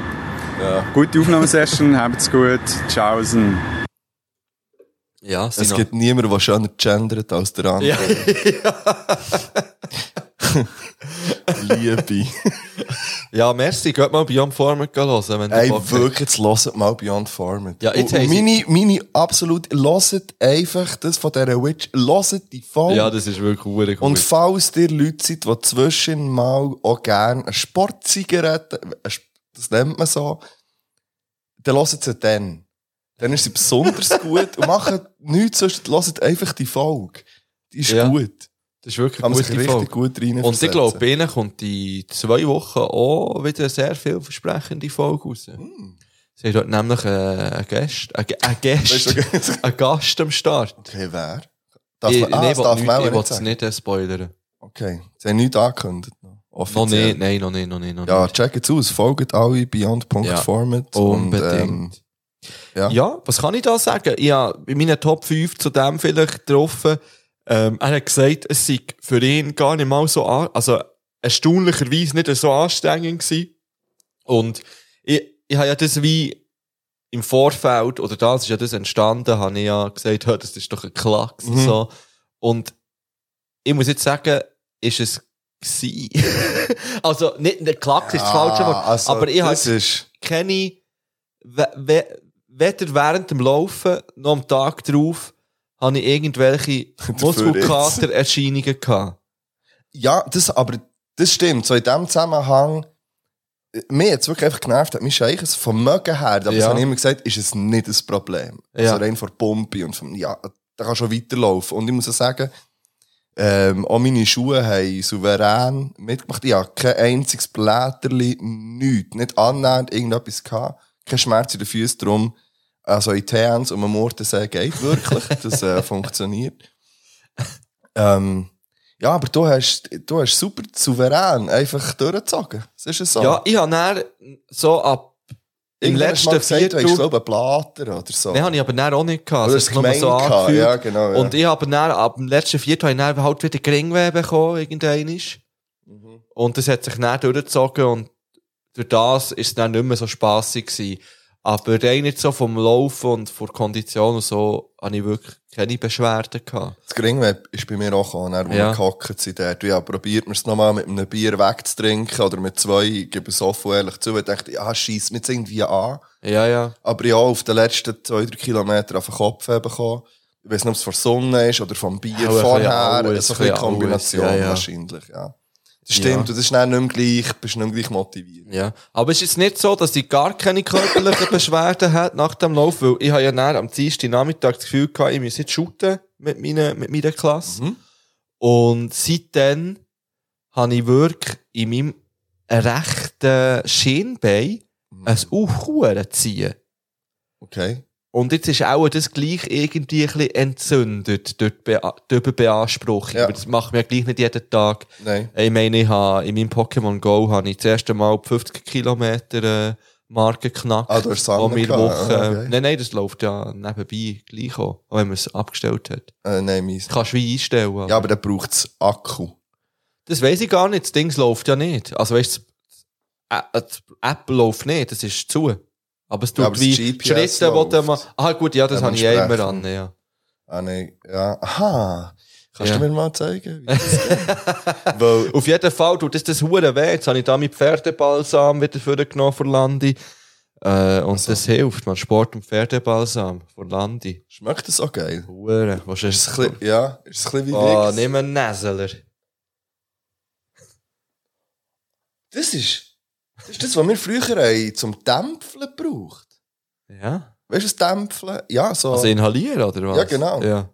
Ja. Gute Aufnahmesession, habt's gut, tschaußen. Ja, sind Es noch- gibt niemanden, der schöner gendert als der andere. Ja. Liebe. ja, merci. Geht mal Beyond Format gehen hören, wenn Ey, Bock habt. wirklich, jetzt hört mal Beyond Format. Ja, jetzt und, haben und sie- meine, meine absolut, hört einfach das von dieser Witch, hört die Folge. Ja, das ist wirklich hure und gut. falls ihr Leute seid, die zwischen mal auch gerne eine Sportzigarette, eine Sp- das nennt man so, dann hört sie dann. Dann ist sie besonders gut und macht nichts, sonst hört einfach die Folge. Die ist Ja. gut. Das ist wirklich kann eine man sich gute richtig Folge. gut rein Und ich versetzen. glaube, bei ihnen kommt in zwei Wochen auch wieder eine sehr vielversprechende Folge raus. Hm. Sie haben dort nämlich äh, einen Gast, einen Ge- einen Weißt Gast, du, einen Gast am Start. okay, wer? Darf ich man, ah, nee, das darf man auch will nicht es sagen. nicht äh, spoilern. Okay, sie haben nichts angekündigt. noch. Noch Offiziell. nicht, nein, noch nicht, noch nicht. Noch Ja, nicht. checkt es aus. Folgt alle Beyond.format. Ja, unbedingt. ja. ja. was kann ich da sagen? Ich habe in meinen Top 5 zu dem vielleicht getroffen. Ähm, er hat gesagt, es sei für ihn gar nicht mal so, an, also erstaunlicherweise nicht so anstrengend gewesen. Und ich, ich habe ja das wie im Vorfeld, oder das ist ja das entstanden, habe ich ja gesagt, «Hö, das ist doch ein Klacks. Mhm. So. Und ich muss jetzt sagen, ist es gsi. also nicht, der Klacks ist das falsche Wort, Ah, also, aber ich habe das ist, keine, we- we- weder während dem Laufen noch am Tag drauf, habe ich irgendwelche Muskelkatererscheinungen gehabt. ja, das, aber das stimmt. So in dem Zusammenhang, äh, mir hat es wirklich einfach genervt, hat mich eigentlich vom Mögen her, aber Ja. das habe ich immer gesagt, ist es nicht ein Problem. Ja. Also rein von der Pumpe und vom, ja, da kann schon weiterlaufen. Und ich muss auch sagen, ähm, auch meine Schuhe haben souverän mitgemacht. Ich habe kein einziges Blätterli, nichts, nicht annähernd irgendetwas gehabt. Kein Schmerz in den Füßen drum. Also in Teens um den Mordensee geht wirklich. Das äh, funktioniert. Ähm, ja, aber du hast, du hast super souverän einfach durchgezogen. Das ist es so. Ja, ich habe dann so ab im Irgendwann hast du mal letzten gesagt, du hast, Viertel... glaube ich, einen Blatter oder so. Den habe ich aber dann auch nicht gehabt. Oder Das hast hat du nur gemeint so gehabt, angefühlt. ja, genau, ja. Und ich habe dann ab dem letzten Viertel habe ich dann halt wieder Geringweh bekommen, irgendein Und das hat sich dann durchgezogen und durch das ist es dann nicht mehr so spassig gewesen. Aber rein jetzt so vom Laufen und von der Kondition und so, habe ich wirklich keine Beschwerden gehabt. Das Geringweb ist bei mir auch gekommen, dann, wo Ja. wir gehockt sind. dort. Ich habe probiert, mir es nochmal mit einem Bier wegzutrinken oder mit zwei. Ich gebe es offen und ehrlich zu. Ich dachte, ja, schieß mich jetzt irgendwie an. Ja, ja. Aber ich habe auf den letzten zwei, drei Kilometern auf den Kopf bekommen. Ich weiß nicht, ob es von der Sonne ist oder vom Bier Ja, ein bisschen vorher. alles, so ein ein bisschen bisschen Kombination alles, ja, ja. wahrscheinlich, ja. Das stimmt, Ja. und das ist dann nicht mehr gleich, bist nicht mehr gleich motiviert. Ja, aber es ist jetzt nicht so, dass ich gar keine körperlichen Beschwerden hat nach dem Lauf, weil ich habe ja dann am Dienstag Nachmittag das Gefühl gehabt, ich muss jetzt shooten mit meiner, mit meiner Klasse. Mhm. Und seitdem habe ich wirklich in meinem rechten Schienbein ein Aufhuren ziehen. Okay. Und jetzt ist auch das gleich irgendwie ein bisschen entzündet durch die Bea- durch die Beanspruchung. Ja. Aber das macht mir ja gleich nicht jeden Tag. Nein. Ich meine, ich habe in meinem Pokémon Go habe ich das erste Mal die 50 Kilometer äh, Marke knackt. Ah, du hast Sand wo wir äh, ne- gehabt, Woche, ah, okay. Nein, nein, das läuft ja nebenbei gleich auch, auch wenn man es abgestellt hat. Äh, nein, meins. Das kannst du wie einstellen. also. aber- Ja, aber dann braucht es Akku. Das weiß ich gar nicht, das Ding läuft ja nicht. Also weißt du, das- äh, das App läuft nicht, das ist zu. Aber es tut aber das wie GPS Schritte, die du läuft. machst. Ah gut, ja, das habe ich ja immer an, Dementsprechend. ja. Ah, nein. Ja. Aha. Kannst Ja. du mir mal zeigen, wie das geht? Weil, Auf jeden Fall tut das das hure weh. Jetzt habe ich da mit Pferdebalsam wieder vorgenommen von Landi. Äh, und Also. das hilft, man. Sport und Pferdebalsam von Landi. schmeckt das auch geil? Hure. Was Ist ist es ein bisschen, ja, ist es ein bisschen wie Oh, Wichs? nimm einen Näseler. Das ist, das ist das, was wir früher haben, zum Dämpfeln gebraucht. Ja. Weißt du, das Dämpfeln? Ja, so. Also inhalieren, oder was? Ah. Ja, genau. Ja,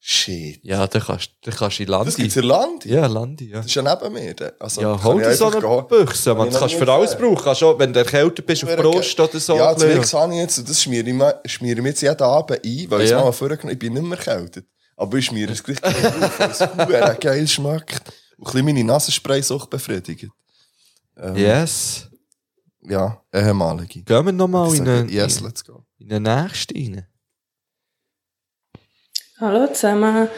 Shit. ja da kannst du kannst in Das gibt es Landi. in Land. Ja, Landi, ja. Das ist ja neben mir. da. Also, ja, halt kann hol ich dir so einfach eine gehen. Büchse, man. ich Das kannst du noch für alles nicht brauchen. Kannst auch, wenn du erkältet bist, auf Hure Brust oder so. Ja, das ein Wichs bisschen. habe ich jetzt, und das schmiere ich, mir- schmiere ich mir jetzt jeden Abend ein, weil ich Ja. es mal vorgenommen ich bin nicht mehr kältet. Aber ich schmiere es gleich drauf, weil es verdammt geil schmeckt. Und ein bisschen meine Nasenspray-Sucht befriedigt. Ähm, Yes. Ja, ehemalige. Gehen wir nochmal Ich in sage, den yes, let's go. in den nächsten rein. Hallo zusammen.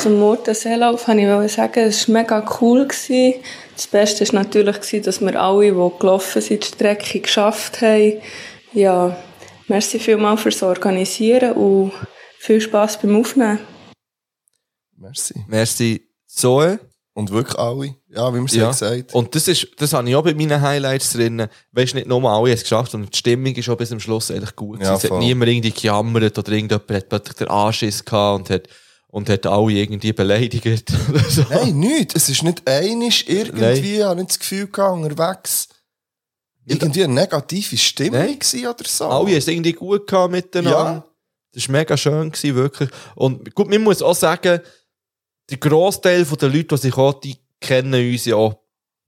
Zum Mordensee-Lauf wollte ich sagen, es war mega cool. gewesen. Das Beste war natürlich, gewesen, dass wir alle, die gelaufen sind, die Strecke geschafft haben. Ja, merci vielmals fürs Organisieren und viel Spass beim Aufnehmen. Merci. Merci, Zoe. Und wirklich alle. Ja, wie wir es ja. Ja. gesagt haben. Und das ist, das habe ich auch bei meinen Highlights drin. Weißt nicht nur alle haben es geschafft, sondern die Stimmung ist auch bis zum Schluss eigentlich gut. Ja, gewesen. es voll. hat niemand irgendwie gejammert oder irgendjemand hat plötzlich den Anschiss gehabt und hat, und hat alle irgendwie beleidigt oder so. Nein, nichts. Es ist nicht einisch irgendwie, habe ich das Gefühl gehabt, unterwegs. Irgendwie eine negative Stimmung Nein. gewesen oder so. Alle haben es irgendwie gut gehabt miteinander. Oh. Ja. Das war mega schön, gewesen, wirklich. Und gut, man muss auch sagen, der Großteil der Leute, die sich auch, die kennen uns ja auch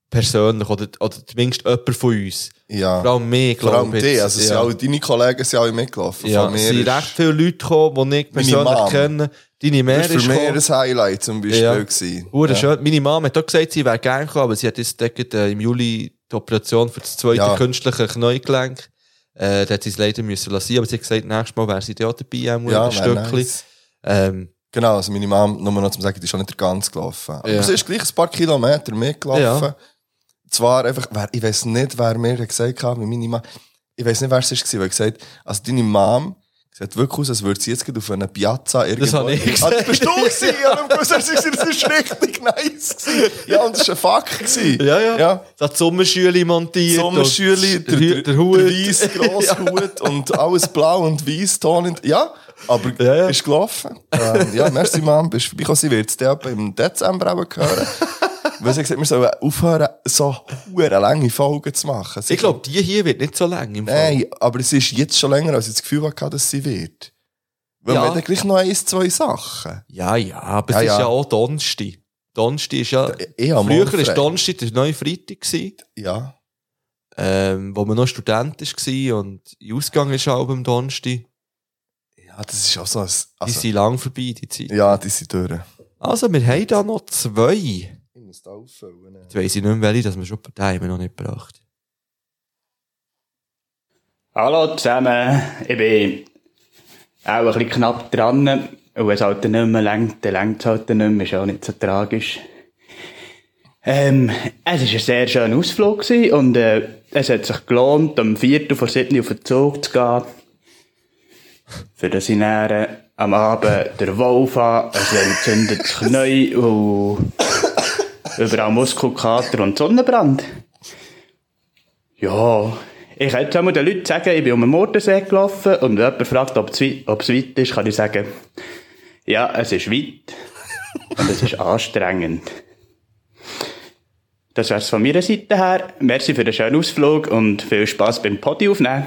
persönlich oder, oder zumindest jemand von uns. Ja. Vor allem mich, Vor allem glaube ich. dich. Also, ja. alle, deine Kollegen sind alle mitgelaufen. ja, Von es mir sind ist- recht viele Leute gekommen, die ich Meine persönlich Mom. kenne. Deine Mär Das war ist für gekommen. mich ein Highlight zum Beispiel. Ja. gewesen. Hure schön. Meine Mama hat auch gesagt, sie wäre gerne gekommen, aber sie hat jetzt direkt, äh, im Juli die Operation für das zweite Ja. künstliche Kniegelenk. Äh, da hat sie es leider müssen lassen, aber sie hat gesagt, nächstes Mal wäre sie dann auch dabei, auch Ja, ein wär Stückchen. nice. Ähm, Genau, also meine Mom, nur noch zum Sagen, die ist schon nicht ganz gelaufen. Aber Ja. sie ist gleich ein paar Kilometer mitgelaufen. Ja. Zwar einfach, wer, ich weiß nicht, wer mir gesagt hat, wie meine Mom, ich weiß nicht, wer es war, weil gesagt also deine Mom, sie hat wirklich aus, als würde sie jetzt gerade auf einer Piazza irgendwo... habe ich Ah, das bist du gewesen! Ja, das war richtig nice. gewesen. Ja, und das war ein Fuck. gewesen. ja, ja. ja. Da hat die Sommerschüle montiert. und Sommerschüli, der, der, Hü- der, der der, Hut. weiss grosse Hut und alles blau und weiß tonend. Ja, aber Ja, ja. ist gelaufen. Ähm, ja, merci, Mann, bist vorbeigekommen. Sie wird es dann etwa im Dezember auch hören. Weil sie gesagt wir sollen aufhören, so hure lange Folgen zu machen. Sie Ich glaube, die hier wird nicht so lang im Fall. Nein, aber es ist jetzt schon länger, als ich das Gefühl hatte, dass sie wird. Weil Ja. wir haben dann gleich noch ein, zwei Sachen. Ja, ja, aber Ja, es ist ja. ja auch Donnerstag. Donnerstag ist ja... Ich habe Früher morgen war frei. Donnerstag der neue Freitag. Gewesen. Ja. ähm, wo man noch Student war und in Ausgang ist auch am Donnerstag. ja, das ist auch so ein... Die Also, sind lang vorbei, die Zeit. ja, die sind durch. Also, wir haben da noch zwei. Jetzt Ich muss da äh, auffüllen. weiss ich nicht mehr, welche, dass wir schon Partei haben wir noch nicht gebracht. Hallo zusammen, ich bin auch ein bisschen knapp dran. Und wenn es halt nicht mehr längt, dann längt es halt nicht mehr, ist auch nicht so tragisch. Ähm, es war ein sehr schöner Ausflug gewesen und äh, es hat sich gelohnt, am 4. vor 7 auf den Zug zu gehen. Für das ich dann, äh, am Abend der Wolf habe, ein entzündetes Knie und überall Muskelkater und Sonnenbrand. Ja, ich kann jetzt einmal den Leuten sagen, ich bin um den Mordensee gelaufen und wenn jemand fragt, ob es weit, ob's weit ist, kann ich sagen, ja, es ist weit und es ist anstrengend. Das wär's von meiner Seite her. Merci für den schönen Ausflug und viel Spaß beim Podi aufnehmen.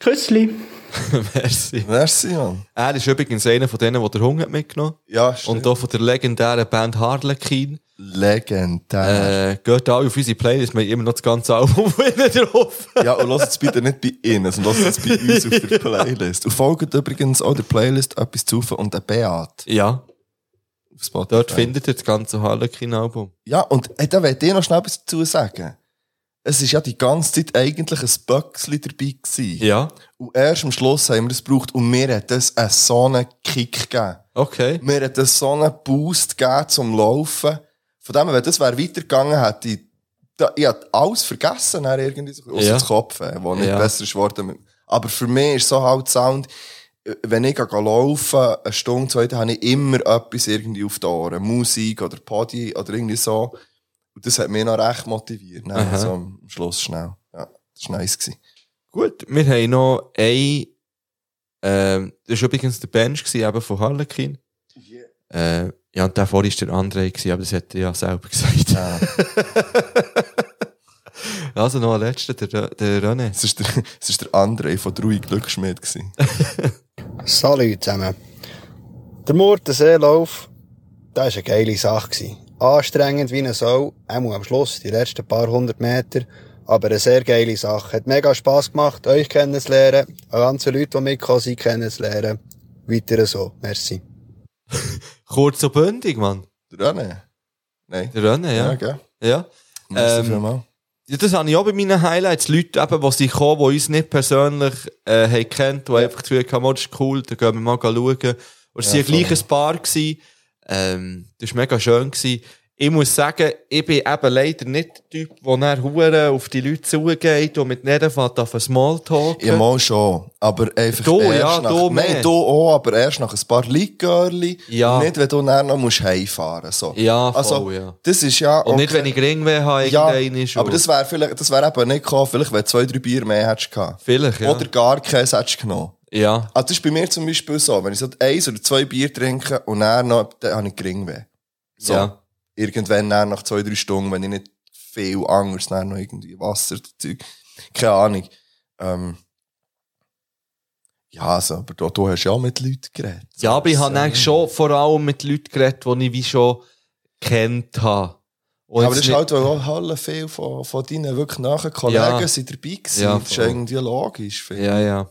Küssli! Merci. Merci, Mann. Er ist übrigens einer von denen, der den Hunger hat mitgenommen Ja, stimmt. Und auch von der legendären Band Harlequin. Legendär. Äh, geht alle auf unsere Playlist, wir haben immer noch das ganze Album von ihnen drauf. Ja, und lasst es bitte nicht bei Ihnen, sondern lasst es bei uns auf der Playlist. Und folgt übrigens auch der Playlist etwas zu Ufer und der Beat. Ja, Auf Spotify. dort findet ihr das ganze Harlequin-Album. Ja, und äh, da wollte ich noch schnell etwas dazu sagen. Es ist ja die ganze Zeit eigentlich ein Böckchen dabei gewesen. Ja, Und erst am Schluss haben wir es gebraucht und mir hat das einen so einen Kick gegeben. okay. Mir hat das so einen Boost gegeben zum Laufen. Von dem, her, wenn das wäre weitergegangen, hätte ich, da, ich hätte alles vergessen, dann irgendwie, so, aus Ja. dem Kopf, äh, wo nicht Ja. besser ist worden. Aber für mich ist so halt Sound, äh, wenn ich gehe laufen, eine Stunde, zwei, dann habe ich immer etwas irgendwie auf den Ohren. Musik oder Party oder irgendwie so. Und das hat mich noch recht motiviert. Dann Aha. so am Schluss schnell. Ja, das war nice. Gewesen. Gut, wir haben noch ein, ähm, das war übrigens der Bench gewesen, eben von Harlequin. Äh, ja, und davor war der André, gewesen, aber das hat er ja selber gesagt. Ja. Also noch ein letzter, der, der René. Es war der, es ist der André von Ruhig Glücksschmied. gewesen. Salut zusammen. Der Murtenseelauf, das war eine geile Sache. gewesen. Anstrengend wie eine Sau, auch am Schluss, die letzten paar hundert Meter. Aber eine sehr geile Sache. Hat mega Spass gemacht, euch kennenzulernen, die ganzen Leute, die mitgekommen sind, kennenzulernen. Weiter so. Merci. Kurz und bündig, Mann. Der René? Nein. Der René, ja. gell. ja. Merci Ähm, vielmals. ja. Das habe ich auch bei meinen Highlights. Leute eben, die sind gekommen, die uns nicht persönlich äh, haben kennt, die einfach das Gefühl haben, oh, das ist cool, da gehen wir mal schauen. Und Ja, es waren ja, voll. gleich ein paar. Gewesen. Ähm, das war mega schön. Gewesen. Ich muss sagen, ich bin eben leider nicht der Typ, der dann hure auf die Leute zugeht und mit jedem fährt auf einen Smalltalk. Ja, mal schon. Aber einfach Du, erst ja, nach... du mehr. Nein, du auch, aber erst nach ein paar Likörli. Ja. Nicht, wenn du nachher noch musst heimfahren so. Ja, voll, Also, ja. das ist ja... Und nicht, wenn ich gering habe, ja, irgendeinen ist. aber das wäre vielleicht, das wäre eben nicht gekommen, vielleicht, wenn du zwei, drei Bier mehr hättest gehabt. Vielleicht, ja. Oder gar keins hättest genommen. ja. Also, das ist bei mir zum Beispiel so, wenn ich so eins oder zwei Bier trinke und nachher noch, dann habe ich gering weh. So. Ja. Irgendwann nachher nach zwei, drei Stunden, wenn ich nicht viel anderes nachher noch irgendwie Wasser oder Zeug. Keine Ahnung. Ähm, ja, also, aber du, du hast ja auch mit Leuten geredet. äh, Ja, aber ich habe So. eigentlich schon vor allem mit Leuten geredet, die ich wie schon kennt habe. Und aber das jetzt ist nicht- halt, weil auch Halle viel von, von deinen wirklich nahen Kollegen Ja. sind dabei gewesen. Ja, das ist voll. irgendwie logisch. Finde. ich. Ja, ja.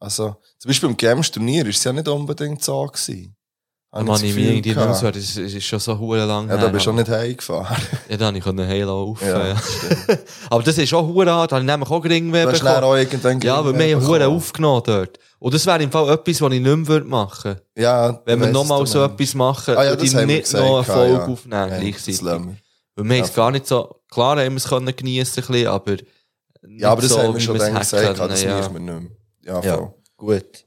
Also, zum Beispiel im Games-Turnier war es ja nicht unbedingt so. Gewesen. Habe Mann, das ich Gefühl mich irgendwie gehabt. nicht mehr so- das ist- ist schon so hure lang Ja, da her, bist du auch aber- nicht heimgefahren. Ja, da konnte ich Halo auf. Ja, eh, Ja, aber das ist auch hure hart, da habe ich nämlich auch Ringweh Du hast bekommen. dann auch irgendwann Ja, weil Ringweh wir haben hure bekommen. aufgenommen dort. Und das wäre im Fall etwas, was ich nicht mehr machen würde. Ja, Wenn wir weiss, nochmal was du so meinst. etwas machen, Ah ja, würde das ich haben wir nicht gesagt, noch eine ah, ja, Folge ja. aufnehmen Nein, gleichzeitig. das lassen wir. Weil wir haben es gar nicht so, klar haben wir es können geniessen können, aber nicht Ja, aber das so, haben wir wie schon wir es dann hätten gesagt, können, das ja. müssen wir nicht mehr. Ja, voll. gut.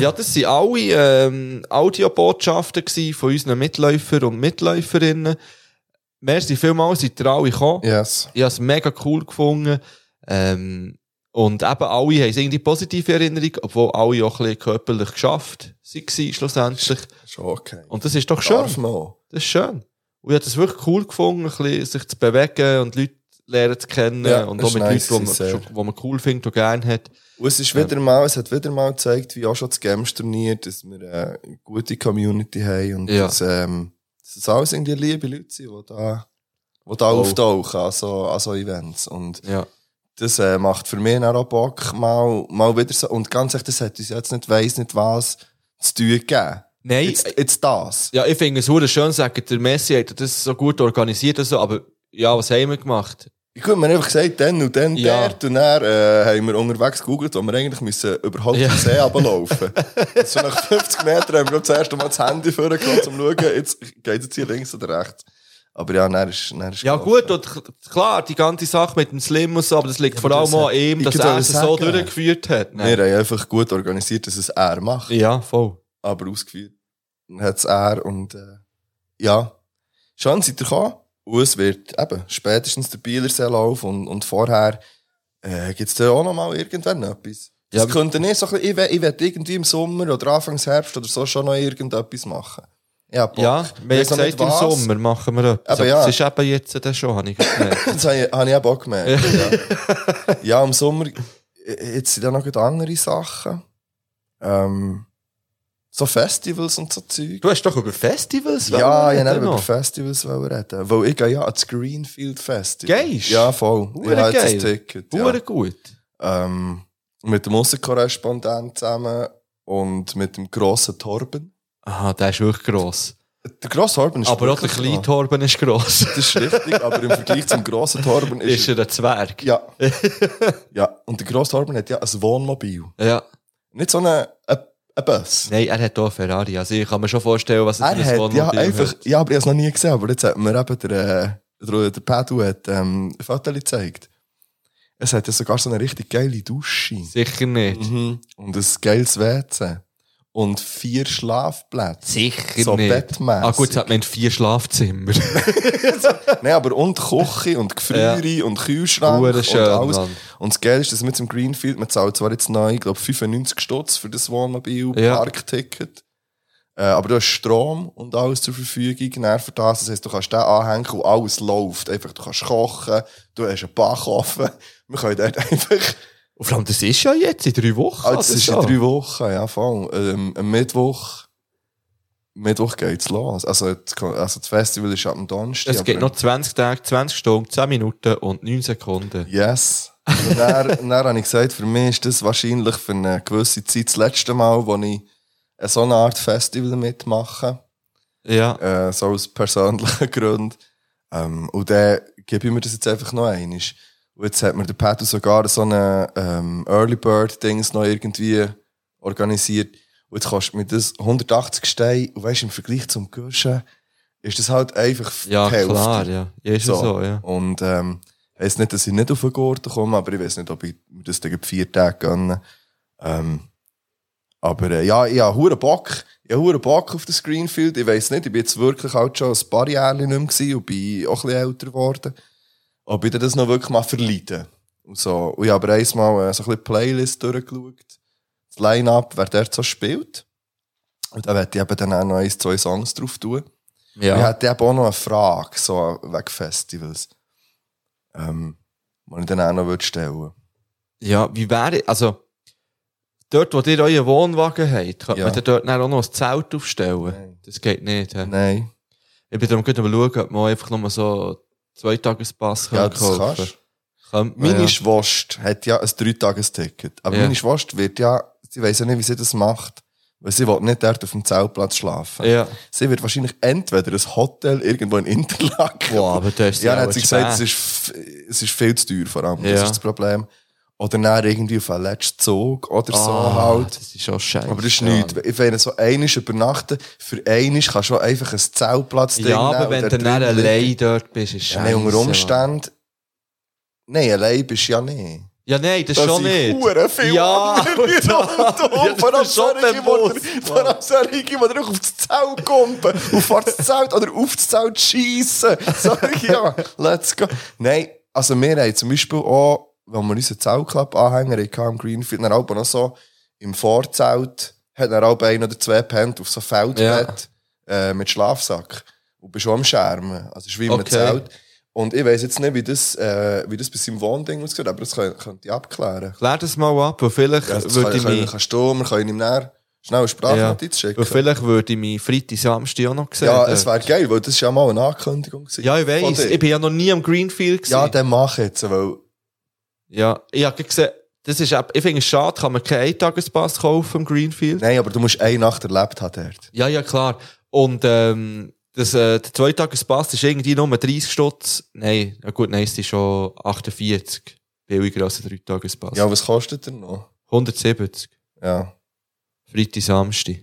ja, das waren alle ähm, Audiobotschaften gewesen von unseren Mitläufern und Mitläuferinnen. Merci vielmals, seid ihr alle gekommen. Yes. Ich habe es mega cool gefunden. Ähm, und eben alle haben es irgendwie positive Erinnerung, obwohl alle auch ein bisschen körperlich geschafft waren schlussendlich. Schon okay. Und das ist doch schön. Darf man auch. Das ist schön. Und ich habe das wirklich cool gefunden, ein bisschen sich zu bewegen und Leute lernen zu kennen Ja, und das auch ist mit nice, Leuten, die man, sehr. schon- die man cool findet und gerne hat. Und es ist wieder mal, es hat wieder mal gezeigt, wie auch schon das Games-Turnier, dass wir äh, eine gute Community haben und Ja. dass, ähm, dass es alles irgendwie liebe Leute sind, die da, die da Voll. auftauchen an so, an so Events. Und Ja. das äh, macht für mich dann auch Bock, mal, mal wieder so. Und ganz ehrlich, das hat uns jetzt nicht weiss nicht was zu tun gegeben. Nein. Jetzt, jetzt das. Ja, ich finde es hure schön, sagen, der Messi hat das so gut organisiert und so, aber ja, was haben wir gemacht? Ich habe mir einfach gesagt, dann und dann Ja. dort und dann äh, haben wir unterwegs gegoogelt, wo wir eigentlich müssen eh, überhaupt ja. Ja. den See runterlaufen müssen. so nach 50 Metern haben wir glaub, das erste Mal das Handy vorgenommen, um zu schauen, jetzt geht es jetzt hier links oder rechts. Aber ja, dann ist, dann ist Ja gut, und k- klar, die ganze Sache mit dem Slim und so, aber das liegt vor allem das an hat- ihm, Ich dass würde er es so sagen. durchgeführt hat. Wir haben einfach gut organisiert, dass es er macht. Ja, voll. Aber ausgeführt hat es er und äh, ja, schon seid ihr gekommen. Und es wird eben spätestens der Bielerseelauf und, und vorher äh, gibt es da auch noch mal irgendwann etwas. Das Ja. könnte nicht so ein bisschen, ich, we- ich werde irgendwie im Sommer oder Anfangs Herbst oder so schon noch irgendetwas machen. Ja, Bock. Ja, wir haben Weiss noch gesagt, nicht im was. Sommer machen wir etwas. Aber ja. Das ist eben jetzt dann schon, habe ich gemerkt. Das habe ich, habe ich auch Bock gemerkt. Ja. ja, im Sommer, äh, jetzt sind da noch gerade andere Sachen. Ähm, so Festivals und so Zeug. Du hast doch über Festivals Ja, wollen ich wollte reden eben über noch. Festivals reden. Weil ich gehe ja ans Greenfield Festival. Gehst? Ja, voll. Hure ich habe jetzt ein geil. Ticket. Hure Ja. gut. Ähm, mit dem Aussenkorrespondent zusammen und mit dem grossen Torben. Aha, der ist wirklich gross. Der grosse Torben ist Aber auch der wirklich kleine gross. Torben ist gross. Das ist richtig, aber im Vergleich zum grossen Torben ist, Ist er ein Zwerg? Ja. ja. Und der grosse Torben hat ja ein Wohnmobil. Ja. Nicht so einen ein- ein Bus. Nein, er hat auch einen Ferrari. Also ich kann mir schon vorstellen, was es Er für ein hat ja Wohnmobil einfach, hat. ja, aber ich habe es noch nie gesehen, aber jetzt hat mir eben der, äh, der, der Pedro hat, ähm, Fotos gezeigt. Es hat ja sogar so eine richtig geile Dusche. Sicher nicht. Mhm. Und ein geiles WC. Und vier Schlafplätze. Sicher so nicht. bettmässig. Ah gut, jetzt hat man vier Schlafzimmer. Nein, aber und Küche und Gefriere und Kühlschrank Hure und schön, alles. Mann. Und das Geile ist, dass mit dem Greenfield, man zahlt zwar jetzt neu, ich glaube 95 Stutz für das Ja. Wohnmobil-Parkticket. Äh, aber du hast Strom und alles zur Verfügung, Nerv für das. Das heisst, du kannst den anhängen und alles läuft. Einfach, du kannst kochen, du hast einen Backofen. Wir können dort einfach... Und vor allem, das ist ja jetzt in drei Wochen. also Ah, das oder ist in so. drei Wochen, ja, voll. Ähm, am Mittwoch... Mittwoch geht's los. Also, das- also das Festival ist ab dem Donnerstag. Es geht aber- noch 20 Tage, 20 Stunden, 10 Minuten und 9 Sekunden. Yes. Und dann, dann habe ich gesagt, für mich ist das wahrscheinlich für eine gewisse Zeit das letzte Mal, wo ich eine so eine Art Festival mitmache. Ja. Äh, so aus persönlichen Gründen. Ähm, und dann gebe ich mir das jetzt einfach noch einmal. Und jetzt hat mir der Pedro sogar so eine ähm, Early Bird-Dings noch irgendwie organisiert. Und jetzt kostet mir das 180 Steine. Und weißt du, im Vergleich zum Guschen ist das halt einfach Ja, die Hälfte. klar, ja. Ja, ist ja so, ja. Und ähm, ich weiss nicht, dass ich nicht auf den Gurten komme, aber ich weiß nicht, ob ich mir das dann gerade vier Tage gönne. Ähm, aber äh, ja, ich habe hure Bock. Ich habe hure Bock auf das Greenfield. Ich weiß nicht, ich bin jetzt wirklich halt schon ein paar Jahre nicht mehr gewesen und bin auch ein bisschen älter geworden. Ob ich dir das noch wirklich mal verleiden und so. Und ich habe aber einmal äh, so ein bisschen die Playlist durchgeschaut. Das Line-Up, wer dort so spielt. Und da werde ich eben dann auch noch ein, zwei Songs drauf tun. Ja. Ich hätte eben auch noch eine Frage, so wegen Festivals. Ähm, die ich dann auch noch würde stellen würde. Ja, wie wäre, also, dort, wo ihr euren Wohnwagen habt, könnt Ja. man dann dort dann auch noch ein Zelt aufstellen? Das geht nicht, hä? Nein. Ich bin darum gerade am schauen, ob man einfach nochmal so Zweitagespass Ja, das kaufen kannst. Könnte man, Meine ja. Schwester hat ja ein Dreitagesticket. Aber Ja. meine Schwester wird ja, sie weiß ja nicht, wie sie das macht. Weil sie will nicht dort auf dem Zeltplatz schlafen. Ja. Sie wird wahrscheinlich entweder ein Hotel irgendwo in Interlaken. Boah, aber das ist ja, ja dann auch hat sie zu gesagt, es spät. ist, f- es ist viel zu teuer vor allem. Das Ja. ist das Problem. Oder dann irgendwie auf einen letzten Zug oder so Ah, halt. Das ist auch scheiße. Aber das ist nichts. Ich finde, so einisch übernachten, für einisch kannst du auch einfach ein Zeltplatz Ja, aber wenn du dann allein dort bist, ist Nein, unter scheisse, Umständen. Nein, allein bist du ja nicht. Ja, nein, das, Das schon sind nicht. hure viele ja, andere und da- Auto, Ja, das vor allem ist schon solche, bewusst. die- vor allem solche, die dann auf das Zelt kumpen und vor das Zelt oder auf das Zelt schiessen. Solche, ja, let's go. Nein, also wir haben zum Beispiel auch, wenn wir unseren Zeltclub-Anhänger hatten im Greenfield, dann auch noch so im Vorzelt, hat dann auch ein oder zwei Pent auf so einem Feldbett äh, mit Schlafsack. Und bist schon am Schermen. Also es ist wie im Okay. Zelt. Und ich weiß jetzt nicht, wie das, äh, wie das bei seinem Wohnding aussieht, aber das könnt- könnte ich abklären. Klär das mal ab, weil vielleicht Ja, das würde ich können, mich... kannst du, wir können ihm näher schnell eine Sprachnotiz ja, weil schicken. vielleicht würde ich mich Freitag, Samstag auch noch sehen. Ja, dort. es wäre geil, weil das ist ja mal eine Ankündigung. gewesen. ja ich Von weiss, dir. ich bin ja noch nie am Greenfield gewesen. Ja, dann mach jetzt, weil... Ja, ich habe gesehen, das ist, eben- ich finde es schade, kann man keinen Eintagespass kaufen im Greenfield. Nein, aber du musst eine Nacht erlebt haben dort. Ja, ja, klar. Und ähm, das, äh, der Zweitagespass ist irgendwie nur 30 Stutz. Nein, ja gut, nein, es ist schon 48. Billiger als der Dreitagespass. Ja, was kostet der noch? 170. Ja. Freitag, Samstag.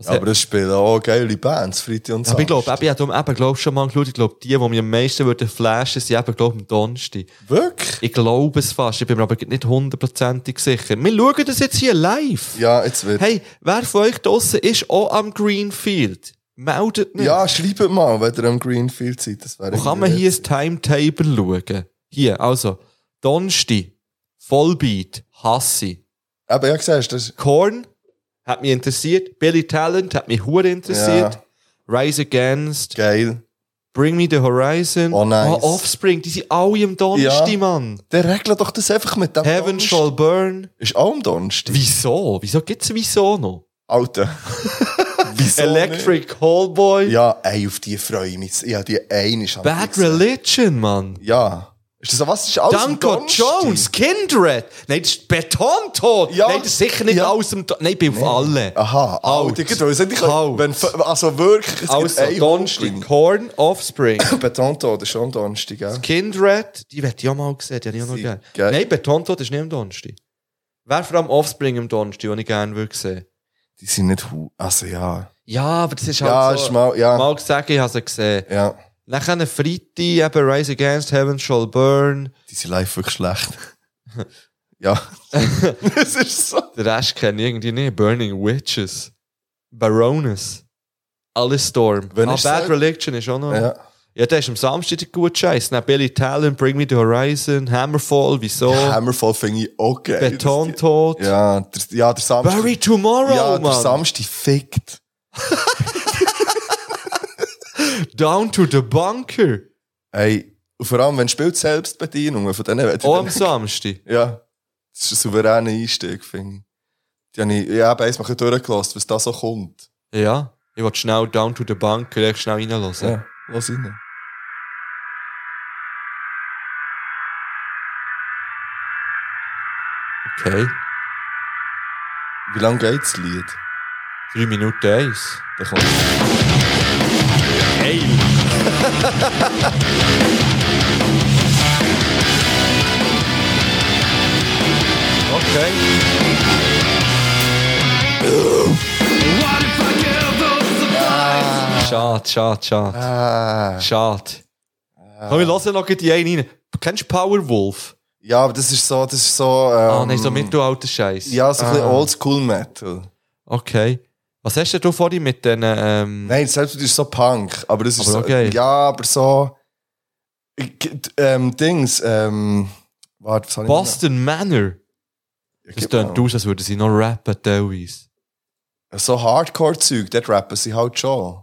Ja, aber das spielen auch geile Bands, Freitag und Aber Also, ich Samstag. glaube, eben, ich habe eben, glaub, schon mal geschaut, ich glaube, die, die mich am meisten würden flashen, sind eben, glaube am Donnerstag. Wirklich? Ich glaube es fast, ich bin mir aber nicht hundertprozentig sicher. Wir schauen das jetzt hier live. Ja, jetzt wird... Hey, wer von euch draussen ist auch am Greenfield? Meldet mich. Ja, schreibt mal, wenn ihr am Greenfield seid. Das wäre Wo kann man hier das Timetable schauen? Hier, also, Donsti, Vollbeat, Hassi. Aber ja, siehst du, das... Korn hat mich interessiert, Billy Talent hat mich hure interessiert, Rise Against, Geil. Bring Me the Horizon, Oh, nice. Offspring, die sind alle am Donsti, Ja. Mann. Der regelt doch das einfach mit dem Heaven Donnerstag. Shall Burn. Ist auch am Donnerstag. Wieso? Wieso gibt's wieso noch? Alter. Wieso nicht? Electric Callboy, Ja, ey, auf die freue ich mich. Ja, die eine ist am Bad liebsten. Religion, Mann. Ja. Ist das was? Ist alles am Danko Donnerstag? Jones, Kindred. Nein, das ist Betontod. Ja. Nein, das ist sicher nicht Ja. aus dem... Nein, ich bin auf alle. Aha, Alt. Alter. Ich würde sagen, ich Alt. wenn, also wirklich, es Halt. Also, gibt einen Donnerstag, Hund. Korn, Offspring, Betontod ist schon am Donnerstag, ja. Kindred, die werd ich auch mal gesehen, die hab ich auch noch Sie- gerne. geil. Nein, Betontod ist nicht am Donnerstag. Wer vor allem Offspring am Donnerstag, den ich gerne würde sehen. Die sind nicht hu... Also, ja. Ja, aber das ist halt Ja, so... ist mal... Ja, mal gesagt, ich habe sie gesehen. ja. Nachher eine Freitag, eben Rise Against, Heaven Shall Burn. Die sind live wirklich schlecht. ja. Es ist so... Den Rest kenne ich irgendwie nicht. Burning Witches. Baroness. Alles Storm. Wann ah, ist Bad das? Religion oh ist auch noch. Ja. Ja, der ist am Samstag der gute Scheiß. Dann Billy Talent, Bring Me the Horizon, Hammerfall, wieso? Hammerfall finde ich auch geil. Betontod. Ja, der, ja, der Samstag... Bury Tomorrow, Ja, der Mann. Samstag fickt. Down to the Bunker. Ey, und vor allem, wenn du spielst, Selbstbedienung von denen will ich Auch dann- am Samstag. Ja, das ist ein souveräner Einstieg, finde ich. Die habe ich ja, eins mal ein bisschen durchgelassen, was da so kommt. Ja. Ich will schnell Down to the Bunker, echt schnell reinlassen. Ja, lass rein. Okay. Wie lange geht das Lied? Drei Minuten eins. Dann kommt Okay. Schade, schade, schade. ah. Schade. Komm, wir lassen noch gleich die eine rein. Kennst du Powerwolf? Ja, aber das ist so, das ist so. Ähm, ah, nein, so mittelalter Scheiß. Ja, so ein bisschen Ah. Oldschool Metal. Okay. Was hast denn du vorhin mit den. Ähm, Nein, selbst das ist so Punk, aber das ist Aber so. okay. Ja, aber so. Ich- Ähm, Dings, ähm. Warte, was habe ich noch? Boston Manor? Ja, Das gib tönt mal. aus, als würden sie noch rappen, teilweise. So Hardcore-Zeug, dort rappen sie halt schon.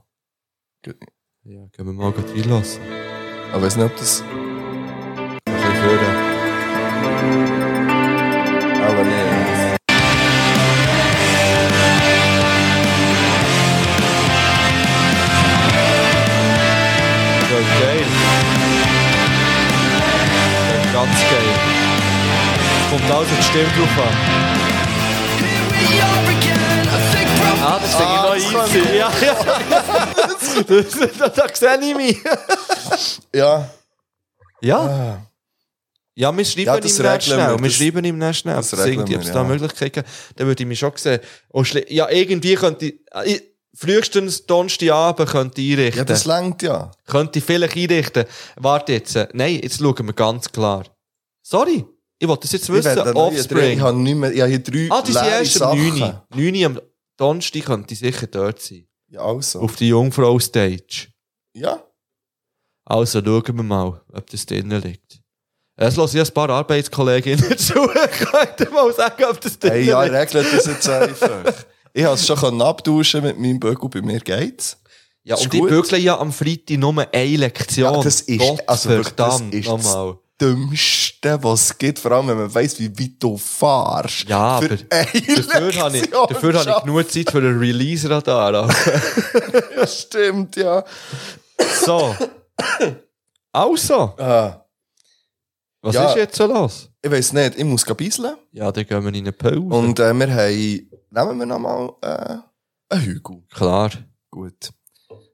Ja, können wir mal gleich reinlassen. Aber ich weiß nicht, ob das. Ein bisschen hören. Aber nee. Okay. alles mit Stimme drauf an. Ah, das singe ich noch easy. Ja, ja. Das- da, da sehe ich mich. Ja. Ja. Ja, wir schreiben Ja, das ihm nicht regeln wir. schnell. Wir Das- schreiben ihm nicht schnell. das Das regeln regeln wir, wir, da ja. Möglichkeit gibt, dann würde ich mich schon sehen. Und schle- ja, irgendwie könnte ich, ah, ich frühestens Donnerstagabend könnte ich einrichten. Ja, das längt ja. Könnte ich vielleicht einrichten. Warte jetzt. äh, Nein, jetzt schauen wir ganz klar. Sorry, ich wollte das jetzt wissen. werde einen neuen drehen. Offspring. Ich habe nicht mehr, ich habe hier drei Ah, die sind leere erst am 9. 9 Uhr am Donnerstag könnte ich sicher dort sein. Ja, also. Auf die Jungfrau-Stage. Ja. Also schauen wir mal, ob das drinnen liegt. Es lassen ja ein paar Arbeitskolleginnen zu. Könnt ihr mal sagen, ob das drinnen Hey, ja, liegt? regelt das jetzt einfach. ich habe es schon können abtauschen mit meinem Bügel, bei mir geht's. Ja, Ist und die gut. bügeln ja am Freitag nur eine Lektion. Ja, das ist- Gott also wirklich, das verdammt ist nochmal. Dümmste, was es gibt, vor allem wenn man weiss, wie weit du fahrst. Ja, aber Für eine dafür habe ich, Lektion dafür habe ich genug Zeit für ein Release-Radar. aber- Ja, stimmt, ja. So. Also, Ah, was Ja. ist jetzt so los? ich weiss nicht, ich muss bisseln. Ja, dann gehen wir in eine Pause. Und äh, wir haben, nehmen wir nochmal äh, einen Hügel. Klar. Gut.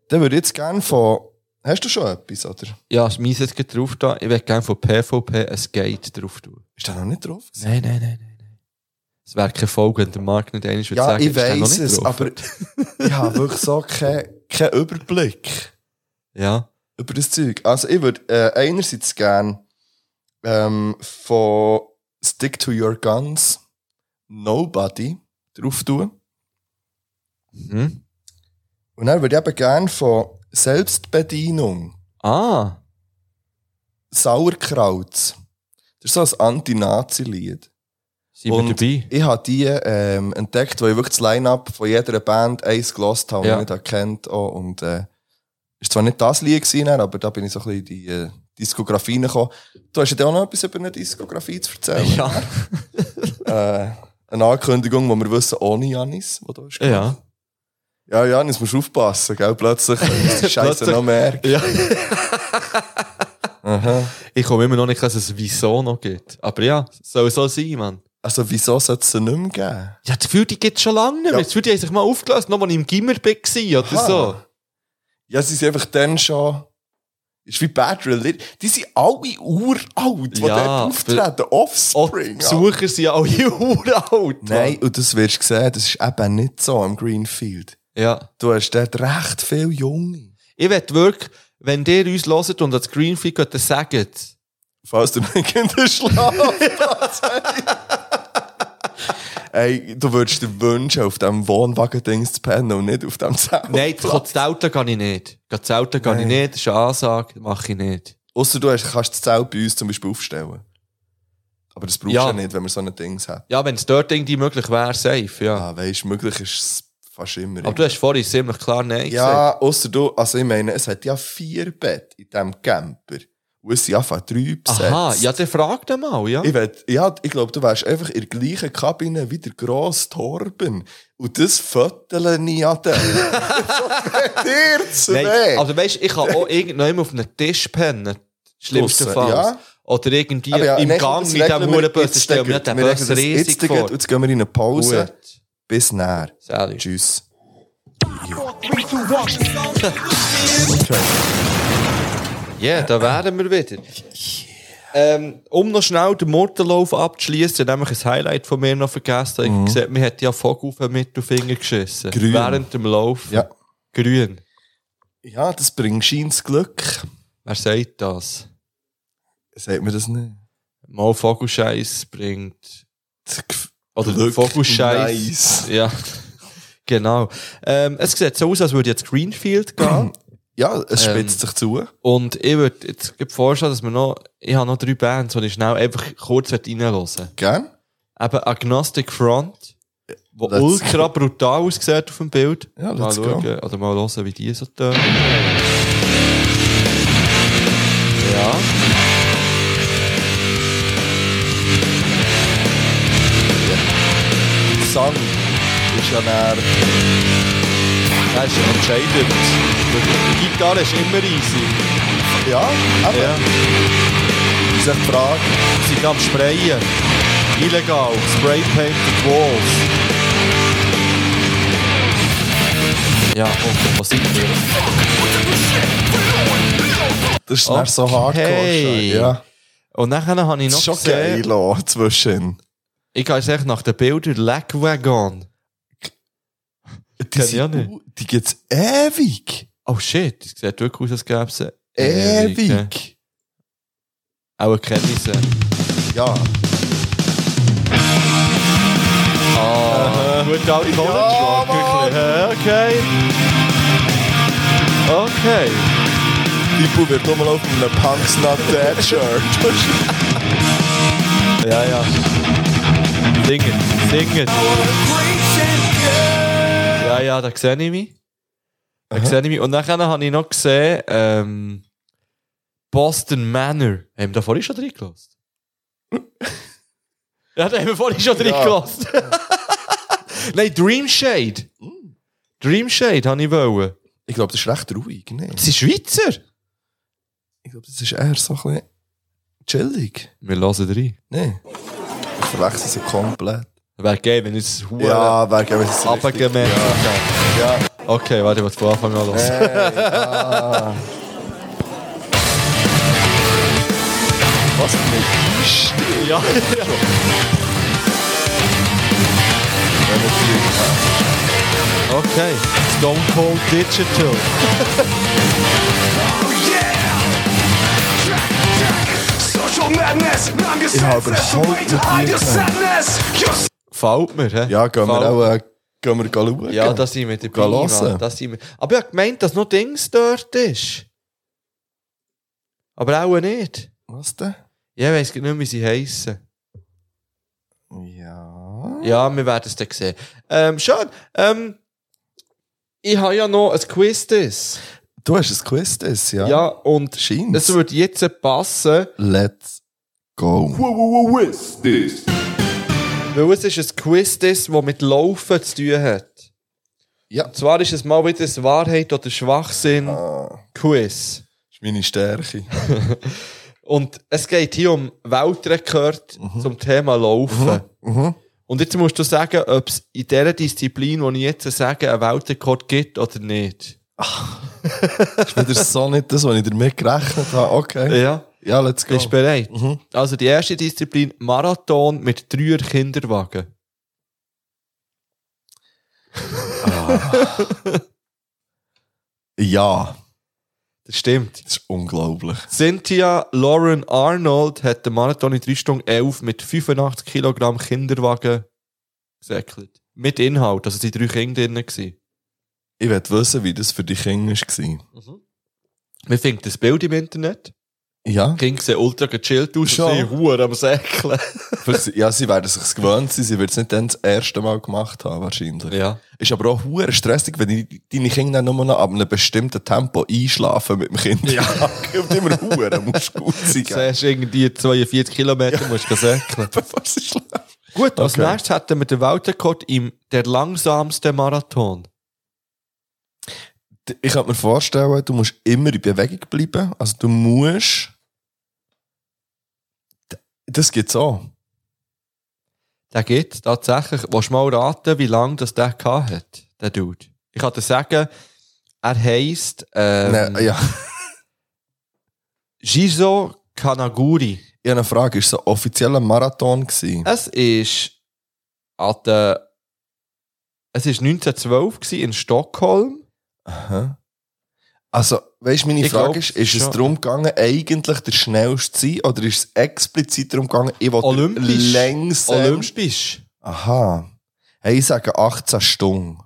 Dann würde ich jetzt gerne von, hast du schon etwas, oder? Ja, es meins jetzt gerade drauf da. Ich würde gerne von PvP ein Skate drauf tun. Ist da noch nicht drauf? gewesen? Nein, nein, nein, nein. nein. Es wäre keine Folge, wenn der Markt nicht einmal würde Ja, sagen, ich ist der noch weiss nicht es, drauf. aber ich habe wirklich so keinen keinen Überblick Ja, über das Zeug. Also ich würde äh, einerseits gerne ähm, von Stick to Your Guns Nobody drauf tun. Mhm. Und dann würde ich eben gerne von Selbstbedienung Ah, Sauerkraut. Das ist so ein Anti-Nazi-Lied. sind wir Und- dabei? Ich habe die ähm, entdeckt, weil ich wirklich das Line-Up von jeder Band eins gelost habe Ja. und nicht erkannt auch. Und äh, ist zwar nicht das Lied gewesen, aber da bin ich so ein bisschen in die äh, Diskografien gekommen. Du hast ja dann auch noch etwas über eine Diskografie zu erzählen. Ja, Äh, eine Ankündigung, die wir wissen, ohne Janis, die da ist. ja. Ja, Janis, musst aufpassen, gell? Plötzlich ist die Scheiße Plötzlich. noch mehr. ja. Aha. Ich komme immer noch nicht, dass es Wieso noch gibt. Aber ja, soll so sein, Mann. Also, wieso sollte es sie nicht mehr geben? Ja, das Gefühl, die gibt es schon lange nicht Ja. mehr. Das Gefühl, die haben sich mal aufgelöst, noch als ich im Gimmer war oder Aha. so. Ja, sie sind einfach dann schon. Ist wie Bad Religion. Die sind alle uralt, die Ja, dort auftreten. Auch Offspring. Oh, die Besucher sind ja alle uralt. Nein, Mann. und das wirst du sehen, das ist eben nicht so am Greenfield. Ja. Du hast dort recht viele Junge. Ich will wirklich, wenn ihr uns hört und das Greenfield geht, dann sagt, Falls du nicht in den Schlafplatz Ey, du würdest dir wünschen, auf diesem Wohnwagen-Ding zu pennen und nicht auf dem Zelt. nein, das Zelten kann ich nicht. Das Zelten kann ich Nein. nicht, das ist eine Ansage, mache ich nicht. Ausser du hast, kannst das Zelt bei uns zum Beispiel aufstellen. Aber das brauchst du Ja. ja nicht, wenn wir so ein Ding hat. Ja, wenn es dort irgendwie möglich wäre, safe, ja. Ja, weißt du, möglich ist es fast immer. Aber du hast vorhin ziemlich klar Nein gesagt. ja, außer du, also ich meine, es hat ja vier Bett in diesem Camper. Und es sind einfach drei besetzt. Aha, ja, dann frag den mal, ja. Ich, wett- ja, ich glaube, du wärst einfach in der gleichen Kabine wie der grosse Torben. Und das fötteln ich an dir. dir zu Nein, weh. also weißt du, ich kann auch irgendwann auf einem Tisch pennen, schlimmstenfalls. Draussen, ja. Oder irgendwie Aber ja, im nein, Gang das in diesem regeln wir Hurenbus, jetzt stell mir gleich. den Wir regeln Bus das jetzt riesig gleich. vor. Jetzt gehen wir in eine Pause. Gut, Bis näher. Sally. Tschüss. Ja, da wären wir wieder. Ähm, um noch schnell den Murtenlauf abzuschließen, nämlich ein Highlight von mir noch vergessen. Mhm. Ich gesehen, man hat ja Vogel auf den Mittelfinger geschissen. Grün. Während dem Lauf. Ja. Grün. Ja, das bringt scheins Glück. Wer sagt das? Sagt mir das nicht. Mal Vogelscheiß bringt. Das Gef- Oder Glück, Vogelscheiß. nice. Ja. genau. Ähm, es sieht so aus, als würde jetzt Greenfield gehen. Ja, es Ähm, spitzt sich zu. Und ich würde jetzt gleich vorstellen, dass wir noch, ich habe noch drei Bands, die nou ich schnell einfach kurz reinhören möchte. Gern? Eben Agnostic Front, wo Let's ultra brutal aussieht auf dem Bild. Ja, mal let's schauen, oder mal hören, wie die so tönen. Ja. Gesang ist ja näher. Das ist entscheidend. Die Gitarre ist immer easy. Ja, aber Ja. diese Frage. Sie sind am Sprayen. Illegal, Spray Painted Walls. Ja, und was sind Das ist dann so hardcore. Okay. schon, Ja. Und nachher habe ich Das noch ist schon geil auch, zwischen. ich gehe jetzt echt nach den Bildern Lagwagon. Die, ich auch sind- nicht. die gibt es ewig. Oh shit, das sieht wirklich aus, als gäbe es sie ne? Ewig. Auch kenne ich sie. Ja. Uh-huh. Ah, gut, alle Golden Rock. Okay. Okay. Die Bube wird rumlaufen mit einem Punks Not Dead Shirt. Ja, ja. Singen, singen. Ja, ja, da sehe ich mich. Da sehe ich mich. Und nachher habe ich noch gesehen, ähm, Boston Manor. Haben wir da vorhin schon drin gelassen? ja, da haben wir vorhin schon drin Ja. gelassen. Nein, Dreamshade. Dreamshade habe ich wollen. ich glaube, das ist recht ruhig. Ne? Das sind Schweizer. Ich glaube, das ist eher so ein bisschen chillig. Wir lassen rein. Nein. Ich verwechsel sie komplett. Wäre geil, wenn es hure Ja, wäre geil, wenn es richtig- abgemerkt Ja. ja. Okay, warte, ich will von Anfang an los. Was für eine Kiste. Ja. Okay, Stone Cold Digital. Ich habe überhaupt nicht die gesehen. Fällt mir, hä? Ja, gehen Fällt- wir auch äh, gehen wir schauen. Ja, da sind wir dabei. Geh hören. Mann, da sind wir. Aber ich habe gemeint, dass noch Dings dort ist. Aber auch nicht. Was denn? Ja, ich weiss nicht, mehr, wie sie heissen. Ja. Ja, wir werden es dann sehen. Ähm, schön. Ähm, ich habe ja noch ein Quiz. -Diss. Du hast ein Quiz, das, ja? Ja. und Scheint. es würde jetzt passen. Let's go. Weil es ist ein Quiz, das das mit Laufen zu tun hat. Ja. Und zwar ist es mal wieder das Wahrheit oder Schwachsinn-Quiz. Das Ah, ist meine Stärke. Und es geht hier um Weltrekord zum Thema Laufen. Mhm. Und jetzt musst du sagen, ob es in dieser Disziplin, die ich jetzt sage, einen Weltrekord gibt oder nicht. Das ist wieder so nicht das, was ich damit gerechnet habe. Okay. Ja. Ja, let's go. Bist du bereit? Mhm. Also die erste Disziplin, Marathon mit dreier Kinderwagen. Ah. Ja. Das stimmt. Das ist unglaublich. Cynthia Lauren Arnold hat den Marathon in 3 Stunden 11 mit 85 Kilogramm Kinderwagen gesäckelt. Mit Inhalt, also die drei Kinder drinnen gewesen. Ich will wissen, wie das für die Kinder war. Wir finden das Bild im Internet. Ja. Die Kinder sehen ultra gechillt aus Schon. und sind Huren am Säckeln. Für sie, ja, sie werden sich gewöhnt sein. Sie wird es nicht dann das erste Mal gemacht haben, wahrscheinlich. Ja. Ist aber auch hure stressig, wenn die- deine Kinder dann nur noch ab einem bestimmten Tempo einschlafen mit dem Kind. Ja. Und immer hure musst du gut sein. Du gell? siehst irgendwie 42 Kilometer, musst du säckeln. Bevor sie schlafen. Gut, als Okay. nächstes hätten wir den Weltrekord im der langsamste Marathon. Ich kann mir vorstellen, du musst immer in Bewegung bleiben. Also du musst... Das gibt's auch. Der geht tatsächlich. Willst du mal raten, wie lange das der gehabt hat, der Dude? Ich kann dir sagen, er heisst ähm, Nein, Ne, ja. Jizo Kanaguri. Ich habe eine Frage. Ist es ein offizieller Marathon? Gewesen? Es ist an der, es ist 1912 gewesen in Stockholm. Aha. Also, weißt du, meine Ich Frage glaub, ist, ist es schon. darum gegangen, eigentlich der schnellste zu sein, oder ist es explizit darum gegangen, ich will Olympisch. längst... Olympisch. Aha. Hey, ich sage 18 Stunden.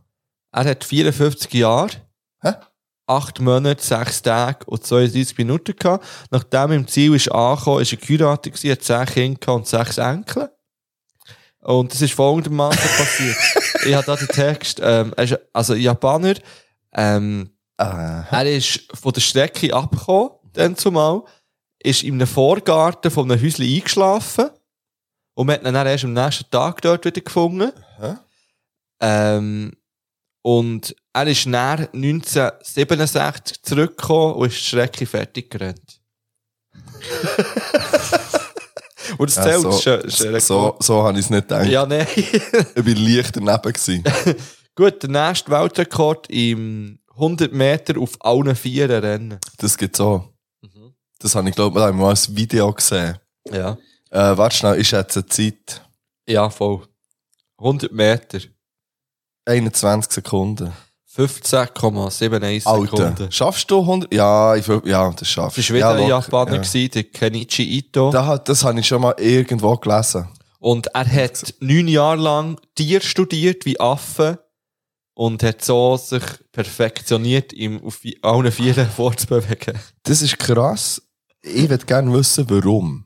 Er hat 54 Jahre, Hä? 8 Monate, 6 Tage und 32 Minuten gehabt. Nachdem er im Ziel ist angekommen, ist er geheiratet gewesen, hat 10 Kinder gehabt und 6 Enkel. Und das ist folgendermaßen passiert. ich habe da den Text, ähm, er ist also ein Japaner, ähm, Aha. er ist von der Strecke abgekommen, dann zumal, ist in einem Vorgarten von einem Häuschen eingeschlafen und man hat ihn dann erst am nächsten Tag dort wieder gefunden. Hä? Ähm, und er ist nach 1967 zurückgekommen und ist die Strecke fertig gerannt. Und das Ja, zählt so, schon- schon- so, so habe ich es nicht gedacht. Ja, nein. ich bin leicht daneben gewesen. Gut, der nächste Weltrekord im 100 Meter auf allen Vieren rennen. Das gibt's auch. Mhm. Das habe ich, glaube ich, mal als Video gesehen. Ja. Äh, warte schnell, ist jetzt eine Zeit? Ja, voll. 100 Meter. 21 Sekunden. 15,71 Sekunden. Alter, schaffst du 100? Ja, ich, will- ja das schaffst du. Das war wieder ein locker, Japaner, ja. gewesen, der Kenichi Ito. Das, hat- das habe ich schon mal irgendwo gelesen. Und er hat neun Jahre lang Tier studiert wie Affen und hat so sich perfektioniert, ihm auf vi- allen Vieren vorzubewegen. Das ist krass. Ich würde gerne wissen, warum.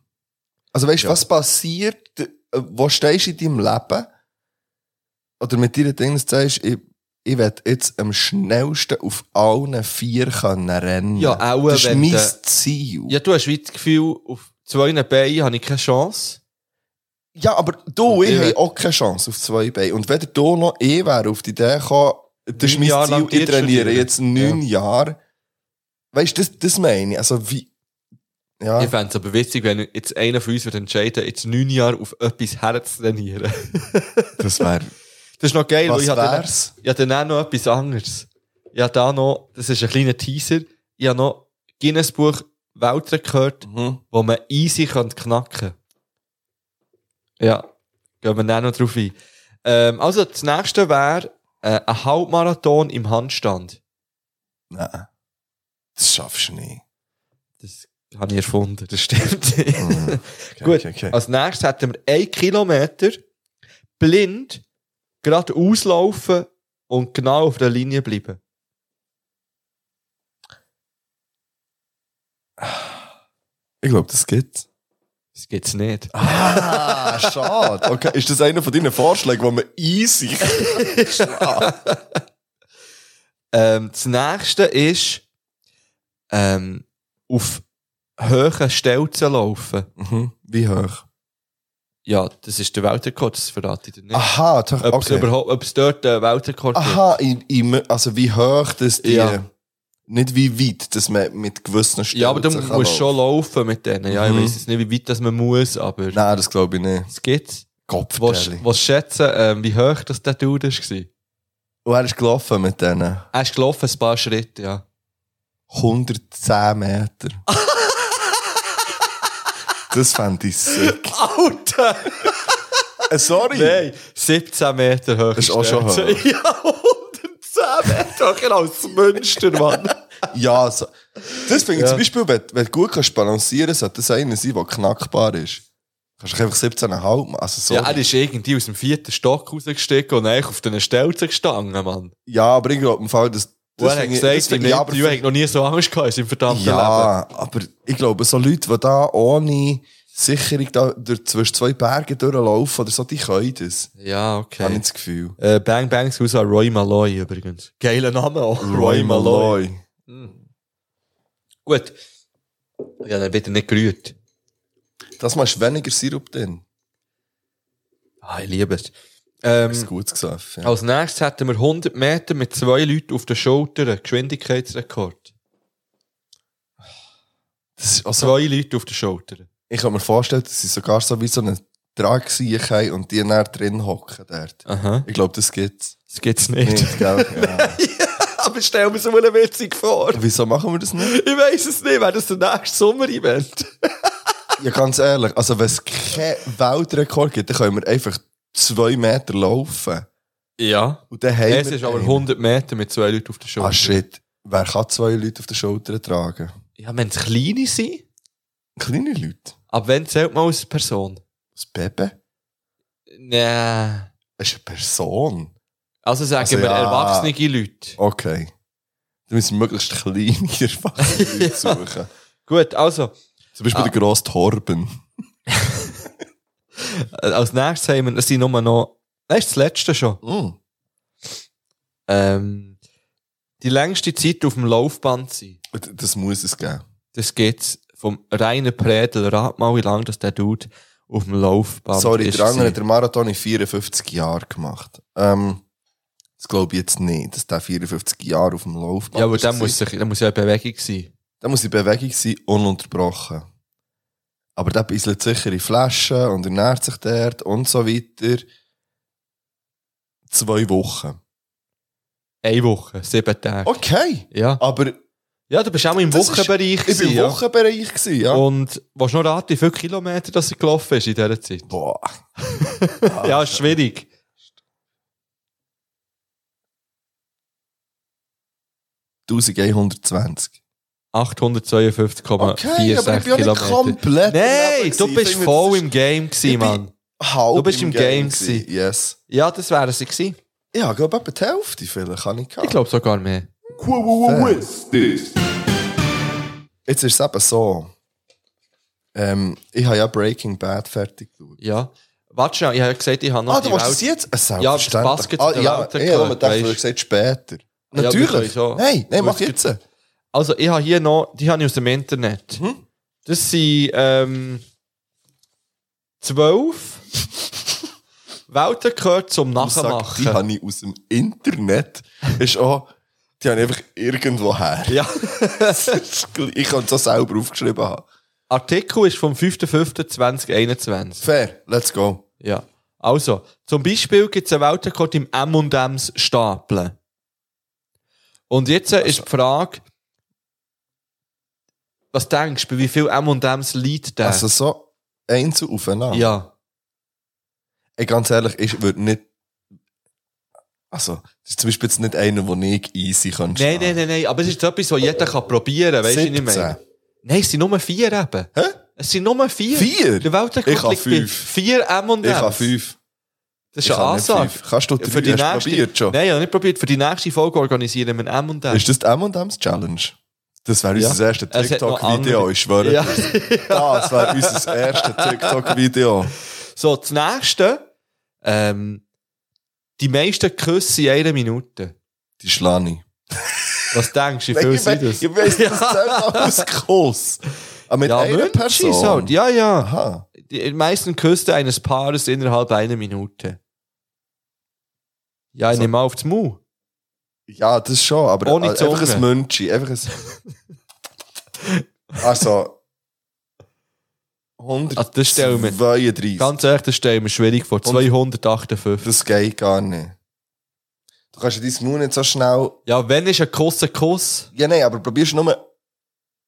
Also weißt du, was passiert? äh, Wo stehst du in deinem Leben? Oder mit dir Ding, dass du sagst, ich, ich will jetzt am schnellsten auf allen vier können rennen. Ja, auch Das ist wenn mein du- Ziel. Ja, du hast wie das Gefühl, auf zwei Beinen habe ich keine Chance. Ja, aber du, ich ich habe wär- auch keine Chance auf zwei Beine. Und weder du noch ich wäre auf die Idee gekommen, das ist Neun mein Jahre lang Ziel, ich Tier zu trainiere studieren. jetzt neun Jahre. Weißt du, das, das meine ich. Also wie... Ja. Ich fände es aber witzig, wenn jetzt einer von uns würde entscheiden, jetzt neun Jahre auf etwas herzutrainieren. Das wäre... Das ist noch geil. Was weil ich habe dann- wär's? Ich habe dann auch noch etwas anderes. Ich habe da noch, das ist ein kleiner Teaser, ich habe noch Guinness Buch Weltrekord, wo man easy könnte knacken Ja, gehen wir dann noch drauf ein. Ähm, also, das nächste wäre äh, ein Halbmarathon im Handstand. Nein. Das schaffst du nicht. Das habe ich erfunden, das stimmt. Gut, Ah, okay, okay. als nächstes hätten wir einen Kilometer blind gerade auslaufen und genau auf der Linie bleiben. Also- Ich glaube, das gibt's. Das gibt's nicht. Ah, schade. Okay, ist das einer von deinen Vorschlägen, wo man easy... Ähm, das nächste ist, ähm, auf hohen Stelzen laufen. Wie hoch? Ja, das ist der Weltrekord, das verrate ich dir nicht. Aha, doch, Ob es Ah, okay. überhaupt, ob es dort einen Weltrekord Aha, in, in, also wie hoch das die... Ja. Nicht wie weit, dass man mit gewissen gibt. Ja, aber du Stelzen musst kann laufen. schon laufen mit denen. Ja, Mhm. ich weiß jetzt nicht, wie weit das man muss, aber... Nein, das glaube ich nicht. Es gibt's. Kopf. Was, was schätzen, ähm, wie hoch das der Dude war? Und er ist gelaufen mit denen. Er ist gelaufen ein paar Schritte, ja. 110 Meter. das fand ich sick. Alter! Äh, sorry! Nein, 17 Meter hoch. Das ist auch schon hoch. Ja, 110 Meter hoch als Münster, Mann. Ja, so. das finde ich Ja. zum Beispiel, wenn, wenn du gut kannst balancieren kannst, sollte das einer sein, der knackbar ist. Kannst du einfach 17,5 machen. Also, sorry. Ja, er ist irgendwie aus dem vierten Stock rausgestiegen und eigentlich auf den Stelzen gestanden, Mann. ja, aber ich glaube im Fall, dass... Und er hat finde ich- gesagt, finde im ich- ja, aber Interview hat noch nie so Angst gehabt in seinem verdammten Leben. Ja, aber ich glaube, so Leute, die da ohne Sicherung da durch, zwischen zwei Bergen durchlaufen oder so, die können das. Ja, okay. Habe ich das Gefühl. Äh, Bang Bangs aus an Roy Malloy übrigens. Geiler Name auch. Roy Malloy. Gut. Ja, dann bitte nicht gerührt. Das machst weniger Sirup drin. Ah, ich liebe es. Ähm, Ist gut gesagt. Ja. Als nächstes hätten wir 100 Meter mit zwei Leuten auf den Schultern. Geschwindigkeitsrekord. Das ist auch so- Zwei Leute auf den Schultern. ich kann mir vorstellen, dass sie sogar so wie so einen Trag haben und die dann drin hocken dort. Aha. Ich glaube, das gibt's. Das gibt's nicht. Nicht, gell? Ja. Aber stell mir so eine witzig vor. Wieso machen wir das nicht? Ich weiß es nicht, wäre das der nächste Sommer-Event? Ja, ganz ehrlich, also wenn es keinen Weltrekord gibt, dann können wir einfach zwei Meter laufen. Ja. Und dann haben Es wir ist aber einen. 100 Meter mit zwei Leuten auf den Schultern. Ah shit, wer kann zwei Leute auf den Schultern tragen? Ja, wenn es kleine sind. Kleine Leute. Aber wenn zählt man als Person? Das Bebe Nein. ist eine Person. Also sagen Also wir ja. erwachsene Leute. Okay. Dann müssen wir möglichst kleine, erwachsene Leute suchen. Gut, also. Zum Beispiel Ah. der grosse Torben. Äh, Als nächstes haben wir, das sind nur noch, das ist das letzte schon. Ähm, die längste Zeit auf dem Laufband sein. D- Das muss es geben. Das geht's vom reinen Prädel. Rat mal, wie lange das der Dude auf dem Laufband Sorry, ist. der andere hat gewesen. den Marathon in 54 Jahren gemacht. Ähm, das glaube ich jetzt nicht, dass der 54 Jahre auf dem Laufband Ja, aber ist dann gewesen. muss, sich, dann muss ja eine Bewegung sein. Dann muss die Bewegung sein, ununterbrochen. Aber der bisselt sicher in Flaschen und ernährt sich dort und so weiter. Zwei Wochen. Eine Woche, sieben Tage. Okay. Ja. Aber. Oh. Ja, du bist auch mal im Das ist- Wochenbereich. Ich bin im gewesen, ja. Oh. Wochenbereich, gewesen, ja. Und was noch raten, wie viele Kilometer dass er gelaufen ist in dieser Zeit? Boah. ja, ist schwierig. Okay, aber ich bin 852,46 auch nicht Kilometer. komplett Nein, daneben du gewesen. bist Finger, voll das im Game gewesen, Ich bin Mann. halb Du bist im Game gewesen. gewesen. Yes. Ja, das wären sie gewesen. Ja, ich glaube, etwa die Hälfte vielleicht kann ich Ich glaube sogar mehr. Jetzt ist es eben so. Ähm, ich habe ja Breaking Bad fertig geschaut. Ja. Warte schnell, ich habe ja gesagt, ich habe noch ah, du die willst Welt- es jetzt? Äh, Ja, das selbstverständlich. Basket ah, der ja, Welt ich habe mir gehört, gedacht, du weisst. hast gesagt später. wir können Natürlich. so. Nein, nein, Du mach hast jetzt. Also, ich habe hier noch, die habe ich aus dem Internet. Mhm. Das sind ähm, zwölf Welten gehört zum Du sagst, Nachmachen. Die habe ich aus dem Internet. Ist auch, die habe ich einfach irgendwo her. Ja. ich kann es auch selber aufgeschrieben haben. Artikel ist vom 5.5.2021. Fair, let's go. Ja. Also, zum Beispiel gibt es einen Weltrekord im M&M's Stapeln. Und jetzt äh, Also ist die Frage, was denkst du, bei wie viel M&M's liegt der? Also so einzeln aufeinander. ja. Ey, ganz ehrlich, ich würde nicht. Also, das ist zum Beispiel jetzt nicht einer, den ich easy kann. Nein, nein, nein, nein, aber es ist etwas, was jeder kann probieren kann, weißt du, was ich 17. meine? Nein, es sind nur vier eben. Hä? Es sind nur vier. Vier? Der Weltrekord Ich habe liegt bei fünf. Vier M&M's. Ich habe fünf. Das Ich ist eine habe nicht Ansage. fünf. Kannst du drei? Für die Hast du nächste- probiert schon? Nein, ich habe nicht probiert. Für die nächste Folge organisieren wir M&M's. Ist das die M&M's Challenge? Das wäre Ja. unser erstes Es hat noch TikTok-Video, andere- ich schwöre. Ja. Das wäre unser erstes TikTok-Video. So, das nächste. Ähm, die meisten Küsse in einer Minute. Die Schlani. Was denkst du, wie Ich viel weiss, sind das? ich weiss, das zählt alles Kuss. Aber mit ja, einer Münchis Person. Halt. Ja, ja. Aha. Die meisten Küsse eines Paares innerhalb einer Minute. Ja, ich So. nehme auf den Mund. Ja, das schon, aber Ohne also einfach Zunge. ein Münchi. Einfach ein. also. 100. Also das stellen wir- 32. Ganz ehrlich, das stellen wir schwierig vor. 258. Das geht gar nicht. Du kannst ja dein Mund nicht so schnell. Ja, wenn ist ein Kuss ein Kuss? Ja, nein, aber probierst nur,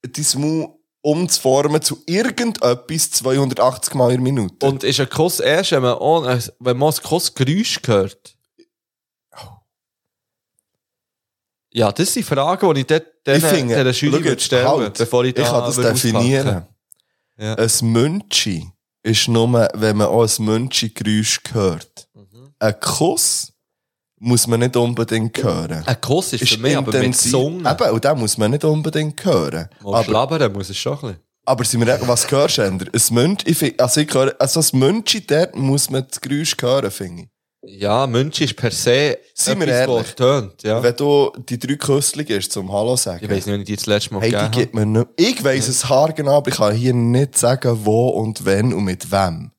dein Mund umzuformen zu irgendetwas 280 Mal in der Minute. Und ist ein Kuss erst, wenn man, ohne, wenn man das Kussgeräusch hört? Ja, das sind Fragen, die ich dort ich diesen- finde, dieser Schüler schau würde jetzt, stellen halt, bevor ich da kann das würde auspacken. definieren. Ja. Ein Münchi ist nur, wenn man auch ein Münchi-Geräusch hört. Mhm. Ein Kuss muss man nicht unbedingt hören. Ein Kuss Äh, ist, für mich aber mit intensiv. Zunge. Eben, und den muss man nicht unbedingt hören. Aber Aber, schlabbern muss es schon ein bisschen. aber sind wir, ehrlich, was hörst du, Ender? Ein Münchi, ich find- also ich höre, also ein Münchi, dort muss man das Geräusch hören, finde ich. Ja, Münch ist per se Seien wir etwas, ehrlich. was tönt. Ja. Wenn du die drei Küssli gibst zum Hallo sagen, Ich weiß nicht, wenn ich die das letzte Mal hey, die gegeben gibt mir nicht. Ich weiss es haargenau, aber ich kann hier nicht sagen, wo und wenn und mit wem.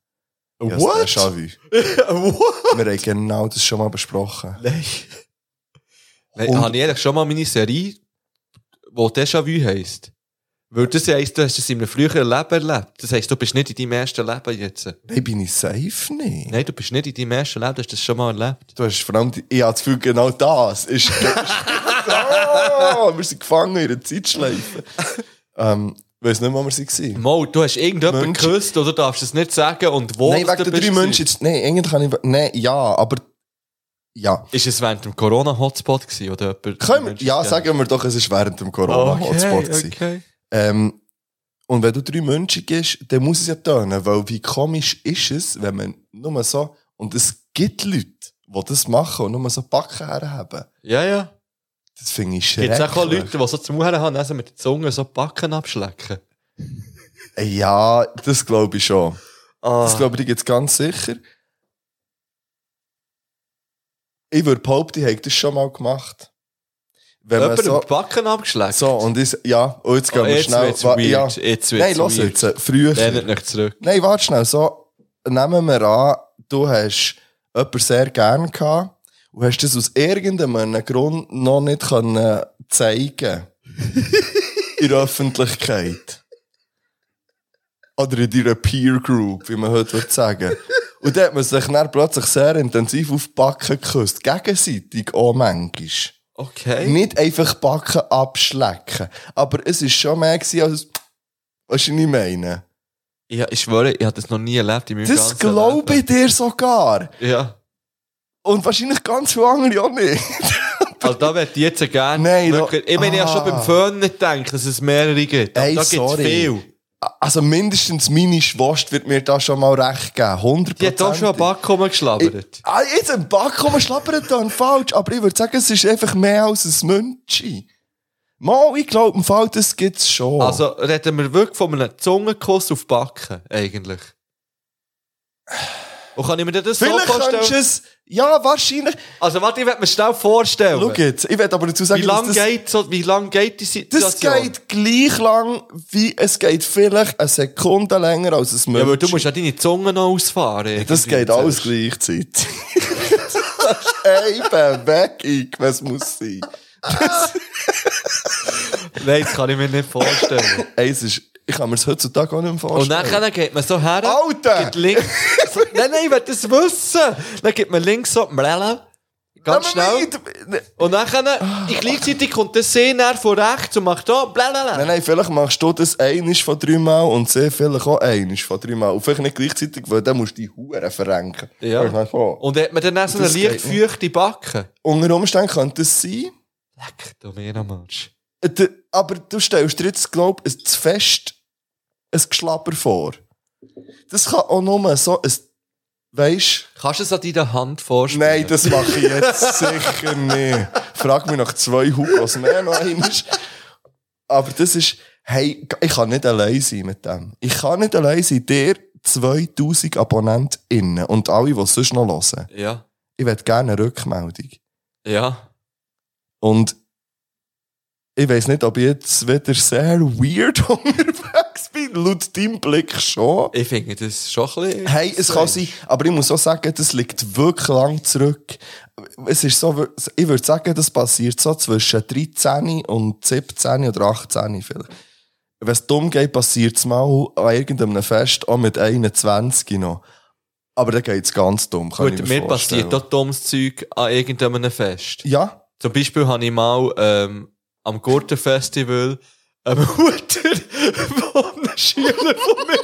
habe. Ja, das ist déjà vu. What? Wir haben genau das schon mal besprochen. Nein. Nein, Und- habe ich eigentlich schon mal meine Serie, die Déjà-vu heisst? Weil das heisst, du hast es in einem früheren Leben erlebt. Das heisst, du bist nicht in deinem ersten Leben jetzt. Nein, bin ich safe nicht. Nein, du bist nicht in deinem ersten Leben, du hast das schon mal erlebt. Du hast vor allem, die, ich habe das Gefühl, genau das ist. oh, wir sind gefangen in einer Zeitschleife. ähm, weiß nicht, wo wir waren. Mal, du hast irgendjemanden Mönch- geküsst oder du darfst es nicht sagen und wo Nein, du wegen der bist drei gewesen. Menschen. jetzt- Nein, eigentlich kann ich. Nein, ja, aber. Ja. Ist es während dem Corona-Hotspot gewesen oder jemand? Können wir, ja, Menschen- sagen wir doch, es ist während dem Corona-Hotspot. Okay, gewesen. okay. Ähm, und wenn du drei Menschen gibst, dann muss es ja tönen, weil wie komisch ist es, wenn man nur so, und es gibt Leute, die das machen und nur so Backen herhaben. Ja, ja. Das finde ich Gibt schrecklich. es auch Leute, die so zum Mauern haben, also mit der Zunge so die Backen abschlecken? Äh, Ja, das glaube ich schon. Ah. Das glaube ich, die gibt es ganz sicher. Ich würde behaupten, ich hätte das schon mal gemacht. Wenn man Jemand so, mit Backen abgeschleckt? so, und ich, ja, und jetzt gehen Oh, wir jetzt schnell. wird's wa- weird. Ja. Jetzt wird's Nein, lass weird. jetzt, äh, früher. Lehnt nicht zurück. Nein, warte schnell. So, nehmen wir an, du hast jemanden sehr gern gehabt und hast das aus irgendeinem Grund noch nicht können zeigen in der Öffentlichkeit. Oder in deiner Peer Group, wie man heute würde sagen. Und dann hat man sich dann plötzlich sehr intensiv auf die Backen geküsst. Gegenseitig auch manchmal. Okay. Nicht einfach die Backen abschlecken. Aber es war schon mehr gewesen, als, was ich nicht meine. Ja, ich schwöre, ich habe das noch nie erlebt in meinem Das glaube ich dir sogar. Leben. Ja. Und wahrscheinlich ganz viele andere auch nicht. Also da wird ich jetzt gerne... Nein, da- wirklich, ich meine, ich habe schon Ah. beim Föhn nicht gedacht, dass es mehrere gibt. Aber Ey, da gibt es sorry. viel. Also mindestens meine Schwast wird mir da schon mal recht geben. 100 Die hat auch schon einen Back rumgeschlabbert. Ah, jetzt ein Backkommen schlappert dann falsch, aber ich würde sagen, es ist einfach mehr als ein Münchi. Mal, ich glaube, im Fall, das gibt es schon. Also reden wir wirklich von einem Zungenkuss auf die Backen, eigentlich. Und kann ich mir das Vielleicht so vorstellen? könntest du es, ja, wahrscheinlich. Also warte, ich werde mir schnell vorstellen. Schau jetzt, ich werde aber dazu sagen, wie lange dass das, geht, so, wie lang geht die das Situation? geht gleich lang, wie es geht vielleicht eine Sekunde länger als ein Ja, Münchi. weil du musst ja deine Zunge noch ausfahren. das irgendwie. geht alles gleichzeitig. das ist eben weg, was muss sein. Nein, das kann ich mir nicht vorstellen. Ey, es ist, ich kann mir das heutzutage auch nicht mehr vorstellen. Und nachher geht man so her. Alter! Gibt links, so, nein, nein, ich will das wissen. Dann gibt man links so die Mrelle. Ganz Nein, schnell. Und nachher, in gleichzeitig kommt der Sehner von rechts und macht da, blablabla. Nein, nein, vielleicht machst du das einisch von dreimal und sehr vielleicht auch einisch von dreimal. Und vielleicht nicht gleichzeitig, weil dann musst du die Huren verrenken. Ja. Ich meine, oh. Und hat man dann auch so eine Das leicht geht nicht. feuchte Backe. Unter Umständen könnte es sein, Du meiner Mensch. äh, d- aber du stellst dir jetzt, glaube ich, zu fest ein Geschlapper vor. Das kann auch nur so ein... Weisst Kannst du es an deiner Hand vorstellen? Nein, das mache ich jetzt sicher nicht. Frag mich nach zwei Hugos mehr noch einmal. Aber das ist, hey, ich kann nicht allein sein mit dem. Ich kann nicht allein sein. Der 2000 AbonnentInnen und alle, die es sonst noch hören. Ja. Ich hätte gerne eine Rückmeldung. Ja. Und ich weiß nicht, ob ich jetzt wieder sehr weird unterwegs bin. Laut deinem Blick schon. Ich finde das schon ein bisschen... Hey, es kann sein, aber ich muss auch sagen, das liegt wirklich lang zurück. Es ist so, ich würde sagen, das passiert so zwischen 13 und 17 oder 18 vielleicht. Wenn es dumm geht, passiert es mal an irgendeinem Fest auch mit 21 noch. Aber dann geht es ganz dumm, kann Gut, ich mir mir vorstellen. passiert auch dummes Zeug an irgendeinem Fest. Ja. Zum Beispiel habe ich mal ähm, am Gurtenfestival eine Mutter von einem Schüler von mir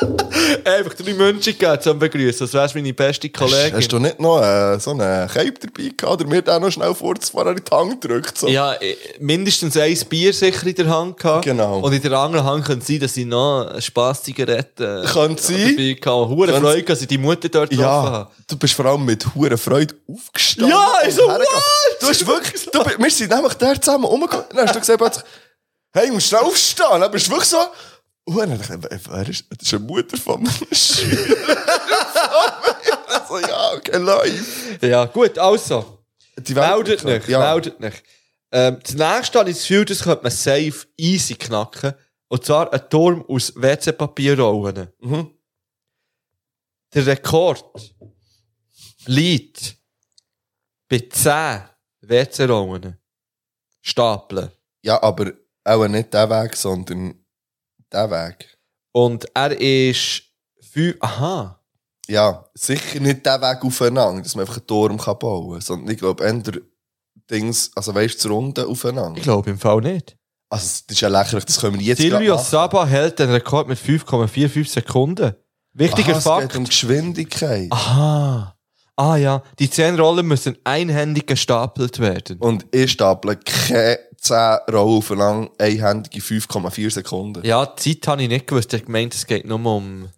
einfach drei München gegeben zum Begrüßen. Das wär's meine beste Kollegin. Hast du nicht noch äh, so einen Cape dabei gehabt, oder mir den noch schnell vorzufahren in die Hand drückt? So? Ja, eh, mindestens ein Bier sicher in der Hand gehabt. Genau. Und in der anderen Hand könnte sein, dass ich noch Spaßzigaretten Könnte sein. dabei hatte. Hure Könnte- Freude, dass ich die Mutter dort getroffen Ja, habe. du bist vor allem mit hoher Freude aufgestanden. Ja, und ich so, hergegangen. Du hast wirklich, du, bi- wir sind nämlich da zusammen rumgegangen. Dann hast du gesagt, plötzlich, hey, nou du musst schnell aufstehen. Dann bist du wirklich so, und dann dachte ich, wer- wer ist, das ist eine Mutter von mir. so, ja, okay, live. Ja, gut, also. Die meldet Welt- nicht, Ja. meldet nicht. Ähm, das nächste habe ich das Gefühl, das könnte man safe easy knacken. Und zwar ein Turm aus WC-Papierrollen. Mhm. Der Rekord liegt bei 10 WC-Rollen. Stapeln. Ja, aber auch nicht der Weg, sondern der Weg. Und er ist 5. Aha. Ja, sicher nicht der Weg aufeinander, dass man einfach einen Turm kann bauen kann, sondern ich glaube, eher Dings, also weißt du, Runden aufeinander. Ich glaube im Fall nicht. Also, das ist ja lächerlich, das können wir jetzt Silvio gerade machen. Saba hält den Rekord mit 5,45 Sekunden. Wichtiger Aha, Fakt. Es geht um Geschwindigkeit. Aha. Ah ja, die zehn Rollen müssen einhändig gestapelt werden. Und ich staple keine 10 Rollen aufeinander, einhändige 5,4 Sekunden. Ja, die Zeit habe ich nicht gewusst. Ich meinte, es geht nur um...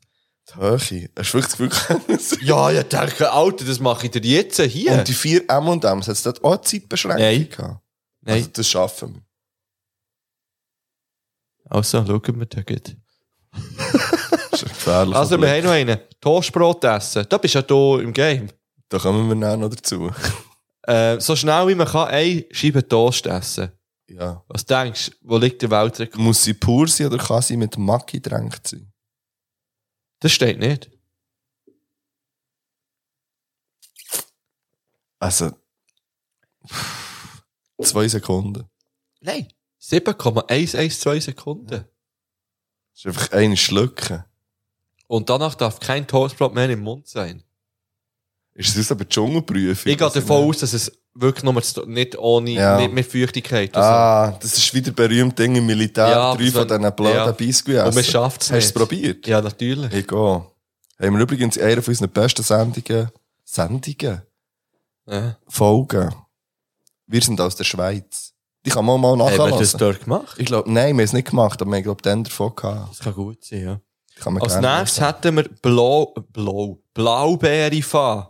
Die Höhe. Hast du wirklich das Gefühl, gehabt? Ja, ich denke, Alter, das mache ich dir jetzt hier. Und die 4 M&M's, hat es dort auch eine Zeitbeschränkung Nein. gehabt? Nein. Also, das schaffen wir. Also, schauen wir da gut. Das ist ein gefährlicher Also, wir Blick. haben noch einen. Toastbrot essen. Da bist ja du im Game. Da kommen wir dann noch dazu. Äh, so schnell wie man kann, eine Scheibe Toast essen. Ja. Was denkst du, wo liegt der Weltrekord? Muss sie pur sein oder kann sie mit Maki gedrängt sein? Das steht nicht. Also... Zwei Sekunden. Nein. 7,112 Sekunden. Das ist einfach eine Schlucke. Und danach darf kein Toastbrot mehr im Mund sein. Ist das aber die Dschungelprüfung? Ich gehe davon aus, dass es wirklich nur das- nicht ohne, Ja. nicht mit Feuchtigkeit und so. Ah, das ist wieder berühmt Ding im Militär. Ja, aber drei so- von diesen blöden ja. ja. Und man Hast schafft's du es nicht. probiert? Ja, natürlich. Ich gehe. Haben wir übrigens eine von unseren besten Sendungen. Sendungen? Ja. Folgen. Wir sind aus der Schweiz. Die kann man mal Haben wir nachhören. das dort gemacht? Ich glaube, nein, wir haben es nicht gemacht, aber wir haben, glaube dann davon gehabt. Das kann gut sein, ja. Kann man Als gerne nächstes hätten wir Blau, Blau, Blaubeere fahren.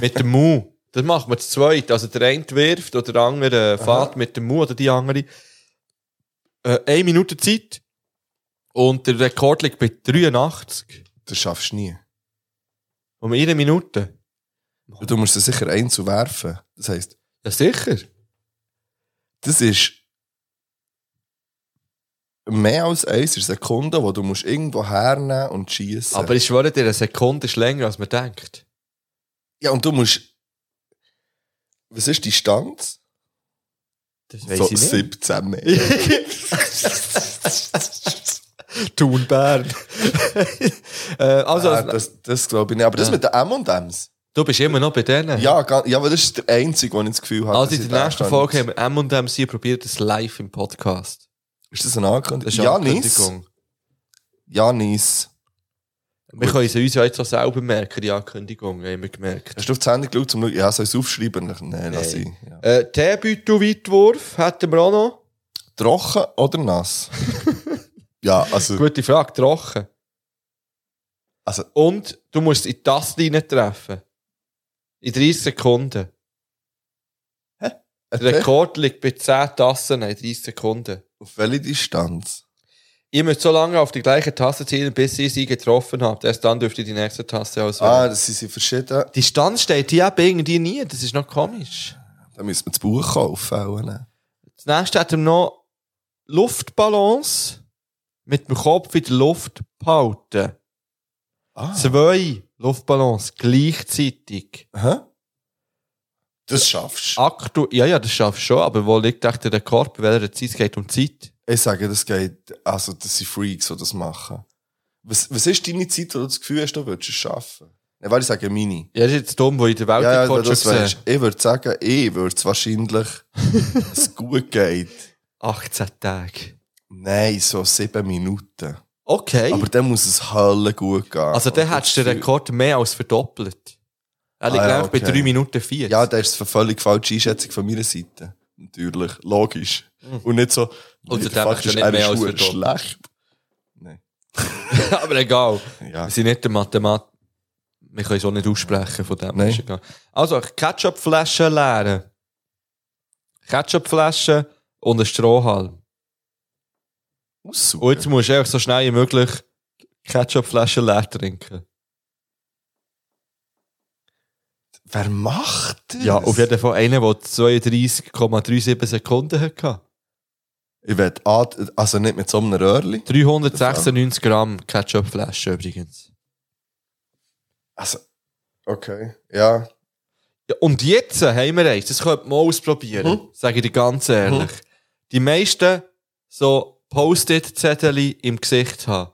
Mit dem Mu. Das macht man zu zweit. Also der eine wirft oder der andere äh, fährt mit dem Mu oder die andere. Äh, eine Minute Zeit. Und der Rekord liegt bei 83. Das schaffst du nie. Um eine Minute. Du musst sie sicher einzuwerfen. Das heisst. Ja, sicher. Das ist mehr als eine Sekunde, wo du musst irgendwo hernehmen und schießen. Aber ich schwöre dir, eine Sekunde ist länger, als man denkt. Ja, und du musst. Was ist die Distanz? Das So 17 Meter. Thun Bern. also, ah, das, das glaube ich nicht. Aber das Ja. mit den M&M's. Du bist immer noch bei denen. Ja, ga- ja, aber das ist der einzige, wo ich das Gefühl habe. Also dass in ich der den nächsten kann. Folge haben wir M&M's hier probiert, das live im Podcast. Ist das eine Ankündigung? Das ist eine Ja, nice. Ankündigung. Janis. Wir können sie uns ja jetzt auch selber merken, die Ankündigung, haben wir gemerkt. Hast du auf die Sendung geschaut, zum Schauen? Ja, soll ich es aufschreiben? Nein, lass ich. Nein. Äh, Teebeutel-Weitwurf hätten wir auch noch. Trocken oder nass? ja, also. Gute Frage, trocken. Also, Und du musst in die Tastlinie treffen. In 30 Sekunden. Äh, Hä? Der Rekord liegt bei 10 Tassen in 30 Sekunden. Auf welche Distanz? Ihr müsst so lange auf die gleiche Tasse zielen, bis ihr sie getroffen habt. Erst dann dürft ihr die nächste Tasse auswählen. Ah, das sind sie verschieden. Die Stanz steht hier eben irgendwie nie. Das ist noch komisch. Da müssen wir das Buch kaufen. auch, ne? Das nächste hat noch Luftballons mit dem Kopf in der Luft behalten. Ah. Zwei Luftballons gleichzeitig. Aha. Das schaffst du. Aktu ja, ja, das schaffst du schon, aber wo liegt echt der Rekord? Bei welcher Zeit? Es geht um Zeit. Ich sage, das geht. Also, das sind Freaks, die das machen. Was, was ist deine Zeit, wo du das Gefühl hast, du würdest es schaffen? Nein, weil ich sage, meine. Ja, das ist jetzt dumm, wo ich den Ja, ja, Weltrekord wenn du das schon weißt, gesehen ich würde sagen, ich würde es wahrscheinlich, es gut geht. 18 Tage. Nein, so sieben Minuten. Okay. Aber dann muss es Hölle gut gehen. Also, der hättest du den Rekord mehr als verdoppelt. Er liegt nämlich bei 3 Minuten 4. Ah, Ja, das ist eine völlig falsche Einschätzung von meiner Seite. Natürlich, logisch. Und nicht so, Mhm. Und nee, zudem der Fakt hast du ist, nicht er mehr ist als verdammt verdoppelt. schlecht. Minuten. aber egal. Ja. Wir sind nicht der Mathemat. Wir können es auch nicht aussprechen von dem. Nein. Ist egal. Also, Ketchupflaschen leeren. Ketchupflaschen und ein Strohhalm. Aussuchen. Und jetzt musst du einfach so schnell wie möglich Ketchupflaschen leer trinken. Wer macht das? Ja, auf jeden Fall einer, der 32,37 Sekunden hatte. Ich will, ah, also nicht mit so einem Röhrli. 396 Gramm Ketchupflasche übrigens. Also, okay, ja. Ja, und jetzt haben wir eins, das könnte man ausprobieren, Mhm. sage ich dir ganz ehrlich. Die meisten so Post-it-Zettel im Gesicht haben.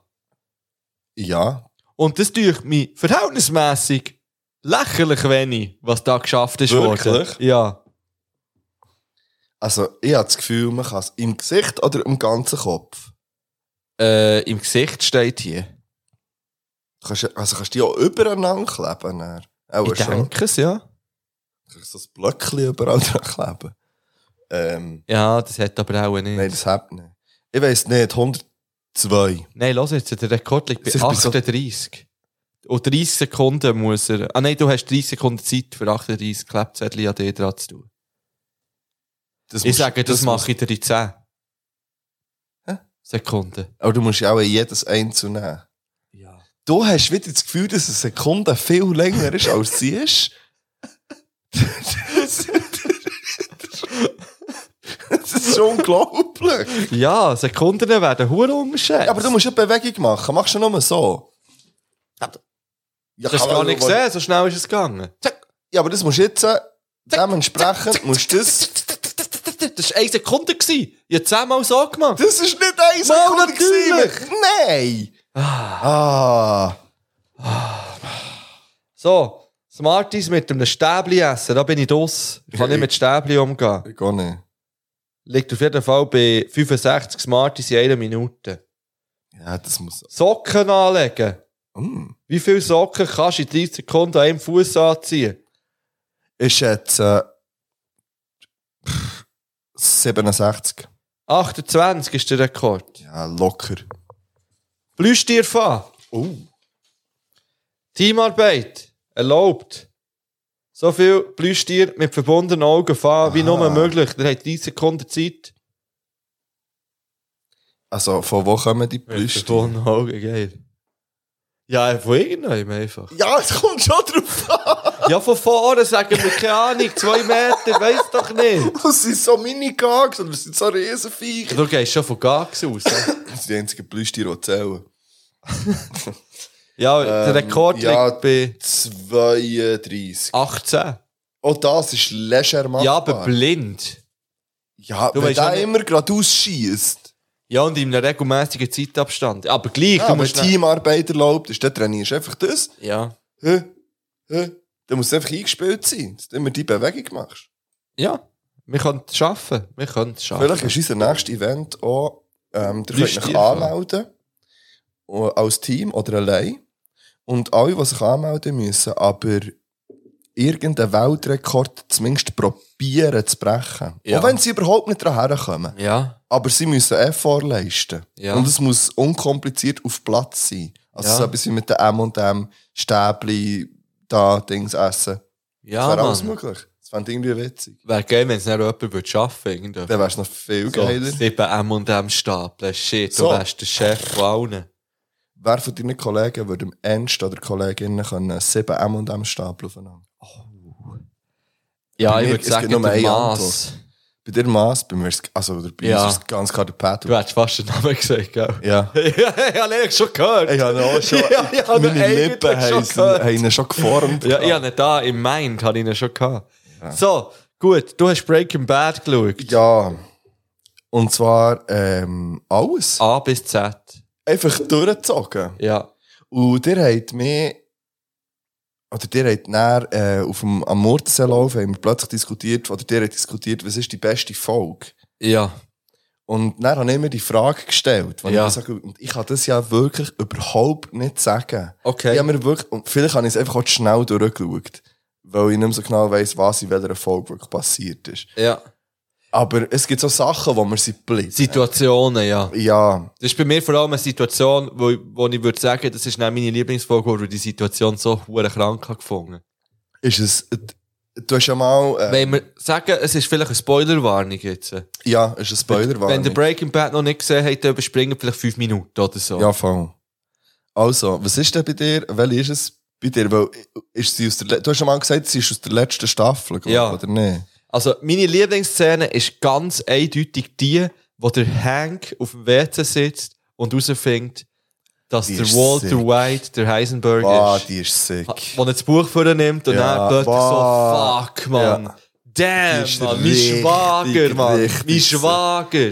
Ja. Und das tue mich verhältnismäßig lächerlich wenig, was da geschafft ist worden. Wirklich? Ja. Also, ich habe das Gefühl, man kann es im Gesicht oder im ganzen Kopf. Äh, im Gesicht steht hier. Kannst, also kannst du die auch übereinander kleben? dann? Auch ich denke es, ja. Kannst du so ein Blöckchen überall dran kleben? Ähm, Ja, das hat aber auch nicht. Nein, das hat nicht. Ich weiss nicht, 102. Nein, lass jetzt, der Rekord liegt bei Sicher bei so- 38. Und 30 Sekunden muss er... Ah nein, du hast 30 Sekunden Zeit, für 38 Klebzettel an dir dran zu tun. Das ich musst- sage, das, das musst- mache ich dir in 10 Sekunden. Aber du musst ja auch jedes einzelne nehmen. Du hast wieder das Gefühl, dass eine Sekunde viel länger ist, als sie ist. das ist schon unglaublich. Ja, Sekunden werden hure unterschätzt. Aber du musst ja Bewegung machen. Machst du nur so. Ja, das hast du kann gar man- nicht gesehen, so schnell ist es gegangen. Ja, aber das musst du jetzt äh, dementsprechend musst du das. Das war eine Sekunde. Ich habe zehnmal so gemacht. Das ist nicht eine Mal Sekunde. gewesen. Nein! Ah. So, Smarties mit einem Stäbli essen, da bin ich draus. Ich kann nicht mit Stäbli umgehen. Ich auch nicht. Liegt auf jeden Fall bei 65 Smarties in einer Minute. Ja, das muss. Hm. Socken anlegen. Wie viele Socken kannst du in 30 Sekunden an einem Fuß anziehen? Ist jetzt äh, 67. 28 ist der Rekord. Ja, locker. Blüstierfahr. Teamarbeit erlaubt. So viel Blüstier mit verbundenen Augen fahren wie nur möglich. Der hat 30 Sekunden Zeit. Also, von wo kommen die Brüste? Von Augen, geil. Ja, von irgendeinem einfach. Ja, es kommt schon drauf an. Ja, von vorne sagen wir, keine Ahnung, zwei Meter, weiss doch nicht. Das sind so Mini-Gags oder das sind so Riesenviecher. Du gehst schon von Gags aus. hä? Das sind die einzigen Blüstiere, die zählen. Ja, der Rekord Ähm, ja, liegt bei 32. 18. Oh, das ist leger machbar. Ja, aber blind. Ja, Du wenn weißt auch der nicht- immer gerade ausschießt. Ja, und in einem regelmäßigen Zeitabstand. Aber gleich, Ja, du wenn musst Teamarbeit erlaubt ist, dann trainierst du einfach das. Ja. Hä? Hä? Dann muss es einfach eingespielt sein, dass du immer die Bewegung machst. Ja, wir können es schaffen. Wir können es schaffen. Vielleicht ist unser nächstes Event auch, ähm, ihr könnt euch Lüstier- anmelden. Äh, Als Team oder allein. Und alle, die sich anmelden müssen, aber irgendeinen Weltrekord zumindest probieren zu brechen. Ja. Auch wenn sie überhaupt nicht daran herkommen. Ja. Aber sie müssen Effort leisten. Ja. Und es muss unkompliziert auf Platz sein. Also Ja. so etwas wie mit dem M&M, Stäbli, da, Dings essen. Ja, das wäre alles Ah, Mann. möglich. Das fände ich irgendwie witzig. Wäre geil, wenn es nicht jemand würde schaffen würde. Dann wär's noch viel so, geiler. Sieben M&M stapeln. Shit, So. du wärst der Chef von allen. Wer von deinen Kollegen würde am Ernst oder Kolleginnen können sieben M&M stapeln aufeinander? Ja, Bei ich mir- würde es gibt sagen, der nur eine Mass. Antwort. Bei dir Mass, bei mir ist also oder bei Ja. uns ist ganz klar der Pedro. Du hättest fast den Namen gesagt, gell? Ja. ja, ich habe ihn schon gehört. Ich habe ihn auch schon. Ja, ich habe ihn meine eigentlich Lippen schon haben gehört. haben ihn schon geformt. Ja, ich habe ihn da im Mind, habe ich ihn schon gehabt. So, gut, du hast Breaking Bad geschaut. Ja. Und zwar ähm, alles. A bis Z. Einfach durchgezogen. Ja. Und der hat mich, oder der hat dann, äh, auf dem, am Murtenseelauf haben wir plötzlich diskutiert, oder der hat diskutiert, was ist die beste Folge? Ja. Und dann habe ich mir die Frage gestellt, weil Ja. ich sage, und ich kann das ja wirklich überhaupt nicht sagen. Okay. Ich habe mir wirklich, und vielleicht habe ich es einfach auch zu schnell durchgeschaut, weil ich nicht mehr so genau weiss, was in welcher Folge wirklich passiert ist. Ja. Aber es gibt so Sachen, wo man sie bleibt. Situationen, ja. Ja, Das ist bei mir vor allem eine Situation, wo, wo ich würde sagen, das ist nicht meine Lieblingsfolge, wo ich die Situation so hure krank habe gefunden. ist es, du hast ja mal, äh, Wenn wir sagen, es ist vielleicht eine Spoilerwarnung jetzt. ja, ist ein Spoiler, Wenn der Breaking Bad noch nicht gesehen hat, dann überspringen vielleicht fünf Minuten oder so. Ja, voll. Also, was ist denn bei dir? Welche ist es bei dir? Weil, ist sie aus der, Le- du hast schon mal gesagt, sie ist aus der letzten Staffel, glaub, Ja. oder nicht? Also, meine Lieblingsszene ist ganz eindeutig die, wo der Hank auf dem WC sitzt und herausfindet, dass Die der ist Walter sick. White der Heisenberg Ah, ist. die ist Ha- sick. Wo er das Buch vornimmt und Ja, dann plötzlich wow. so, fuck, man. Ja. Die Damn, ist man, mein richtig, Schwager, man. richtig Mein sick. Schwager.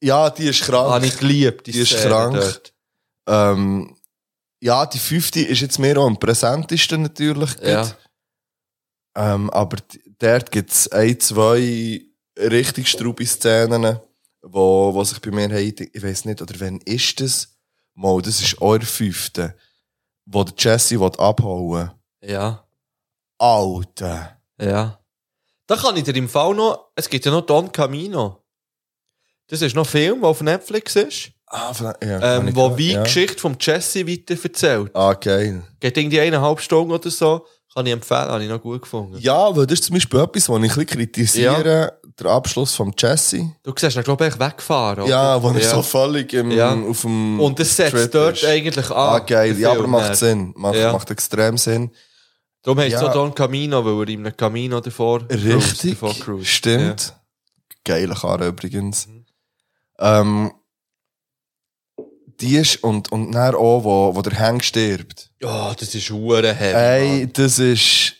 Ja, die ist krank. Habe ich geliebt, die, Die ist Szene krank. dort. ähm, ja, die fünfte ist jetzt mir auch am präsentesten natürlich. Ja. gerade. Ähm, aber d- dort gibt es ein, zwei richtig strube Szenen, wo, wo sich bei mir haben, ich weiß nicht, oder wenn ist das? Mal, das ist euer fünfte, wo der Jesse will abhauen Ja, Alter. ja. Da kann ich dir im Fall noch, es gibt ja noch Don Camino. Das ist noch ein Film, der auf Netflix ist, Ah, von- ja, hab ähm, ich wo gehört, wie ja. die Geschichte vom Jesse weiter erzählt. Ah, geil. Geht irgendwie eineinhalb Stunden oder so. Kann ich empfehlen, habe ich noch gut gefunden. Ja, weil das ist zum Beispiel etwas, was ich ein bisschen kritisiere, der Abschluss von Jesse. Du siehst ihn, glaube ich, weggefahren. Ja, oder? wo ich so völlig im, Ja. auf dem. Und das setzt Trip dort ist. eigentlich an. Ah, geil. der Ja, aber Film macht dann. Sinn. Macht, Ja. macht extrem Sinn. Darum heisst es Ja. so Don Camino, weil er in einem Camino davor cruised, Richtig. davor cruised. Stimmt. Ja. Mhm. Geile Karre übrigens. Ähm, die ist, und, und dann auch, wo, wo der Hank stirbt. Ja, das ist hure heavy. Ey, Mann. das ist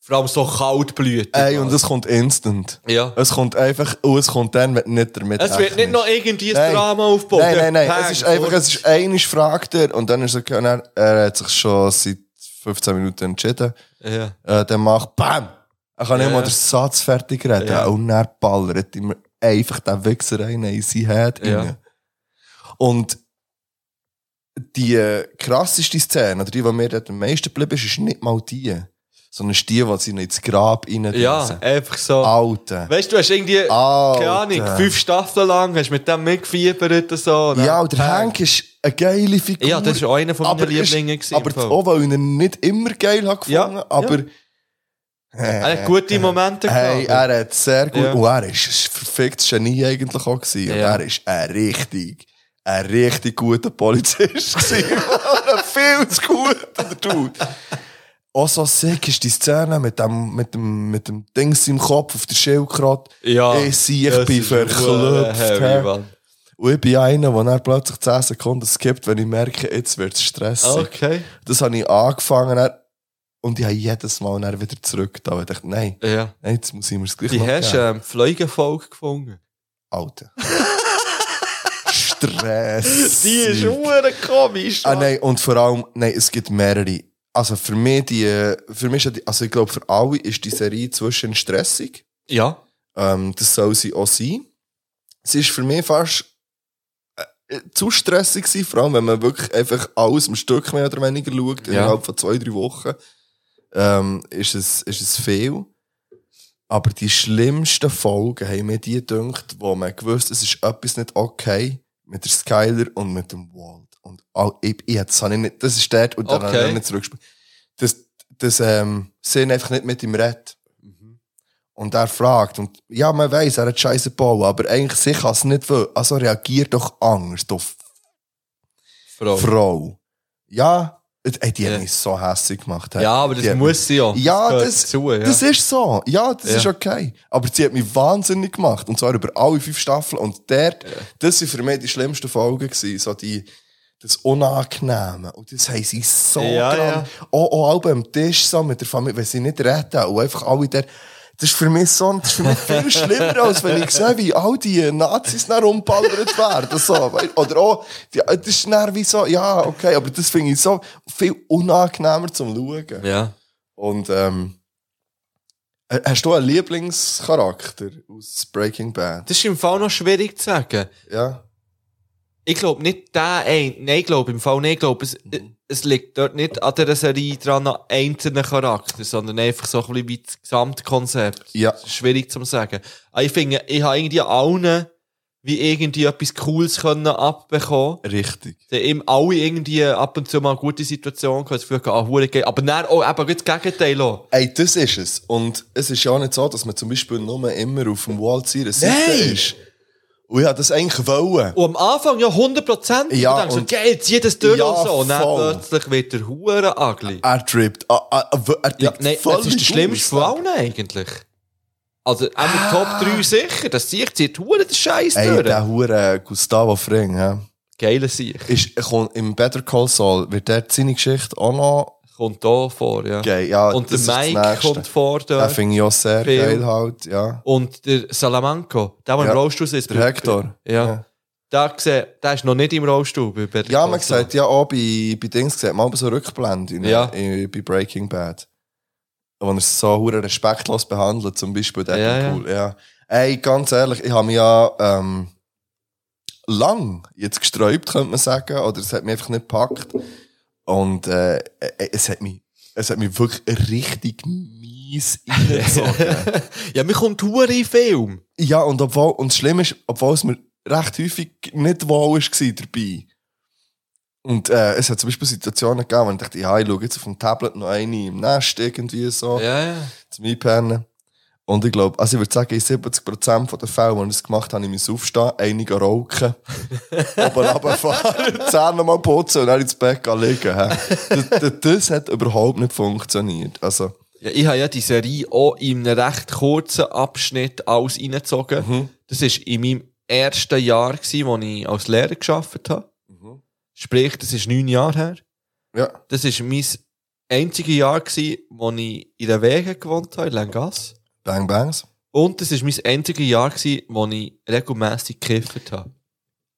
Vor allem so kaltblütig. Ey, und es kommt instant. Ja. Es kommt einfach, und es kommt dann, wenn du nicht damit Es wird nicht rechnest. noch irgendwie ein Nein. Drama aufbauen. Nein, nein, nein. Peng, Es ist einfach, es ist eine Frage und dann ist er, okay, und er, er hat sich schon seit 15 Minuten entschieden. Ja. Äh, dann macht BAM! Er kann Ja. nicht mal den Satz fertig reden. Ja. Und dann ballert ihm einfach den Wichser rein in sein Head. Ja. rein. Und die krasseste Szene, oder die, die mir dort am meisten geblieben ist, ist nicht mal die, sondern ist die, die sie ihn ins Grab rein Ja, einfach so. Alter. Weißt du, du hast irgendwie, Alter. keine Ahnung, fünf Staffeln lang hast mit dem mitgefiebert und so. und Ja, dann und der Hank ist eine geile Figur. Ja, das ist auch einer von meinen Aber ist- Lieblingen gewesen, Aber im Fall. auch, weil ich ihn nicht immer geil habe gefunden, aber... Äh, Er hat gute Momente Hey, gehabt. er hat sehr gut... Ja. Und er ist ein verficktes Genie eigentlich auch gewesen. Und er ist ein richtig, ein richtig guter Polizist gewesen. Mann, Viel zu gut, der Dude. Auch so sick ist die Szene mit dem, mit dem, mit dem Dings im Kopf auf der Schildkröte. Ja. Ich sehe, ich Ah, Das bin ist verdammt verklüpft. heavy, hä? Mann. Und ich bin einer, der dann plötzlich 10 Sekunden skippt, wenn ich merke, jetzt wird es stressig. Ah, Okay. Das habe ich angefangen dann, und ich habe jedes Mal dann wieder zurück. Da ich dachte, nein, Ja. nein, jetzt muss ich mir das gleich Die noch hast du geben. ähm, Fliegenfolge gefunden. Alter. Stress. Die ist hure komisch. Ah, nein, und vor allem, nein, es gibt mehrere. Also für mich, die, für mich, ist ja die- also ich glaube, für alle ist die Serie zwischen stressig. Ja. Ähm, das soll sie auch sein. Es ist für mich fast äh, zu stressig gewesen, vor allem wenn man wirklich einfach alles im Stück mehr oder weniger schaut, Ja. innerhalb von zwei, drei Wochen, ähm, ist, es, ist es viel. Aber die schlimmsten Folgen haben mir die gedacht, wo man gewusst es ist etwas nicht okay mit der Skyler und mit dem Wald. Und all, ich, ich, das, habe ich nicht, das ist dort und dann Okay. habe ich nicht zurückgespielt. Das, das ähm, sehen einfach nicht mit ihm redet. Mhm. Und er fragt, und ja, man weiß, er hat Scheiße gebaut, aber eigentlich sich kann es nicht will. Also reagier doch anders, du Frau. Frau. Ja, ey, die hat mich so hässlich gemacht. hey. Ja, aber das Die hat muss sie ja. Das Ja, gehört das, dazu, ja. das ist so. Ja, das Ja. ist okay. Aber sie hat mich wahnsinnig gemacht. Und zwar über alle fünf Staffeln. Und dort, das waren für mich die schlimmsten Folgen. Gewesen. So die, das Unangenehme. Und das haben sie so Ja, gern. Auch, auch alle am Tisch so mit der Familie, wenn sie nicht reden. Und einfach alle der. Das ist für mich so, das ist für mich viel schlimmer, als wenn ich sehe, wie all die Nazis dann umballert werden. So. wei- Oder auch, die, das ist dann wie so, ja, okay, aber das finde ich so viel unangenehmer zum Schauen. Ja. Und ähm, h- hast du einen Lieblingscharakter aus Breaking Bad? Das ist im Fall noch schwierig zu sagen. Ja. Ich glaube nicht der ein. Nein, ich glaube im Fall nicht. Ich glaube, es, es liegt dort nicht an dieser Serie dran, an einzelnen Charakter, sondern einfach so ein bisschen wie das Gesamtkonzept. Ja. Das ist schwierig zu sagen. Aber ich finde, ich habe irgendwie allen wie irgendwie etwas Cooles können abbekommen. Richtig. Sie haben eben alle irgendwie ab und zu mal eine gute Situation gehabt, das Gefühl gehabt, ah, hure geil. Aber dann auch eben gerade das Gegenteil auch. Ey, das ist es. Und es ist ja auch nicht so, dass man zum Beispiel nur immer auf dem Wall zu ihrer Seite Nein! ist. Und ich habe das eigentlich wollen. Und am Anfang ja 100%. Ja, und so, und- geil, zieh das durch Ja, und so. Und dann voll. plötzlich wird der hure ugly. Er trippt. Ah, ah, ah, w- Er Ja, trippt nein, voll das ist der aus. schlimmste von allen eigentlich. Also, auch mit Top 3 sicher, das zieht zieht hure den Scheiß Ah. Ey, durch. der Hure Gustavo Fring, hä? Geiler Sieg. Ist, kommt im Better Call Saul, wird der seine Geschichte auch noch Kommt da vor, ja. geil. Ja, und der das ist das Mike Nächste. kommt vor Den dort. finde ich auch sehr Phil. geil halt, ja. Und der Salamanco, der, der Ja. im Rollstuhl sitzt. Der Hector. Ja. Da gesehen, der ist noch nicht im Rollstuhl. Bei Better Ja, Call man Saul. sagt ja auch bei, bei Dings, sieht man aber so Rückblenden in, Ja. in, bei Breaking Bad. Wo er es so hure respektlos behandelt, zum Beispiel der Ja, ja. ja, cool. Ja. Ey, ganz ehrlich, ich habe mich ja ähm, lang jetzt gesträubt, könnte man sagen, oder es hat mich einfach nicht gepackt. Und äh, äh, es, hat mich, es hat mich wirklich richtig mies reingezogen. Ja, mir kommt hure in Film. Ja, und obwohl, und das Schlimme ist, obwohl es mir recht häufig nicht wohl war dabei. Und äh, es hat zum Beispiel Situationen gegeben, wo ich dachte, ja, ich schaue jetzt auf dem Tablet noch eine im Nest irgendwie so, Ja, ja. zum Einpennen. Und ich glaube, also ich würde sagen, in 70% der Fälle, wo ich das gemacht habe, ich muss aufstehen, einige rauchen, oben runterfahren, Zähne mal putzen und dann ins Bett gehen liegen. hä. Das, das, das hat überhaupt nicht funktioniert. Also, Ja, ich habe ja die Serie auch in einem recht kurzen Abschnitt alles reingezogen. mhm, Das war in meinem ersten Jahr, gewesen, wo ich als Lehrer gearbeitet habe. Sprich, das ist neun Jahre her. mhm. Ja. Das ist mein einzige Jahr, gewesen, wo ich in der Wege gewohnt habe, in Langas. Bang Bangs. Und es war mein einziges Jahr, gewesen, wo ich regelmässig gekifft habe.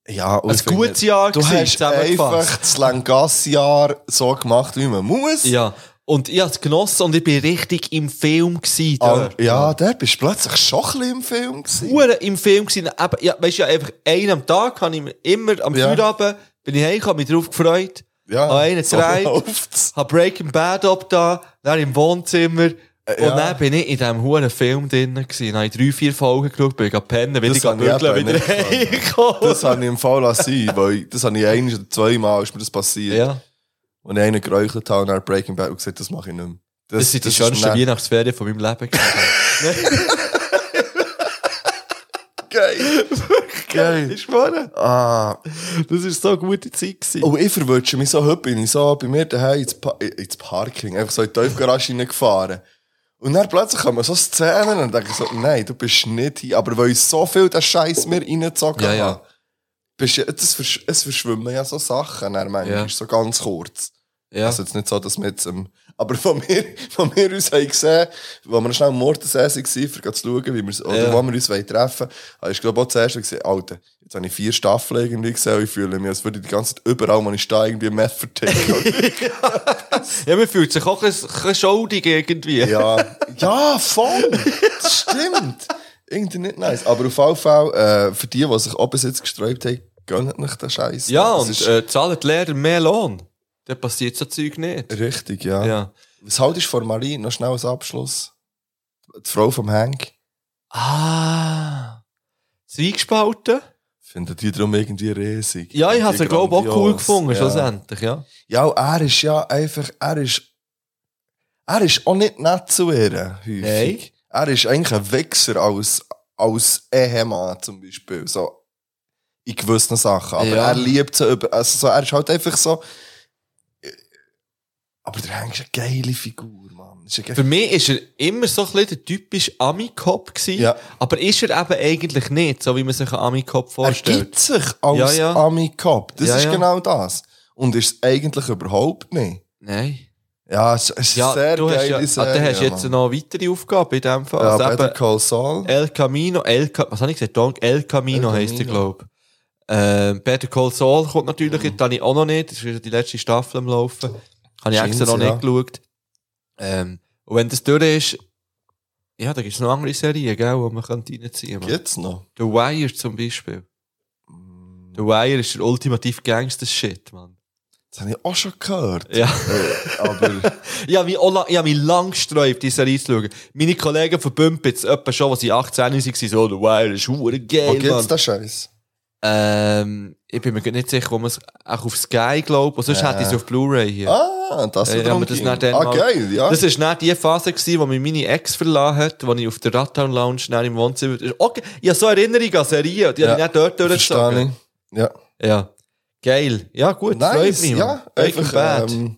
Ja, Ein gutes Jahr Du gewesen, hast zusammengefasst. einfach das Langassjahr so gemacht, wie man muss. Ja. Und ich habe es genossen und ich bin richtig im Film gewesen. dort. Und- ja, der bist du plötzlich schon ein bisschen im Film gewesen. Hure im Film gewesen. Eben, ja, weißt du, ja, einfach einen am Tag habe ich mir immer am Ja. Feierabend, bin ich heim, habe mich drauf gefreut. Ja, habe einen so gedreht, läuft's. habe Breaking Bad abgetan, dann im Wohnzimmer. Äh, ja. Und dann bin ich in diesem hohen Film drin gewesen. Dann habe ich drei, vier Folgen geschaut, bin ich gerade pennen, bin Das ich gerade habe ich bügeln, eben wieder nicht gefunden. heimgekommen. Das habe ich im Fall lassen, weil ich- das habe ich ein oder zweimal ist mir das passiert. Ja. Und ich einen geräuchert habe und dann Breaking Bad und gesagt, das mache ich nicht mehr. Das, sind die schönsten nicht- Weihnachtsferien von meinem Leben. Geil. Geil. Ich schwöre. Ah. Das war so eine gute Zeit. Gewesen. Oh, ich verwünsche mich so, heute bin ich so bei mir daheim ins, pa ins Parking, einfach so in die Tiefgarage reingefahren. Und dann plötzlich kommen so Szenen und denke ich so, nein, du bist nicht hier. Aber weil ich so viel den Scheiß mir reingezogen Ja, ja. habe, bist du- das versch es verschwimmen ja so Sachen, dann manchmal, Ja. so ganz kurz. Ja. Also jetzt nicht so, dass wir jetzt, ähm, aber von mir, von mir aus haben gesehen, wo wir schnell am Mordensee waren, um zu schauen, wie wir, oder Ja. wo wir uns treffen wollen, ich glaube auch zuerst gesehen, Alter, jetzt habe ich vier Staffeln irgendwie gesehen und ich fühle mich, als würde ich die ganze Zeit überall, wo ich stehe, irgendwie Meth verticken. Ja, man fühlt sich auch ein bisschen schuldig irgendwie. ja, ja, voll! Das stimmt! Irgendwie nicht nice. Aber auf jeden Fall, äh, für die, die sich auch bis jetzt gesträubt haben, gönnt nicht den Scheiß. Ja, Das und äh, zahlen die Lehrer mehr Lohn. Dann passiert so Zeug nicht. Richtig, ja. Ja. Was haltest du von Marie? Noch schnell als Abschluss. Die Frau vom Hank. Ah. Zweigspalten? Finden die darum irgendwie riesig? Ja, ich habe Irgendwie sie, glaube ich, auch cool grandios. gefunden, Ja. schlussendlich, ja. Ja, und er ist ja einfach, er ist, er ist auch nicht nett zu ihr, häufig. Nein. Er ist eigentlich ein Wichser als, als Ehemann zum Beispiel, so in gewissen Sachen. Aber Ja. er liebt sie über, also so, er ist halt einfach so, aber der Hank ist eine geile Figur, Mann. Ist eine geile Für mich ist er immer so ein bisschen der typische Ami-Cop gewesen. Ja. Aber ist er eben eigentlich nicht, so wie man sich einen Ami-Cop Er vorstellt. gibt sich als Ja, ja. Ami-Cop. Das Ja, ist ja. genau das. Und ist es eigentlich überhaupt nicht. Nein. Ja, es es ist Ja, sehr du hast, geile ja, ah, Serie, dann hast du jetzt Mann. noch eine weitere Aufgabe in dem Fall. Ja, Also Better eben Call Saul. El Camino, El, Ca- was habe ich gesagt? Don, El Camino El heisst er, Camino. Mhm. glaube ich. Ähm, Better Call Saul kommt natürlich, jetzt habe ich auch noch nicht. Das ist wieder die letzte Staffel am Laufen. Habe ich Scheint's, extra noch ja. nicht geschaut. Ähm, und wenn das durch ist, ja, da gibt es noch andere Serien, gell, die man könnte reinziehen könnte. Gibt's noch? The Wire zum Beispiel. The Wire ist der ultimativ Gangster-Shit, Mann. Das habe ich auch schon gehört. Ja. Äh, aber Ich habe mich, auch lang, ich habe mich lang gesträubt, diese Serie zu schauen. Meine Kollegen von Bümpitz, etwa schon, als sie 18 waren, waren so, «The Wire ist hure wo geil, gibt's Mann. den Scheiß? Ähm, ich bin mir grad nicht sicher, ob man es auch auf Sky glaubt, sonst hätte ich es auf Blu-ray hier. Ah, das Äh, wiederum haben wir das ging. nicht dann Ah, mal- geil, ja. Das war nicht die Phase, gewesen, wo mich meine Ex verlassen hat, wo ich auf der Rattown Lounge schnell im Wohnzimmer... Okay, ich habe so Erinnerungen an Serien, die Ja. habe ich nicht dort Verstehe durchgezogen. ich. Ja. Ja. Geil. Ja, gut, das nice, freut mich. ja. Mann. Breaking Einfach, Bad. ähm,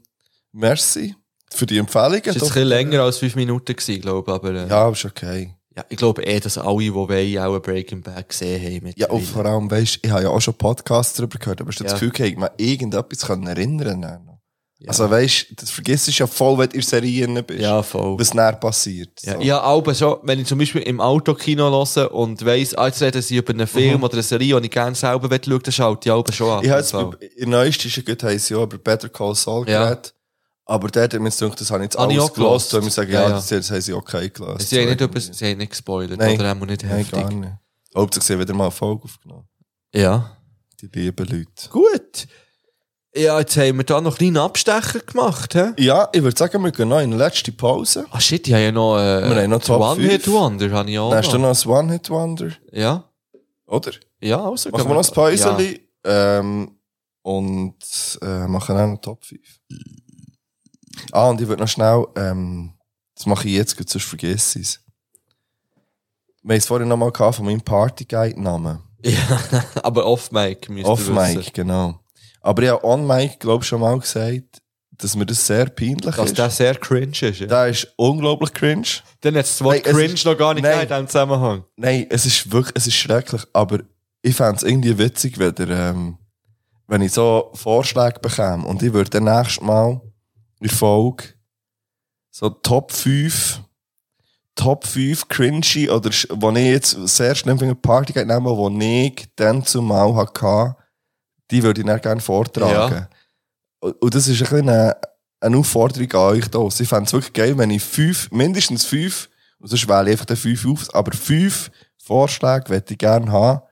merci für die Empfehlungen. das war ein Doch. bisschen länger als fünf Minuten, gewesen, glaube ich, aber... Äh, Ja, ist okay. Ja, ich glaube eh, dass alle, die wollen, auch ein Breaking Bad gesehen haben. Mit Ja, und vor allem, weißt du, ich habe ja auch schon Podcasts darüber gehört, aber hast du das Ja. Gefühl, ich man irgendetwas können erinnern können? Ja. Also, weißt du, das vergisst du ja voll, wenn du in Serien bist. ja, voll. Was näher passiert. ja, So. ich habe auch schon, wenn ich zum Beispiel im Auto Kino höre und weiss, ah, jetzt reden sie über Mhm. einen Film oder eine Serie, die ich gerne selber schauen will, dann schaue ich auch schon an. Ich habe jetzt, Also, bei- in neuest ist ja gut, haben sie ja über Better Call Saul Ja. geredet. Aber der hat mir jetzt gedacht, das habe ich jetzt Habe ich alles auch gelost. gelost. Und ich sage, Ja, ja, ja. das, das haben sie okay gelost. sie, haben nicht über, sie haben nicht gespoilert Nein. oder haben nicht Nein, heftig. gar nicht. Hauptsache, sie haben wieder mal eine Folge aufgenommen. Ja. Die lieben Leute. Gut. Ja, jetzt haben wir da noch einen kleinen Abstecher gemacht. He? Ja, ich würde sagen, wir gehen noch in die letzte Pause. Ah shit, ich habe ja noch... Äh, Wir haben noch die Top One Hit 5. Wonder habe ich auch Dann hast du noch. noch ein One-Hit-Wonder, Ja, oder? ja also... Machen wir gehen noch ein Ja. Päuschen ähm, und äh, machen auch noch Top 5. Ah, und ich würde noch schnell, ähm, das mache ich jetzt, gut, sonst vergesse ich es. Wir haben es vorhin noch mal gehabt von meinem Partyguide-Namen. Ja, aber Off-Mic müsst ihr Off-Mic, wissen. genau. Aber ich habe on-Mic, glaube ich, schon mal gesagt, dass mir das sehr peinlich Dass ist. der sehr cringe ist, ja. der ist unglaublich cringe. Dann hat es das Wort Nein, es Cringe ist- noch gar nicht Nein. gegeben in diesem Zusammenhang. Nein, es ist wirklich, es ist schrecklich, aber ich fände es irgendwie witzig, wenn, der, ähm, wenn ich so Vorschläge bekäme und ich würde dann nächstes Mal in der Folge So Top 5. Top 5 cringy oder sch- wo ich jetzt sehr schnell eine Party nehmen die ich dann zumal hatte, die würde ich dann gerne vortragen. Und und das ist ein bisschen eine, eine Aufforderung an euch da. Ich fände es wirklich geil, wenn ich fünf, mindestens fünf, und sonst wähle ich einfach den fünf auf, aber fünf Vorschläge würde ich gerne haben.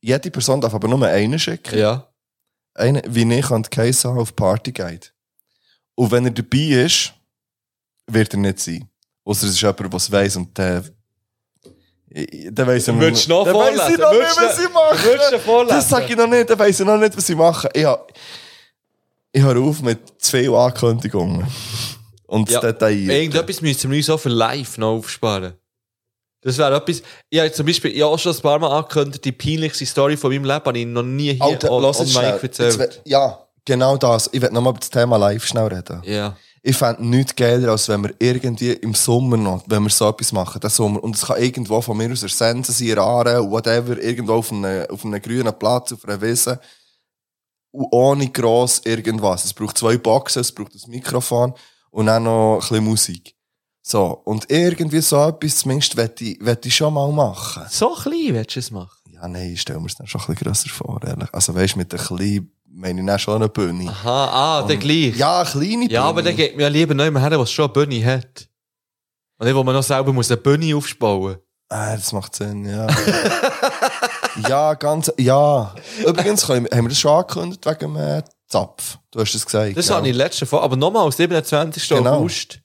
Jede Person darf aber nur einen schicken. Ja. Einen, wie ich und Kaiser auf Party geht. Und wenn er dabei ist, wird er nicht sein. Ausser es ist jemand, der es weiss und der. Der weiss er Würdest du noch Dann weiss vorlesen? ich noch nicht, Würdest du- was ich mache. würdest du vorlesen? Das sag ich noch nicht, der weiss ich noch nicht, was ich mache. Ich, ha- ich höre auf mit zu viel Ankündigungen. Und ja. Detail. Irgendetwas müssen wir uns auch für live noch aufsparen. Das wäre etwas. Ich habe zum Beispiel ich habe auch schon ein paar Mal angekündigt, die peinlichste Story von meinem Leben habe ich noch nie hier Alter, on- lass es online schnell. Jetzt erzählt. we- Ja, genau das. Ich will nochmal über das Thema live schnell reden. Ja. Ich fände nichts geiler, als wenn wir irgendwie im Sommer noch, wenn wir so etwas machen, den Sommer, und es kann irgendwo von mir aus der Sense sein, in Aare, whatever, irgendwo auf einem, auf einem grünen Platz, auf einer Wiese, und ohne gross irgendwas. Es braucht zwei Boxen, es braucht ein Mikrofon und auch noch ein bisschen Musik. So, und irgendwie so etwas zumindest möchte ich, möchte ich schon mal machen. So klein willst du es machen? Ja, nein, ich stelle mir es dann schon ein bisschen grösser vor, ehrlich. Also weißt du, mit ein bisschen meine ich dann schon eine Bühne. Aha, ah, der Und- gleich. Ja, eine kleine Ja, aber dann geht mir ja lieber noch jemand her, der schon eine Bühne hat. Und nicht, wo man noch selber muss eine Bühne aufbauen Ah, das macht Sinn, ja. ja, ganz, ja. Übrigens können, wir- haben wir das schon angekündigt wegen dem äh, Zapf. Du hast es gesagt. Das gell? habe ich letzte Folge, aber nochmal, am 27. Genau. August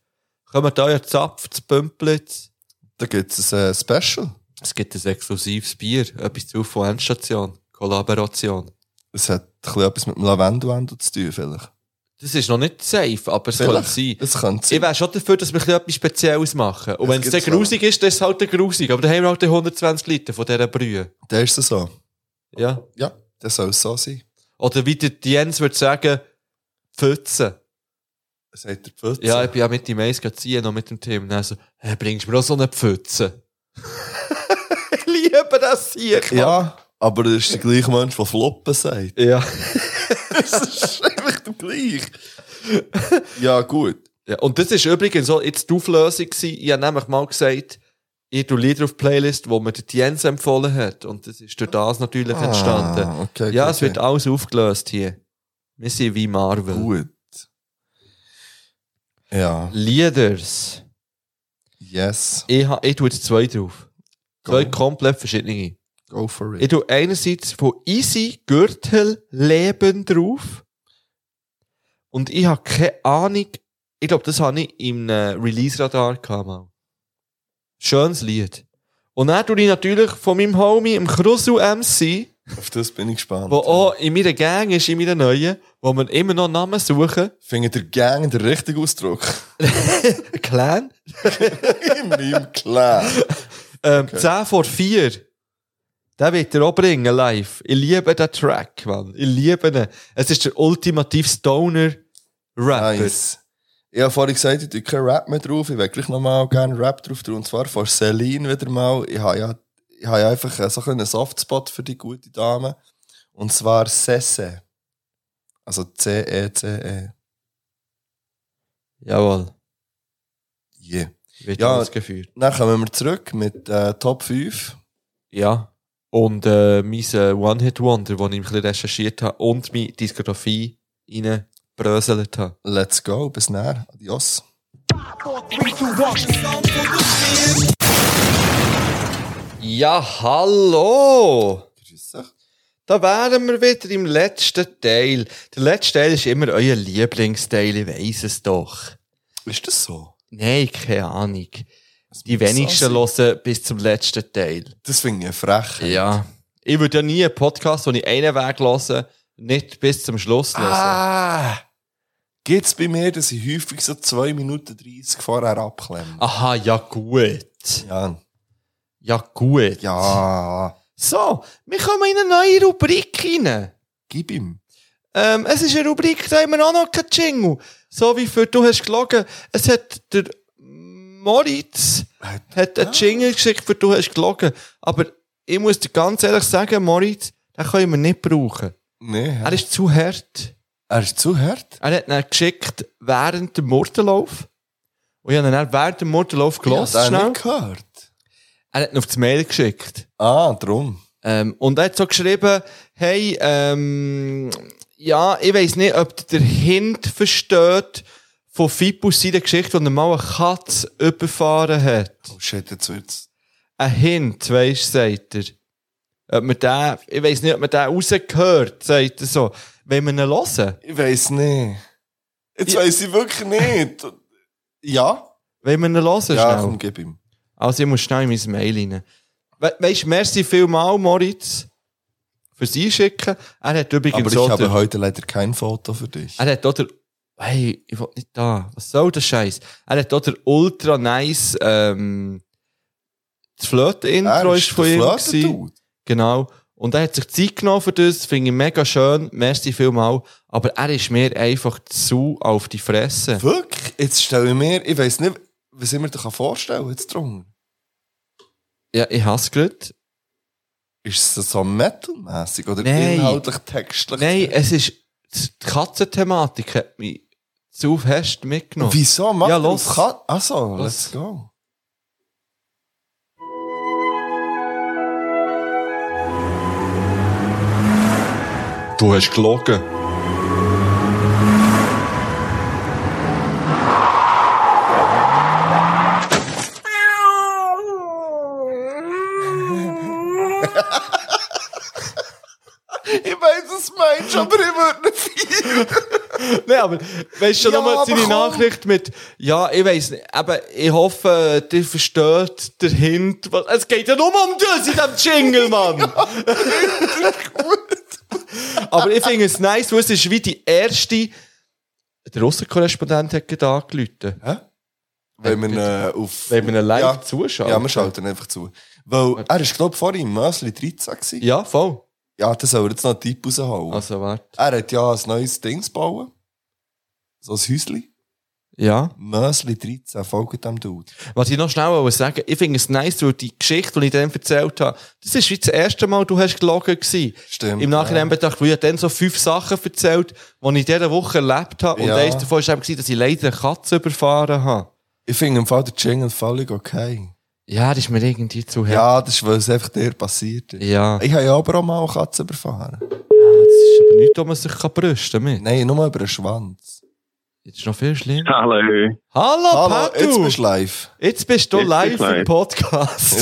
kommen da ja Zapf zu Pümplitz. Da gibt es ein äh, Special. Es gibt ein exklusives Bier, etwas zu von Endstation, Kollaboration. Es hat ein bisschen etwas mit dem Lavendelwendel zu tun, vielleicht. Das ist noch nicht safe, aber es Vielleicht. könnte sein. Das könnte sein. Ich wäre schon dafür, dass wir ein bisschen etwas Spezielles machen. Und Es wenn es dann gibt's grusig ist, dann ist es halt dann grusig. Aber dann haben wir halt die 120 Liter von dieser Brühe. Da ist es so. Ja. Ja, das soll es so sein. Oder wie der Jens würde sagen, Pfützen. Sagt der Pfütze? Ja, ich bin ja mit dem Mais ziehen, noch mit dem Tim. Und er so, hey, bringst du mir auch so eine Pfütze? ich liebe das hier. Ja, aber das ist der gleiche Mensch, der Floppen sagt. Ja. das ist eigentlich der gleiche. Ja, gut. Ja, und das ist übrigens auch jetzt die Auflösung gewesen. Ich habe nämlich mal gesagt, ich tue Lieder auf die Playlist, wo mir der Jens empfohlen hat. Und das ist durch das natürlich Ah, entstanden. okay, ja, okay, es wird okay. alles aufgelöst hier. Wir sind wie Marvel. Gut. Ja. Lieders. Yes. Ich, ha- ich tue jetzt zwei drauf. Zwei komplett verschiedene. Go for it. Ich tue einerseits von Easy Gürtel Leben drauf. Und ich habe keine Ahnung. Ich glaube, das habe ich im äh, Release-Radar gehabt. mal. Schönes Lied. Und dann tue ich natürlich von meinem Homie, im Krusu MC, Auf das bin ich gespannt. der auch in meiner Gang ist, in meiner neuen, wo wir immer noch Namen suchen. Findet der Gang den richtigen Ausdruck? Clan. In meinem Clan. Ähm, 10 vor 4. Den wird er auch bringen, live. Ich liebe den Track, Mann. Ich liebe ihn. Es ist der ultimative Stoner-Rapper. Nice. Ich habe vorhin gesagt, ich tue keinen Rap mehr drauf. Ich will gleich nochmal gerne Rap drauf tun. Und zwar von Celine wieder mal. Ich habe ja, ich habe ja einfach so ein bisschen einen Softspot für die gute Dame. Und zwar Sese. Also C-E-C-E. Jawohl. Yeah. Wird Ja. ausgeführt. Dann kommen wir zurück mit äh, Top 5. Ja. Und äh, mein äh, One-Hit-Wonder, den ich ein bisschen recherchiert habe und meine Diskografie reinbröselt habe. Let's go. Bis näher. Adios. Ja, hallo! Grüß dich. Da wären wir wieder im letzten Teil. Der letzte Teil ist immer euer Lieblingsteil, ich weiss es doch. Ist das so? Nein, keine Ahnung. Die muss so wenigsten sein. hören bis zum letzten Teil. Das finde ich frech. Ja. Ich würde ja nie einen Podcast, den ich einen Weg höre, nicht bis zum Schluss hören. Ah! Gibt es bei mir, dass ich häufig so 2 Minuten 30 vorher abklemme? Aha, ja gut. Ja. Ja gut. Ja. So, wir kommen in eine neue Rubrik rein. Gib ihm. Ähm, es ist eine Rubrik, da haben wir auch noch keinen Jingle. So wie für «Du hast gelogen». Es hat der Moritz hat Ah. einen Jingle geschickt für «Du hast gelogen». Aber ich muss dir ganz ehrlich sagen, Moritz, den können wir nicht brauchen. Nee. Er ist zu hart. Er ist zu hart. Er hat ihn geschickt während dem Murtenlauf. Und ich habe ihn dann während dem Mordlauf gelost. Ich habe den schnell. nicht gehört. Er hat ihn auf das Mail geschickt. Ah, drum. Ähm, und er hat so geschrieben, hey, ähm, ja, ich weiss nicht, ob der Hint versteht von Fipus seiner Geschichte, wo er mal eine Katze überfahren hat. Oh shit, jetzt wird's. Ein Hint, weisst du, sagt er. Ob man den, ich weiss nicht, ob man den rausgehört, sagt er so. Wenn wir ihn hören? Ich weiss nicht. Jetzt weiss ich wirklich nicht. Ja? Wenn wir ihn hören, Ja, schnell. komm, gib ihm. Also ich muss schnell in mein Mail rein. We weißt du, merci vielmal, Moritz, fürs Einschicken. Er hat übrigens Aber ich auch habe den- heute leider kein Foto für dich. Er hat oder hey, ich will nicht da. Was soll der Scheiß? Er hat oder ultra nice ähm, das Er Flöte-Intro ist ist von der ihm Flöten-Dude. gewesen. Genau. Und er hat sich Zeit genommen für das, finde ich mega schön, merci vielmal. Aber er ist mir einfach zu auf die Fresse. Wirklich? Jetzt stelle ich mir, ich weiss nicht, was ich mir da vorstellen kann, jetzt drunter. Ja, ich hasse grad. Ist es so metalmäßig oder Nein. inhaltlich textlich? Nein, es ist, die Katzenthematik hat mich zu fest mitgenommen. Wieso? Mach Ja, doch los. auf Kat Achso, Los. let's go. Du hast gelogen. Ich weiss, was du meinst, aber ich würde nicht viel. Nein, aber weißt du schon Ja, nochmal aber seine komm. Nachricht mit, ja, ich weiss nicht, aber ich hoffe, ihr versteht den Hint. was- Es geht ja nur um das in diesem Jingle, Mann! aber ich finde es nice, weil es ist wie die erste, der Russenkorrespondent hat gerade angerufen. Hä? Wenn man äh, auf. Wenn man ihn live Ja. zuschaut. Ja, wir schalten einfach zu. Weil er ist, glaube ich, vorhin im Mösli 13 gewesen. Ja, voll. Ja, das soll er jetzt noch einen Tipp raushauen. Also, warte. Er hat ja ein neues Ding bauen. So ein Häuschen. Ja. Mösli 13, folgt dem Dude. Was ich noch schnell wollte sagen, ich finde es nice, weil die Geschichte, die ich dann erzählt habe, das ist wie das erste Mal, du hast gelogen gewesen. Stimmt, Im Nachhinein bedacht, weil ich habe dann so fünf Sachen erzählt, die ich in dieser Woche erlebt habe. Und Ja. eins davon war eben, gewesen, dass ich leider eine Katze überfahren habe. Ich finde im Fall der Jingle völlig okay. Ja, das ist mir irgendwie zu hart. Ja, das ist, weil es einfach dir passiert ist. Ja. Ich habe ja aber auch mal eine Katze überfahren. Das ist aber nichts, wo man sich kann brüsten kann. Nein, nur über den Schwanz. Jetzt ist noch viel schlimmer. Hallo. Hallo, Hallo, Ah, Patu! jetzt bist du live. Jetzt bist du Jetzt bin ich live im live. Podcast.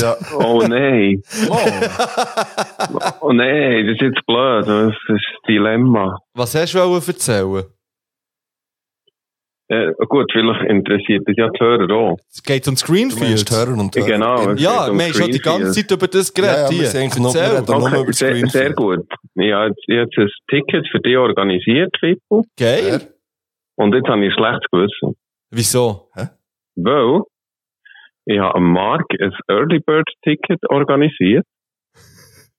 Ja. Oh nein. Oh nein, das ist jetzt blöd. Das ist ein Dilemma. Was hast du wollen erzählen? Äh, gut, vielleicht interessiert das ja die Hörer auch. Es geht um Screenfield. Genau. es Ja, geht um wir haben schon die ganze Greenfield. Zeit über das geredet. hier. Erzähl. okay, sehr, sehr gut. Ja, jetzt, jetzt ein Ticket für dich organisiert, Fippo. Geil. Und jetzt habe ich ein schlechtes Gewissen. Wieso? Weil ich habe am Mark ein Early Bird Ticket organisiert.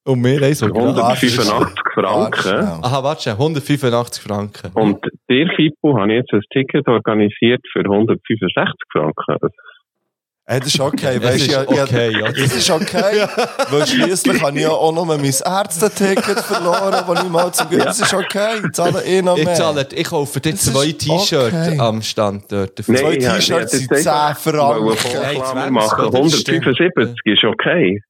Und wir haben so Für 185 genau. Franken. Aha, warte, schnell, 185 Oh, Franken. Und dir, Fippo, habe ich jetzt ein Ticket organisiert für 165 Franken. Hey, das ist okay, Das weißt ist du, okay, ja. das ist okay, weil schliesslich habe ich ja auch noch mein Ärzteticket verloren, das ich mal zum Glück, Ja. das ist okay, ich zahle eh noch ich mehr. zahle, ich kaufe dir zwei T-Shirts am Standort. Nein, Zwei ich habe- ich habe T-Shirts jetzt sind 10 einfach wollen Franken. Vorschlag machen. 175 ist okay.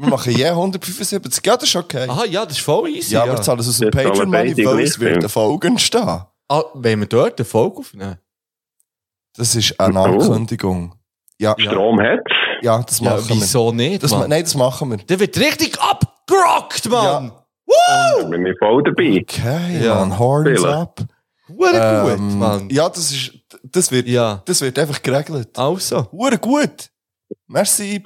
Wir machen je 175, ja, das ist okay. Aha, ja, das ist voll easy. Ja, Ah, ja. wir zahlen es aus dem Jetzt zahlen Patreon-Money, beide weil gleich es wird viel. eine Folge entstehen. Ah, wenn wir dort eine Folge aufnehmen? Das ist Oh. eine Ankündigung. Ja. Strom hat Ja, das Ja, machen wir. wieso nicht, Das, Dus ma- Mann? nein, das machen wir. Der wird richtig abgerockt, Mann! Da bin ich voll dabei. Okay, Mann, horns up. Ähm, Hure Ehm, gut, Mann. Ja, das ist, das wird, das wird einfach geregelt. Also. Hure gut. Merci.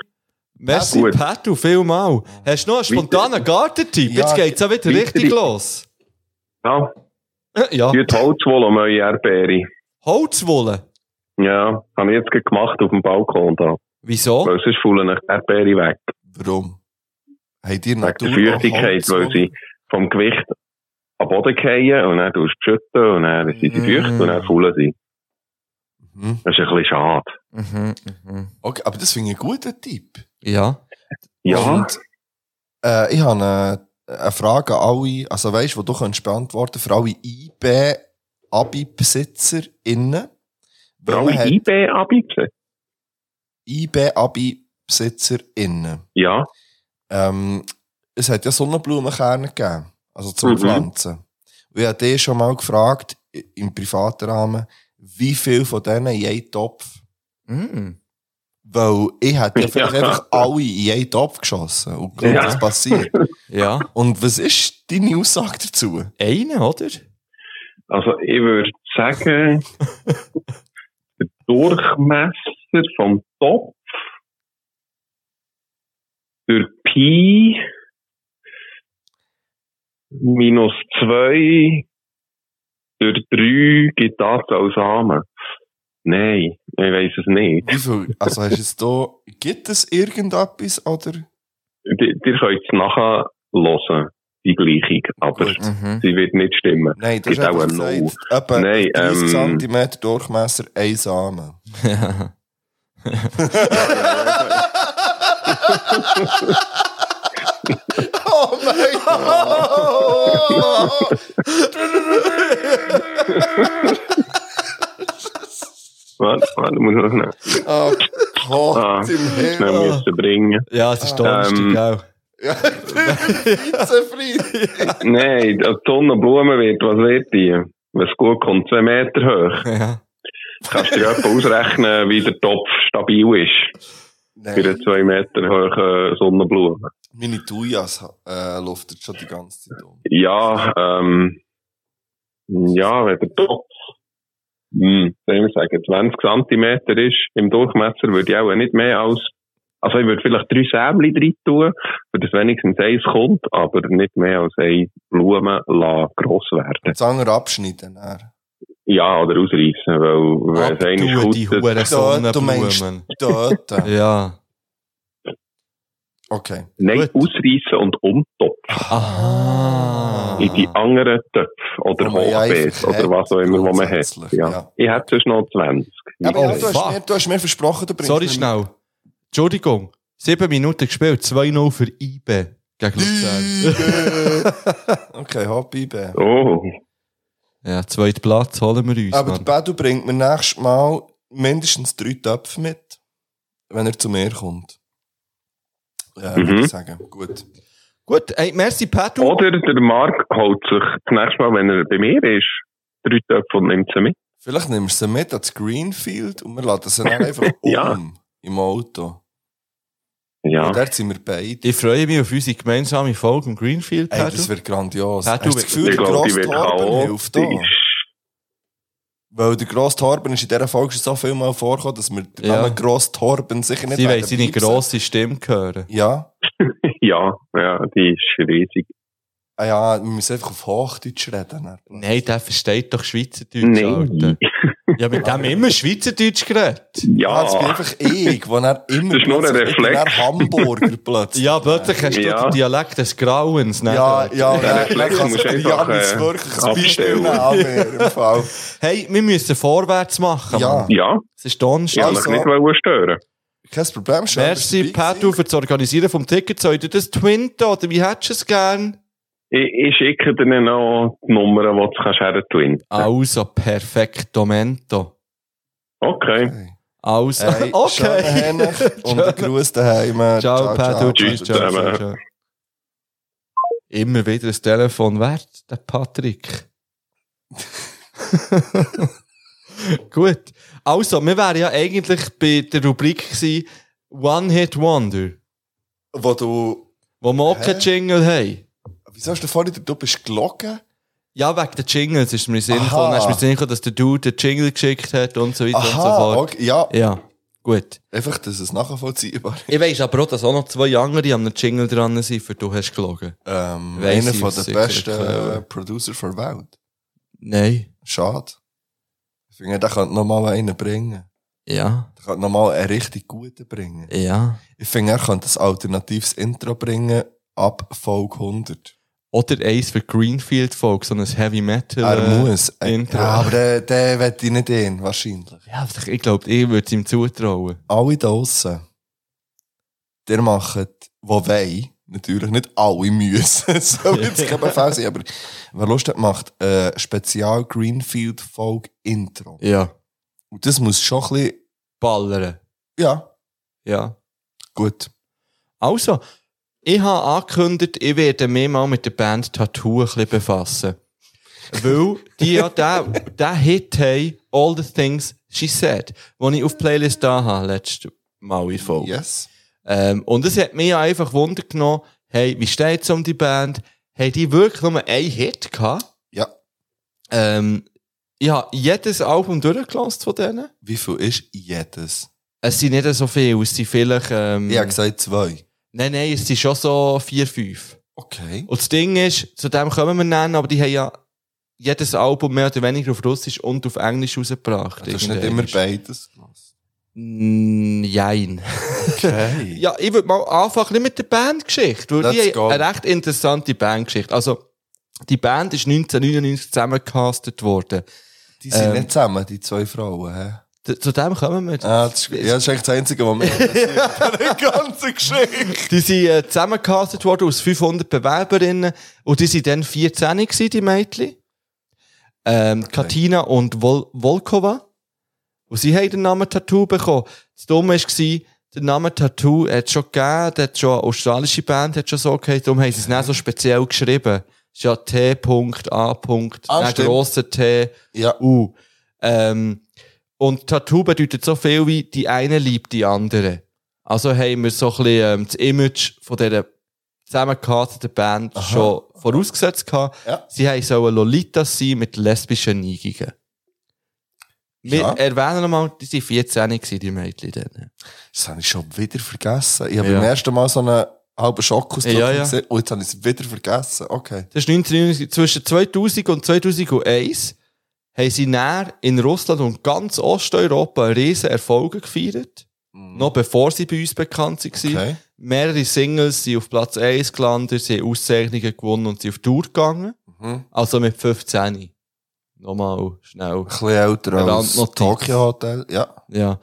Merci, Gut. Petto, vielmal. Hast du noch einen spontanen Gartentipp? Jetzt Ja, geht's auch wieder weitere- richtig los. Ja. Nou. Ja. Tut Holzwolle um eure Erdbeere. Holzwolle? Ja, habe ich jetzt gerade gemacht auf dem Balkon da. Wieso? Weil sonst faulen euch die Erdbeere weg. Warum? Habt ihr Wegen der Natur auch Feuchtigkeit, weil Holzwolle? sie vom Gewicht am Boden fallen und dann tust du schütten und dann sind sie Mm. feucht und nou dann faulen sie. Das ist ein bisschen schade. Mhm, Okay, aber das finde ich einen guten Tipp. Ja. Ja. Und, äh, ich habe eine, eine Frage an alle, also weißt du, die du könntest beantworten für alle IB-Abi-BesitzerInnen. Vor allem Weil hat- IB-Abibsen. IB-Abi-BesitzerInnen. Ja. Ähm, es hat ja Sonnenblumenkerne gegeben, also zum Mhm. Pflanzen. Und ich habe dich schon mal gefragt, i- im privaten Rahmen, wie viel von denen in einen Topf? Mm. Weil ich hätte ja vielleicht Ja. einfach alle in einen Topf geschossen und geschaut, Ja. was passiert. ja. Und was ist deine Aussage dazu? Eine, oder? Also ich würde sagen, der Durchmesser vom Topf durch Pi minus 2 durch 3 gibt das als Samen. Nein, ich weiß es nicht. Wie viel, also hast du jetzt da, gibt es irgendetwas, oder? Ihr ihr könnt es nachher hören, die Gleichung, aber Mhm. sie wird nicht stimmen. Nein, das das ist auch ein Null. Etwa Nein, 30 ähm, cm Durchmesser, ein Samen. Oh mein Ah. Gott! Warte, warte, muss ich noch schnell. Oh Gott Ah, im schnell Himmel. müssen bringen. Ja, Ah. es ist Donnerstag, Ähm, auch. Vizefried. Nein, eine Tonne Blumen wird, was wird die? Wenn es gut kommt, zwei Meter hoch. Ja. Kannst du dir etwa ausrechnen, wie der Topf stabil ist? Nein. Für eine zwei Meter hohe Sonnenblume. Meine Tujas äh, luftet schon die ganze Zeit um. Ja, ähm, ja, wenn der Topf, hm, sollen wir sagen, 20 Zentimeter ist im Durchmesser, würde ich auch nicht mehr als, also ich würde vielleicht drei Sämli rein tun, damit wenigstens eins kommt, aber nicht mehr als eine Blume lassen, gross werden. Zanger abschneiden. Dann. Ja, oder ausreißen, weil, wenn es eine die Huren Dort, du meinst Sonnenblumen. dort. Ja. Okay. Nein, ausreißen und umtopfen in die anderen Töpfe oder Wo man Ah. ja Hochbeet einfach oder was auch immer, wo man hat. grundsätzlich, Ja. dus ja. Ich hätte sonst noch 20. Aber ja, du, Ich weiss. hast mir, du hast mir versprochen, du bringst Oh, Sorry, mir schnell. Entschuldigung. Sieben Minuten gespielt, 2-0 für IB gegen Luzern. Okay, halt hopp, IB. Oh. ja, zweiten Platz holen wir uns. Aber Mann. der Bedu bringt mir nächstes Mal mindestens drei Töpfe mit, wenn er zu mir kommt. Ja, Mhm. würde ich sagen. Gut. Gut, ey, merci, Pedro. Oder der Marc holt sich das nächste Mal, wenn er bei mir ist, drei Töpfe und nimmt sie mit. Vielleicht nimmst du sie mit ans Greenfield und wir laden sie dann einfach um Ja. im Auto. Ja. Und dort sind wir beide. Ich freue mich auf unsere gemeinsame Folge im Greenfield. Ey, Pedro. das wird grandios. Pedro, Hast du das Gefühl, der ich glaube, die grosse wird Torben hilft da? chaotisch. Weil der grosse Torben ist in dieser Folge schon so viel mal vorgekommen, dass wir den Ja. Namen grosse Torben sicher nicht Sie wollen werden seine piepsen. grosse Stimme hören. Ja. Ja, ja, die ist riesig. Ah ja, wir müssen einfach auf Hochdeutsch reden. dann. Nein, der versteht doch Schweizerdeutsch, Nein. Alter. Ja, mit dem immer Schweizerdeutsch geredet. Ja. Das bin einfach ich, wo er immer... Das ist nur ein plötzlich- ich bin Reflex. dann Hamburger plötzlich. Ja, plötzlich hast du Ja. den Dialekt des Grauens. ne? Ja, ja, Der nein, Reflex kann musst sich du der einfach, Janis äh, wirklich das Beispiel abstellen. nehmen an mir, im Fall. Hey, wir müssen vorwärts machen. Ja. Mann. Ja, Es ist ich Donnerstag. wollte Also- dich nicht wollen stören. Kein Problem, schön. dass Merci, du dabei Pedro, für das Organisieren vom Ticket. Soll dir das Twinten oder wie hättest du es gern? Ich, ich schicke dir noch die Nummern, die du kannst hertun Also, perfektomento. Okay. warst. Also, Hey, schönen okay. Hennig und einen Gruß daheim. Ciao, Pedro. Tschüss Tschüss, ciao, ciao, zusammen. ciao. Immer wieder das Telefon wert, der Patrick. Gut. Also, wir wären ja eigentlich bei der Rubrik gewesen, One Hit Wonder, Wo du... wo wir auch keinen Hä? Jingle haben. Wieso hast du vorhin... Du bist gelogen? Ja, wegen der Jingles ist mir in den Sinn Aha. gekommen. Dann ist mir in den Sinn gekommen, dass der Dude den Jingle geschickt hat und so weiter und so Aha, fort. okay, ja. Ja, gut. Einfach, dass es nachvollziehbar ist. Ich weiss aber auch, dass auch noch zwei andere am Jingle dran sind, für du hast gelogen. Ähm, Weiss einer ich, von was der ich besten erkläre. äh, Producer der Welt. Nein. Schade. Ich finde, der könnte nochmal einen bringen. Ja. Der könnte nochmal einen richtig guten bringen. Ja. Ich finde, er könnte ein alternatives Intro bringen ab Folge 100. Oder eins für Greenfield Folk, so ein Heavy Metal. Er äh, muss. Äh, Intro. Ja, aber den, den wette ich nicht ihn, wahrscheinlich. Ja, aber ich glaube, ich würde es ihm zutrauen. Alle draussen, der macht, wo wei, natürlich nicht alle müssen, so jetzt kein Befehl sein, aber äh, wer Lust hat, macht ein Spezial Greenfield Folk Intro. Ja. Und das muss schon ein bisschen... Ballern. Ja. Ja. Gut. Also, ich habe angekündigt, ich werde mich mal mit der Band Tattoo ein bisschen befassen. Weil die ja den, den Hit haben, All the Things She Said, den ich auf die Playlist da habe, letztes Mal in der Folge. Yes. Ähm, und es hat mich einfach Wunder genommen, hey, wie steht's um die Band? Haben die wirklich nur einen Hit gehabt? Ja. Ähm, ich habe jedes Album durchgelassen von denen. Wie viel ist jedes? Es sind nicht so viele, es sind vielleicht... Ähm, Ich habe gesagt zwei. Nein, nein, es sind schon so vier, fünf. Okay. Und das Ding ist, zu dem kommen wir nennen, aber die haben ja jedes Album mehr oder weniger auf Russisch und auf Englisch rausgebracht. Du hast nicht Irgendwann. immer beides Mm, Jein. Okay. ja, ich würde mal anfangen ein bisschen mit der Bandgeschichte, weil Let's die go. haben eine recht interessante Bandgeschichte. Also, die Band ist 1999 zusammengecastet worden. Die sind Ähm. nicht zusammen, die zwei Frauen, hä? D- Zu dem kommen wir. Ah, das ist, ja, das ist eigentlich das einzige, was mir... Die ganze Geschichte. Die sind äh, zusammengecastet worden aus 500 Bewerberinnen und die sind dann 14 gewesen, die Mädchen. Ähm, Katina und Vol Volkova. Und sie haben den Namen Tattoo bekommen. Das Dumme war, der Name Tattoo hat es schon gegeben, der hat schon eine australische Band hat schon so geheißen, darum haben sie es nicht so speziell geschrieben. Es ist ja T.A. Ah, Ein stimmt. grosser T. Ja. U. Ähm, und Tattoo bedeutet so viel wie die eine liebt die andere. Also haben wir so ein bisschen ähm, das Image von dieser zusammengekaterten Band schon vorausgesetzt gehabt. Ja. Sie haben so eine Lolita sein mit lesbischen Neigungen. Wir Ja. erwähnen nochmal, die waren 14 gewesen, die Mädchen dann. Das habe ich schon wieder vergessen. Ich habe Ja. beim ersten Mal so einen halben Schokos Ja, ja. gesehen und jetzt habe ich es wieder vergessen. Okay. Das ist 1999, zwischen 2000 und 2001 haben sie näher in Russland und ganz Osteuropa riesen Erfolge gefeiert. Mhm. Noch bevor sie bei uns bekannt waren. Mhm. Okay. Mehrere Singles sind auf Platz 1 gelandet, sie haben Auszeichnungen gewonnen und sind auf Tour gegangen. Mhm. Also mit 15. Nochmal schnell. Ein bisschen älter als Tokyo Hotel. Ja. ja.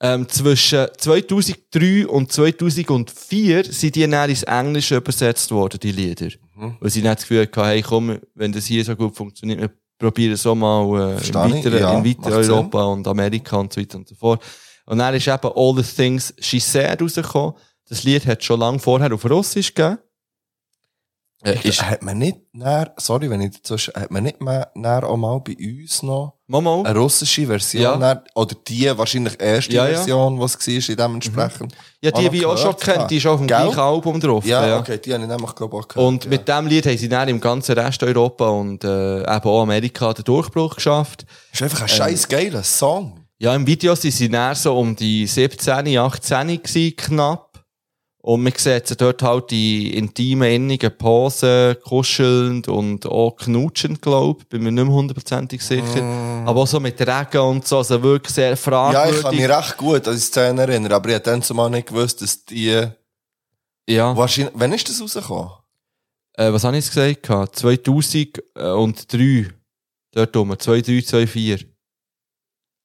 Ähm, zwischen 2003 und 2004 sind die dann ins Englische übersetzt worden, die Lieder. Mhm. Weil sie nicht das Gefühl hatten, hey, komm, wenn das hier so gut funktioniert, wir probieren es auch mal äh, in Verstehe ich, weiteren, ja, in weiteren macht Sinn. Europa und Amerika und so weiter und so fort. Und dann ist eben All the Things She Said rausgekommen. Das Lied hat schon lange vorher auf Russisch gegeben. Äh, ist- hat man nicht näher, sorry, wenn ich dazwischen, hat man nicht mehr näher auch mal bei uns noch Mama. eine russische Version Ja. näher, oder die wahrscheinlich erste Ja, ja. Version, was es war, in dementsprechend. Ja, die Ah, noch habe ich auch schon gehört kennt, die ist auf dem Gell? gleichen Album drauf. Ja, ja. okay, die habe ich nämlich, glaube ich, auch gehört. Und mit dem Lied haben sie dann im ganzen Rest Europa und äh, eben auch Amerika den Durchbruch geschafft. Ist einfach Ähm, ein scheiß geiler Song. Ja, im Video sind sie dann so um die 17, 18 gewesen, knapp. Und man sieht sie dort halt die intimen, innigen Posen, kuschelnd und auch knutschend, glaube ich. Bin mir nicht mehr hundertprozentig sicher. Aber auch so mit Regen und so, also wirklich Ah. sehr Ja, fragwürdig. ich kann mich recht gut an die Szene erinnern, aber ich habe dann zumal nicht gewusst, dass die. Ja. Wahrscheinlich, wann ist das rausgekommen? äh, was habe ich jetzt gesagt? 2003. Dort rum. 2003, 2004.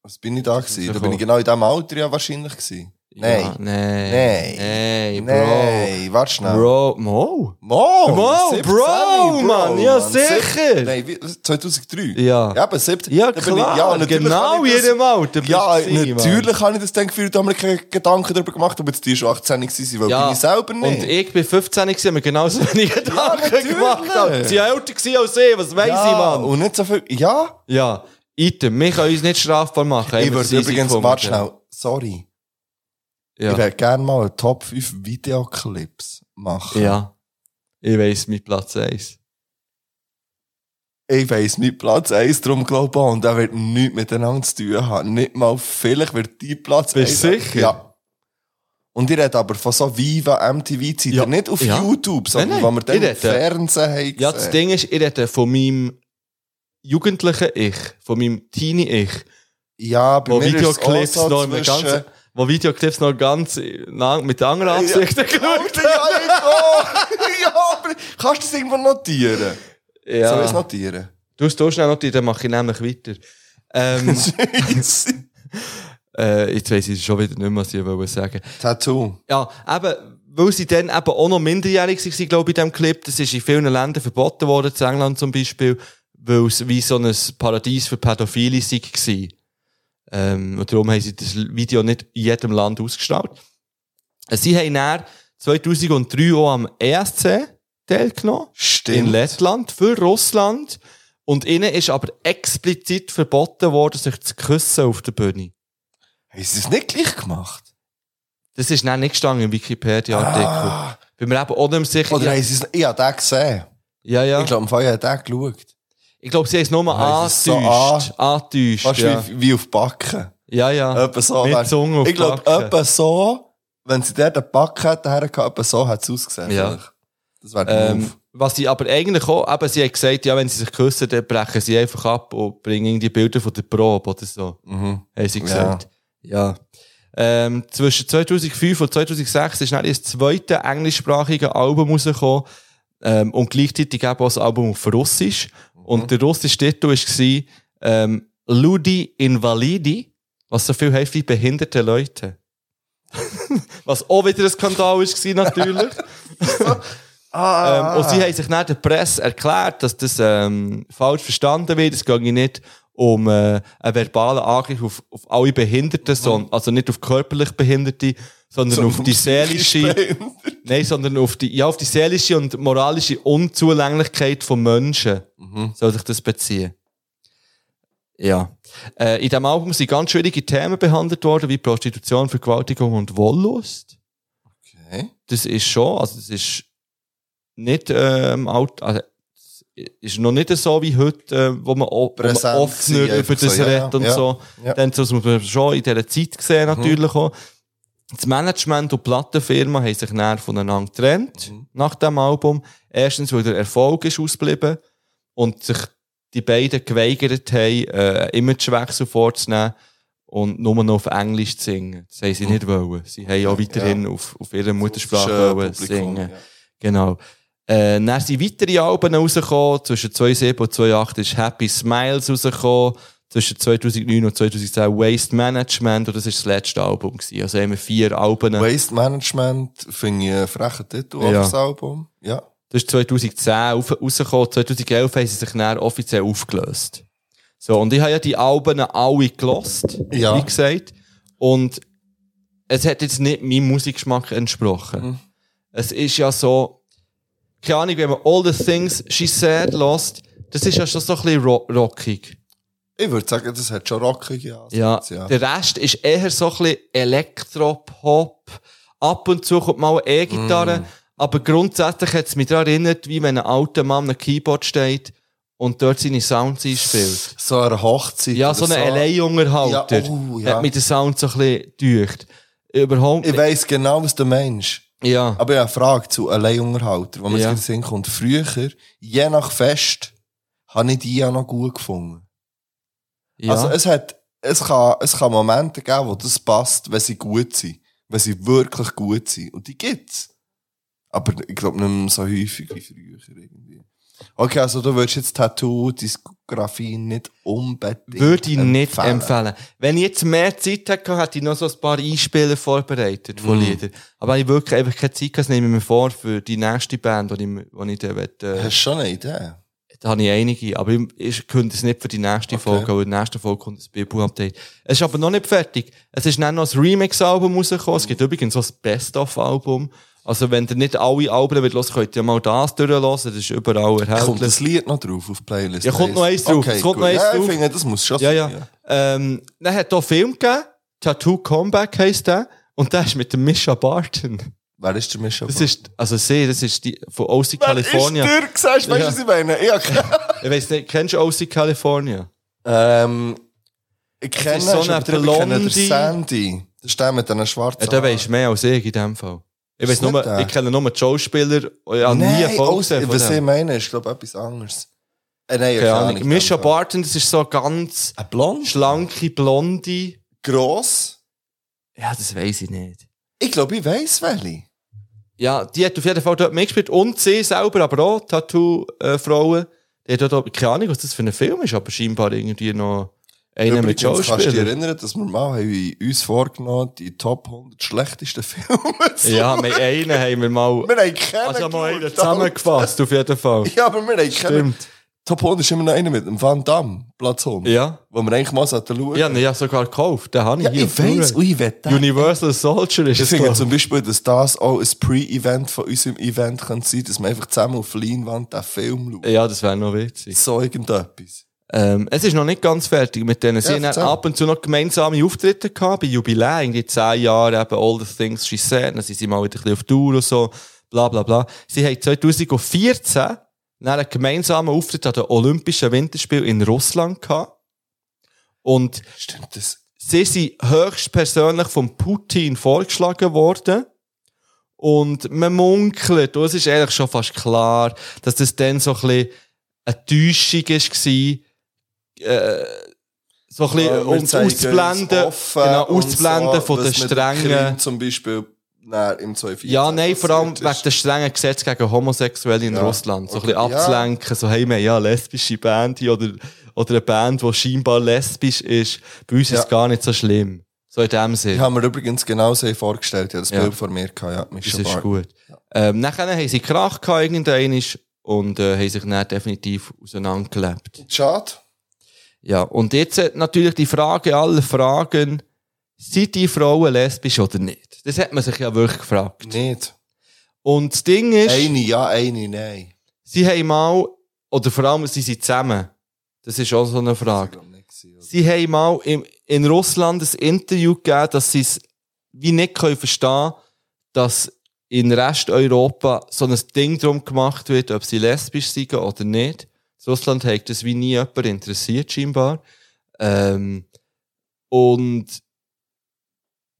Was bin ich da gewesen? Da bin rausgekommen. ich genau in diesem Alter ja wahrscheinlich gewesen. Nein. Ja, nein. Nein. Nein, Bro. Nein, warte schnell. Bro, Mo. Mo! Mo, 17, Bro, Mann. Ja, Mann. sicher. Sieb- Nein, wie- 2003? Ja. Ja, aber 17. Ja, Da bin ich- klar. natürlich genau habe ich das- jedem Alter. bist Ja, du gewesen, natürlich Mann. habe ich das dann gefühlt, da haben wir keine Gedanken darüber gemacht, ob jetzt die schon 18 waren, weil bin ich selber nicht. Und ich bin 15 gewesen, haben wir genauso wenig Gedanken natürlich. gemacht. Alter. Sie waren älter gewesen als ich, was weiss Ja, ich, Mann? Und nicht so viel. Ja? Ja, item, wir können uns nicht strafbar machen. Ich haben wir das würde easy übrigens, gefunden. warte schnell, sorry. Ja. Ich würde gerne mal einen Top 5 Videoclips machen. Ja. Ich weiss mit Platz 1. Ich weiss nicht Platz 1 drum, glaube ich, auch. und er wird nichts miteinander zu tun haben. Nicht mal vielleicht wird die Platz Bist du sicher? Ja. Und ich rede aber von so Viva MTV-Zeiten. Ja. Nicht auf Ja. YouTube, sondern Nein, wo nein, wir dann ich im rede- Fernsehen haben Ja, das Ding ist, ich rede von meinem jugendlichen Ich, von meinem Teenie-Ich. Ja, bei wo mir ist es Videoclips auch so noch mit zwischen- ganz, wo Videoclips noch ganz lang mit anderen Absichten geschaut Alter, ja, ich ja, aber kannst du das irgendwo notieren? Ja. Soll ich es notieren? Du hast da schnell noch die, dann mache ich nämlich weiter. Ähm, äh, jetzt weiss ich schon wieder nicht mehr, was ich wollte sagen. Tattoo. Ja, eben, weil sie dann eben auch noch minderjährig waren, glaube ich, in diesem Clip. Das ist in vielen Ländern verboten worden, in England zum Beispiel, weil es wie so ein Paradies für Pädophile war. Ähm, und darum haben sie das Video nicht in jedem Land ausgestrahlt. Äh, Sie haben dann 2003 auch am ESC teilgenommen. In Lettland, für Russland. Und ihnen ist aber explizit verboten worden, sich zu küssen auf der Bühne. Haben sie das nicht gleich gemacht? Das ist dann nicht gestanden im Wikipedia-Artikel. Ah. Bin mir eben auch nicht mehr sicher. Oder haben sie es Ich habe den gesehen. Ja, ja. Ich glaube, am Feuer hat den geschaut. Ich glaube, sie haben es nur Haben sie es so angetäuscht. Angetäuscht, Fast Ah, ja. wie, wie auf Backen. Ja, ja. Etwa so. Mit wär- Zunge auf ich glaube, Backen. etwa so, wenn sie dort einen Backen hätten hergehabt, etwa so hätte es ausgesehen. Ja. vielleicht. Das wäre der Ähm, Move. was sie aber eigentlich auch, eben, sie haben gesagt, ja, wenn sie sich küssen, dann brechen sie einfach ab und bringen die Bilder von der Probe oder so. Mhm. Haben sie gesagt. Ja. Ähm, zwischen 2005 und 2006 ist dann das zweite englischsprachige Album rausgekommen ähm, und gleichzeitig eben auch das Album auf Russisch. Und der russische Titel war ähm, Ludi Invalidi, was so viel heißt wie behinderte Leute. was auch wieder ein Skandal war, natürlich. Ah. Ähm, und sie haben sich nach der Presse erklärt, dass das ähm, falsch verstanden wird. Es ging nicht um äh, einen verbalen Angriff auf, auf alle Behinderten, sondern, also nicht auf körperlich Behinderte, sondern Sondern auf die auf psychisch seelische, nein, sondern auf die, ja, auf die seelische und moralische Unzulänglichkeit von Menschen Mhm, soll sich das beziehen. Ja. Äh, in diesem Album sind ganz schwierige Themen behandelt worden, wie Prostitution, Vergewaltigung und Wollust. Okay. Das ist schon, also das ist nicht ähm, alt, also es ist noch nicht so wie heute, äh, wo man, o- wo man Präsent offener sein, über einfach das so, ja, redet ja, und ja, so. ja. Mhm. Dann das muss man schon in dieser Zeit sehen natürlich auch. Das Management und die Plattenfirma haben sich näher voneinander getrennt Mhm. nach dem Album. Erstens, weil der Erfolg ist ausgeblieben und sich die beiden geweigert haben, äh, einen Imagewechsel vorzunehmen und nur noch auf Englisch zu singen. Das haben sie Mhm. nicht wollen. Sie haben auch weiterhin auf, auf ihrer Muttersprache Schön, wollen äh, Publikum, singen. ja. Genau. Äh, dann sind weitere Alben rausgekommen. Zwischen 2007 und 2008 ist Happy Smiles rausgekommen. Zwischen 2009 und 2010 Waste Management. Und das war das letzte Album. Gewesen. Also haben wir vier Alben. Waste Management finde ich einen frechen Titel Ja. auf das Album. Ja. Das ist 2010 auf- rausgekommen. 2011 haben sie sich dann offiziell aufgelöst. So, und ich habe ja die Alben alle gelost, Ja. wie gesagt. Und es hat jetzt nicht meinem Musikgeschmack entsprochen. Mhm. Es ist ja so, keine Ahnung, wenn man All the Things She Said lost, das ist ja schon so ein bisschen ro rockig. Ich würde sagen, das hat schon rockige Ansätze. Ja, der Rest ist eher so ein bisschen Elektro-Pop. Ab und zu kommt mal eine Mhm. E-Gitarre. Aber grundsätzlich hat es mich daran erinnert, wie wenn ein alter Mann am Keyboard steht und dort seine Sounds einspielt. So eine Hochzeit. Ja, oder so ein so. Alleinunterhalter. Ja, oh, ja. Hat mich der Sound so ein bisschen gedeucht. Überhaupt Ich weiss genau, was du meinst. Ja. Aber ich habe eine Frage zu Alleinunterhalter, wo mir Ja. ja. Sinn kommt. Früher, je nach Fest, habe ich die ja noch gut gefunden. Ja. Also es hat, es kann, es kann Momente geben, wo das passt, wenn sie gut sind. Wenn sie wirklich gut sind. Und die gibt's. Aber ich glaube nicht mehr so häufig wie früher irgendwie. Okay, also du würdest jetzt Tattoo, Diskografie nicht unbedingt Würde ich nicht empfehlen. Wenn ich jetzt mehr Zeit hätte, hätte ich noch so ein paar Einspieler vorbereitet von Mm. Liedern. Aber ich wirklich einfach keine Zeit hatte, das nehme ich mir vor für die nächste Band, die ich, die ich dann möchte, äh, Hast du schon eine Idee? Da habe ich einige, aber ich, ich könnte es nicht für die nächste Folge, weil in der nächsten Folge kommt das Bibu-Update. Es ist aber noch nicht fertig. Es ist dann noch ein Remix-Album rausgekommen. Es gibt übrigens so ein Best-of-Album. Also wenn ihr nicht alle Alben wollt hören, könnt ihr mal das durchlassen. Das ist überall erhältlich. Kommt das Lied noch drauf auf die Playlist? Ja, kommt noch eins drauf. Okay, es kommt gut. noch eins ja, drauf. Ich finde, das muss schon ja, sein. ja. Ähm, dann hat es einen Film gegeben. Tattoo Comeback heisst der. Und der ist mit dem Misha Barton. Wer ist der Misha Das ist, also sie, das ist die von OC California. Wer ist der? Sagst du, weißt du, was ich meine? Ich hab keine- Ich weiss nicht, kennst du OC California? Ähm, ich kenne so schon, eine aber ich kenne den blonde- Sandy. Das ist der mit diesen schwarzen Ja, da weisst du mehr als ich in dem Fall. Ich, Ist weiss nicht nur, der? ich kenne nur die Schauspieler, ich habe nie Nein, eine Folge aus- gesehen von was ich dem. meine, ist, glaube ich, etwas anderes. Äh, nein, Keine Ahnung. Misha Barton, das ist so ganz schlanke, blonde. Gross? Ja, das weiss ich nicht. Ich glaube, ich weiss welche. Ja, die hat auf jeden Fall dort mitgespielt und sie selber, aber auch Tattoo-Frauen. Die hat dort, keine Ahnung, was das für ein Film ist, aber scheinbar irgendwie noch einer Übrigens, mit kannst du dich Schauspielern. erinnern, dass wir mal haben uns vorgenommen die Top 100 schlechtesten Filme zu Ja, mit einem haben wir mal, Wir haben keinen also mal einen geschaut, zusammengefasst, auf jeden Fall. Ja, aber wir haben keinen. Stimmt. Top 100 ist immer noch einer mit dem Van Damme, Platz 100. Ja. Wo wir eigentlich mal sollten schauen. Ja, ne, ich habe sogar gekauft. Den habe ich Ja, hier. ich weiss, und ich wette. Universal Soldier ist Ich es. finde glaub zum Beispiel, dass das auch ein Pre-Event von unserem Event kann sein dass wir einfach zusammen auf Leinwand den Film schauen. Ja, das wäre noch witzig. So irgendetwas. Ähm, es ist noch nicht ganz fertig mit denen. Sie Ja, haben erzähl. ab und zu noch gemeinsame Auftritte gehabt, bei Jubiläen, die zehn Jahre eben All the Things She Said, dann sind sie mal wieder ein bisschen auf Tour und so, bla bla bla. Sie haben 2014 nach einem gemeinsamen Auftritt an den Olympischen Winterspielen in Russland gehabt. Und Stimmt das? sie sind höchstpersönlich von Putin vorgeschlagen worden. Und man munkelt, und es ist eigentlich schon fast klar, dass das dann so ein bisschen eine Täuschung war, äh, so ein bisschen, Ja, wir um zeigen auszublenden, uns offen genau, und auszublenden so, von den was mit strengen, Krim zum Beispiel nein, im 2014. ja, nein, vor allem wegen der strengen Gesetze gegen Homosexuelle in Ja. Russland. So ein Okay, bisschen ja. abzulenken, so, hey, wir haben ja eine lesbische Band hier oder, oder eine Band, die scheinbar lesbisch ist. Bei uns ist Ja. es gar nicht so schlimm. So in dem Sinne. Ich habe mir übrigens genau so vorgestellt, ich habe das Ja. Bild vor mir gehabt, ja, Das Mischa ist Barton. gut. Ähm, nachher haben sie Krach gehabt, irgendwann, und äh, haben sich dann definitiv auseinandergelebt. Schade. Ja, und jetzt hat natürlich die Frage aller Fragen, sind die Frauen lesbisch oder nicht? Das hat man sich ja wirklich gefragt. Nicht. Und das Ding ist... Eine ja, eine nein. Sie haben mal, oder vor allem, sie sind zusammen. Das ist auch so eine Frage. Sie haben mal im, in Russland ein Interview gegeben, dass sie es wie nicht können verstehen dass in Resteuropa so ein Ding drum gemacht wird, ob sie lesbisch sind oder nicht. In Russland hat das wie nie jemand interessiert, scheinbar. Ähm, und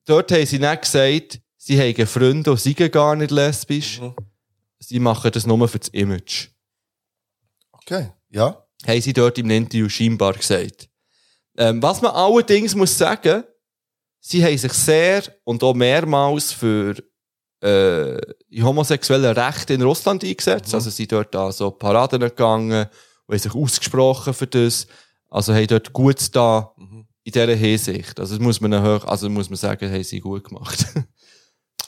dort haben sie dann gesagt, sie haben Freunde und seien gar nicht lesbisch. Sie machen das nur für das Image. Okay, ja. Haben sie dort im Interview scheinbar gesagt. Ähm, was man allerdings muss sagen, sie haben sich sehr und auch mehrmals für äh, die homosexuellen Rechte in Russland eingesetzt. Also sie sind dort an so Paraden gegangen und haben sich ausgesprochen für das. Also haben dort gut da in dieser Hinsicht. Also das muss man, hoch, also muss man sagen, haben sie gut gemacht.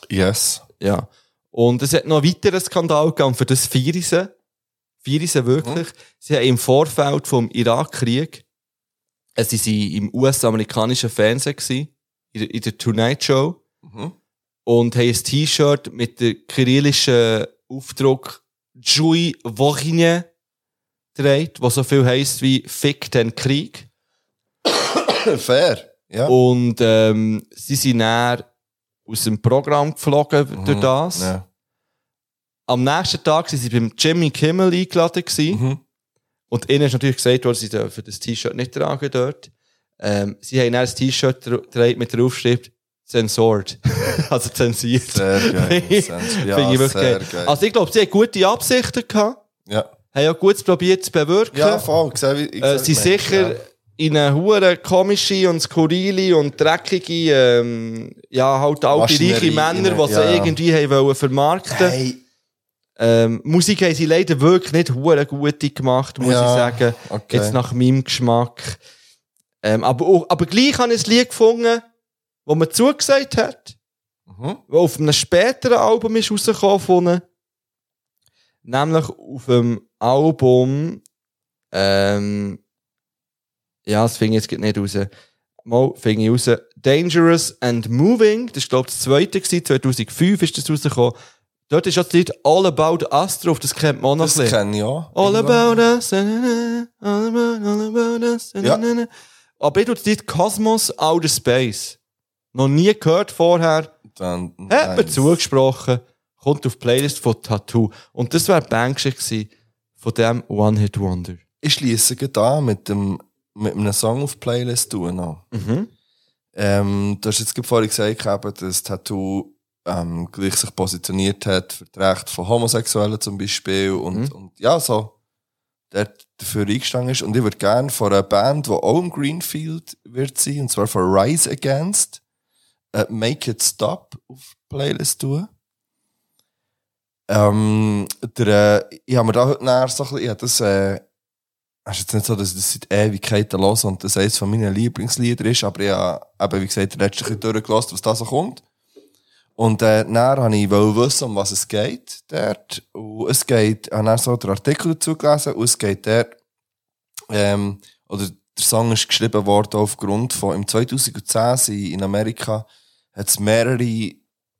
Yes. Ja. Und es hat noch einen weiteren Skandal gegeben, und für das feiern sie. Feiern sie wirklich. Sie haben im Vorfeld vom Irakkrieg, äh, sie waren im US-amerikanischen Fernsehen, gewesen, in, der- in der Tonight Show, Mhm. und haben ein T-Shirt mit dem kyrillischen Aufdruck Jui Vochine trägt, was so viel heisst wie Fick den Krieg. Fair, ja. Und ähm, sie sind dann aus dem Programm geflogen durch das. Mhm. Ja. Am nächsten Tag waren sie beim Jimmy Kimmel eingeladen. Mhm. Und ihnen ist natürlich gesagt worden, sie dürfen das T-Shirt nicht tragen dort. Ähm, sie haben dann ein T-Shirt tra- getragen mit der Aufschrift «Censored». also zensiert. Sehr geil. Zensiert. Ja, Finde ich wirklich sehr geil. geil. Also ich glaube, sie haben gute Absichten gehabt. Ja. Haben ja gut probiert zu bewirken. Ja, voll. Ich sehe, wie, ich Äh, sehe, sie wie du meinst, sicher ja. in eine hure komische und skurrile und dreckige, ähm, ja, halt alte, Maschinerie reiche Männer, rein, die sie ja. irgendwie haben wollen vermarkten Ähm, Musik haben sie leider wirklich nicht hure gute gemacht, muss Ja, ich sagen. okay. Jetzt nach meinem Geschmack. Ähm, aber, auch- aber gleich habe ich ein Lied gefunden, das man zugesagt hat. Mhm. Das auf einem späteren Album ist rausgekommen von ihnen. Nämlich auf dem Album, ähm, ja, das finde ich jetzt gerade nicht raus. Mal finde ich raus. Dangerous and Moving, das war glaube ich das zweite, gewesen. 2005 ist das rausgekommen. Dort ist auch das Lied All About Us drauf, das kennt man auch noch Das ein bisschen. kenne ich auch. All About Us, na, na, na, all about, all about us, na, Ja. na, na. Aber ich tue das Lied Cosmos Outer Space. Noch nie gehört vorher. Dann, Hat mir zugesprochen. Kommt auf die Playlist von Tattoo. Und das wäre die Bandgeschichte gewesen von dem One-Hit-Wonder. Ich schließe gerade an mit, dem, mit einem Song auf die Playlist tun. noch. Mhm. Ähm, du hast jetzt gerade vorhin gesagt, eben, dass Tattoo ähm, gleich sich positioniert hat für die Rechte von Homosexuellen zum Beispiel und, und ja, so der dafür eingestanden ist. Und ich würde gerne von einer Band, die auch im Greenfield wird sein, und zwar von Rise Against, äh, Make It Stop auf die Playlist tun. Ähm, der, äh, ich habe mir da heute näher so ein bisschen, ich hab das, äh, es ist jetzt nicht so, dass ich das seit Ewigkeiten los und das eines von meinen Lieblingslieder ist, aber ich habe, eben, wie gesagt, letztes Jahr durchgelassen, was da so kommt. Und äh, dann wollte ich wissen, um was es geht dort. Und es geht, ich habe dann so den Artikel dazu gelesen und es geht dort Ähm, oder der Song ist geschrieben worden aufgrund von, im 2010 sind in Amerika hat es mehrere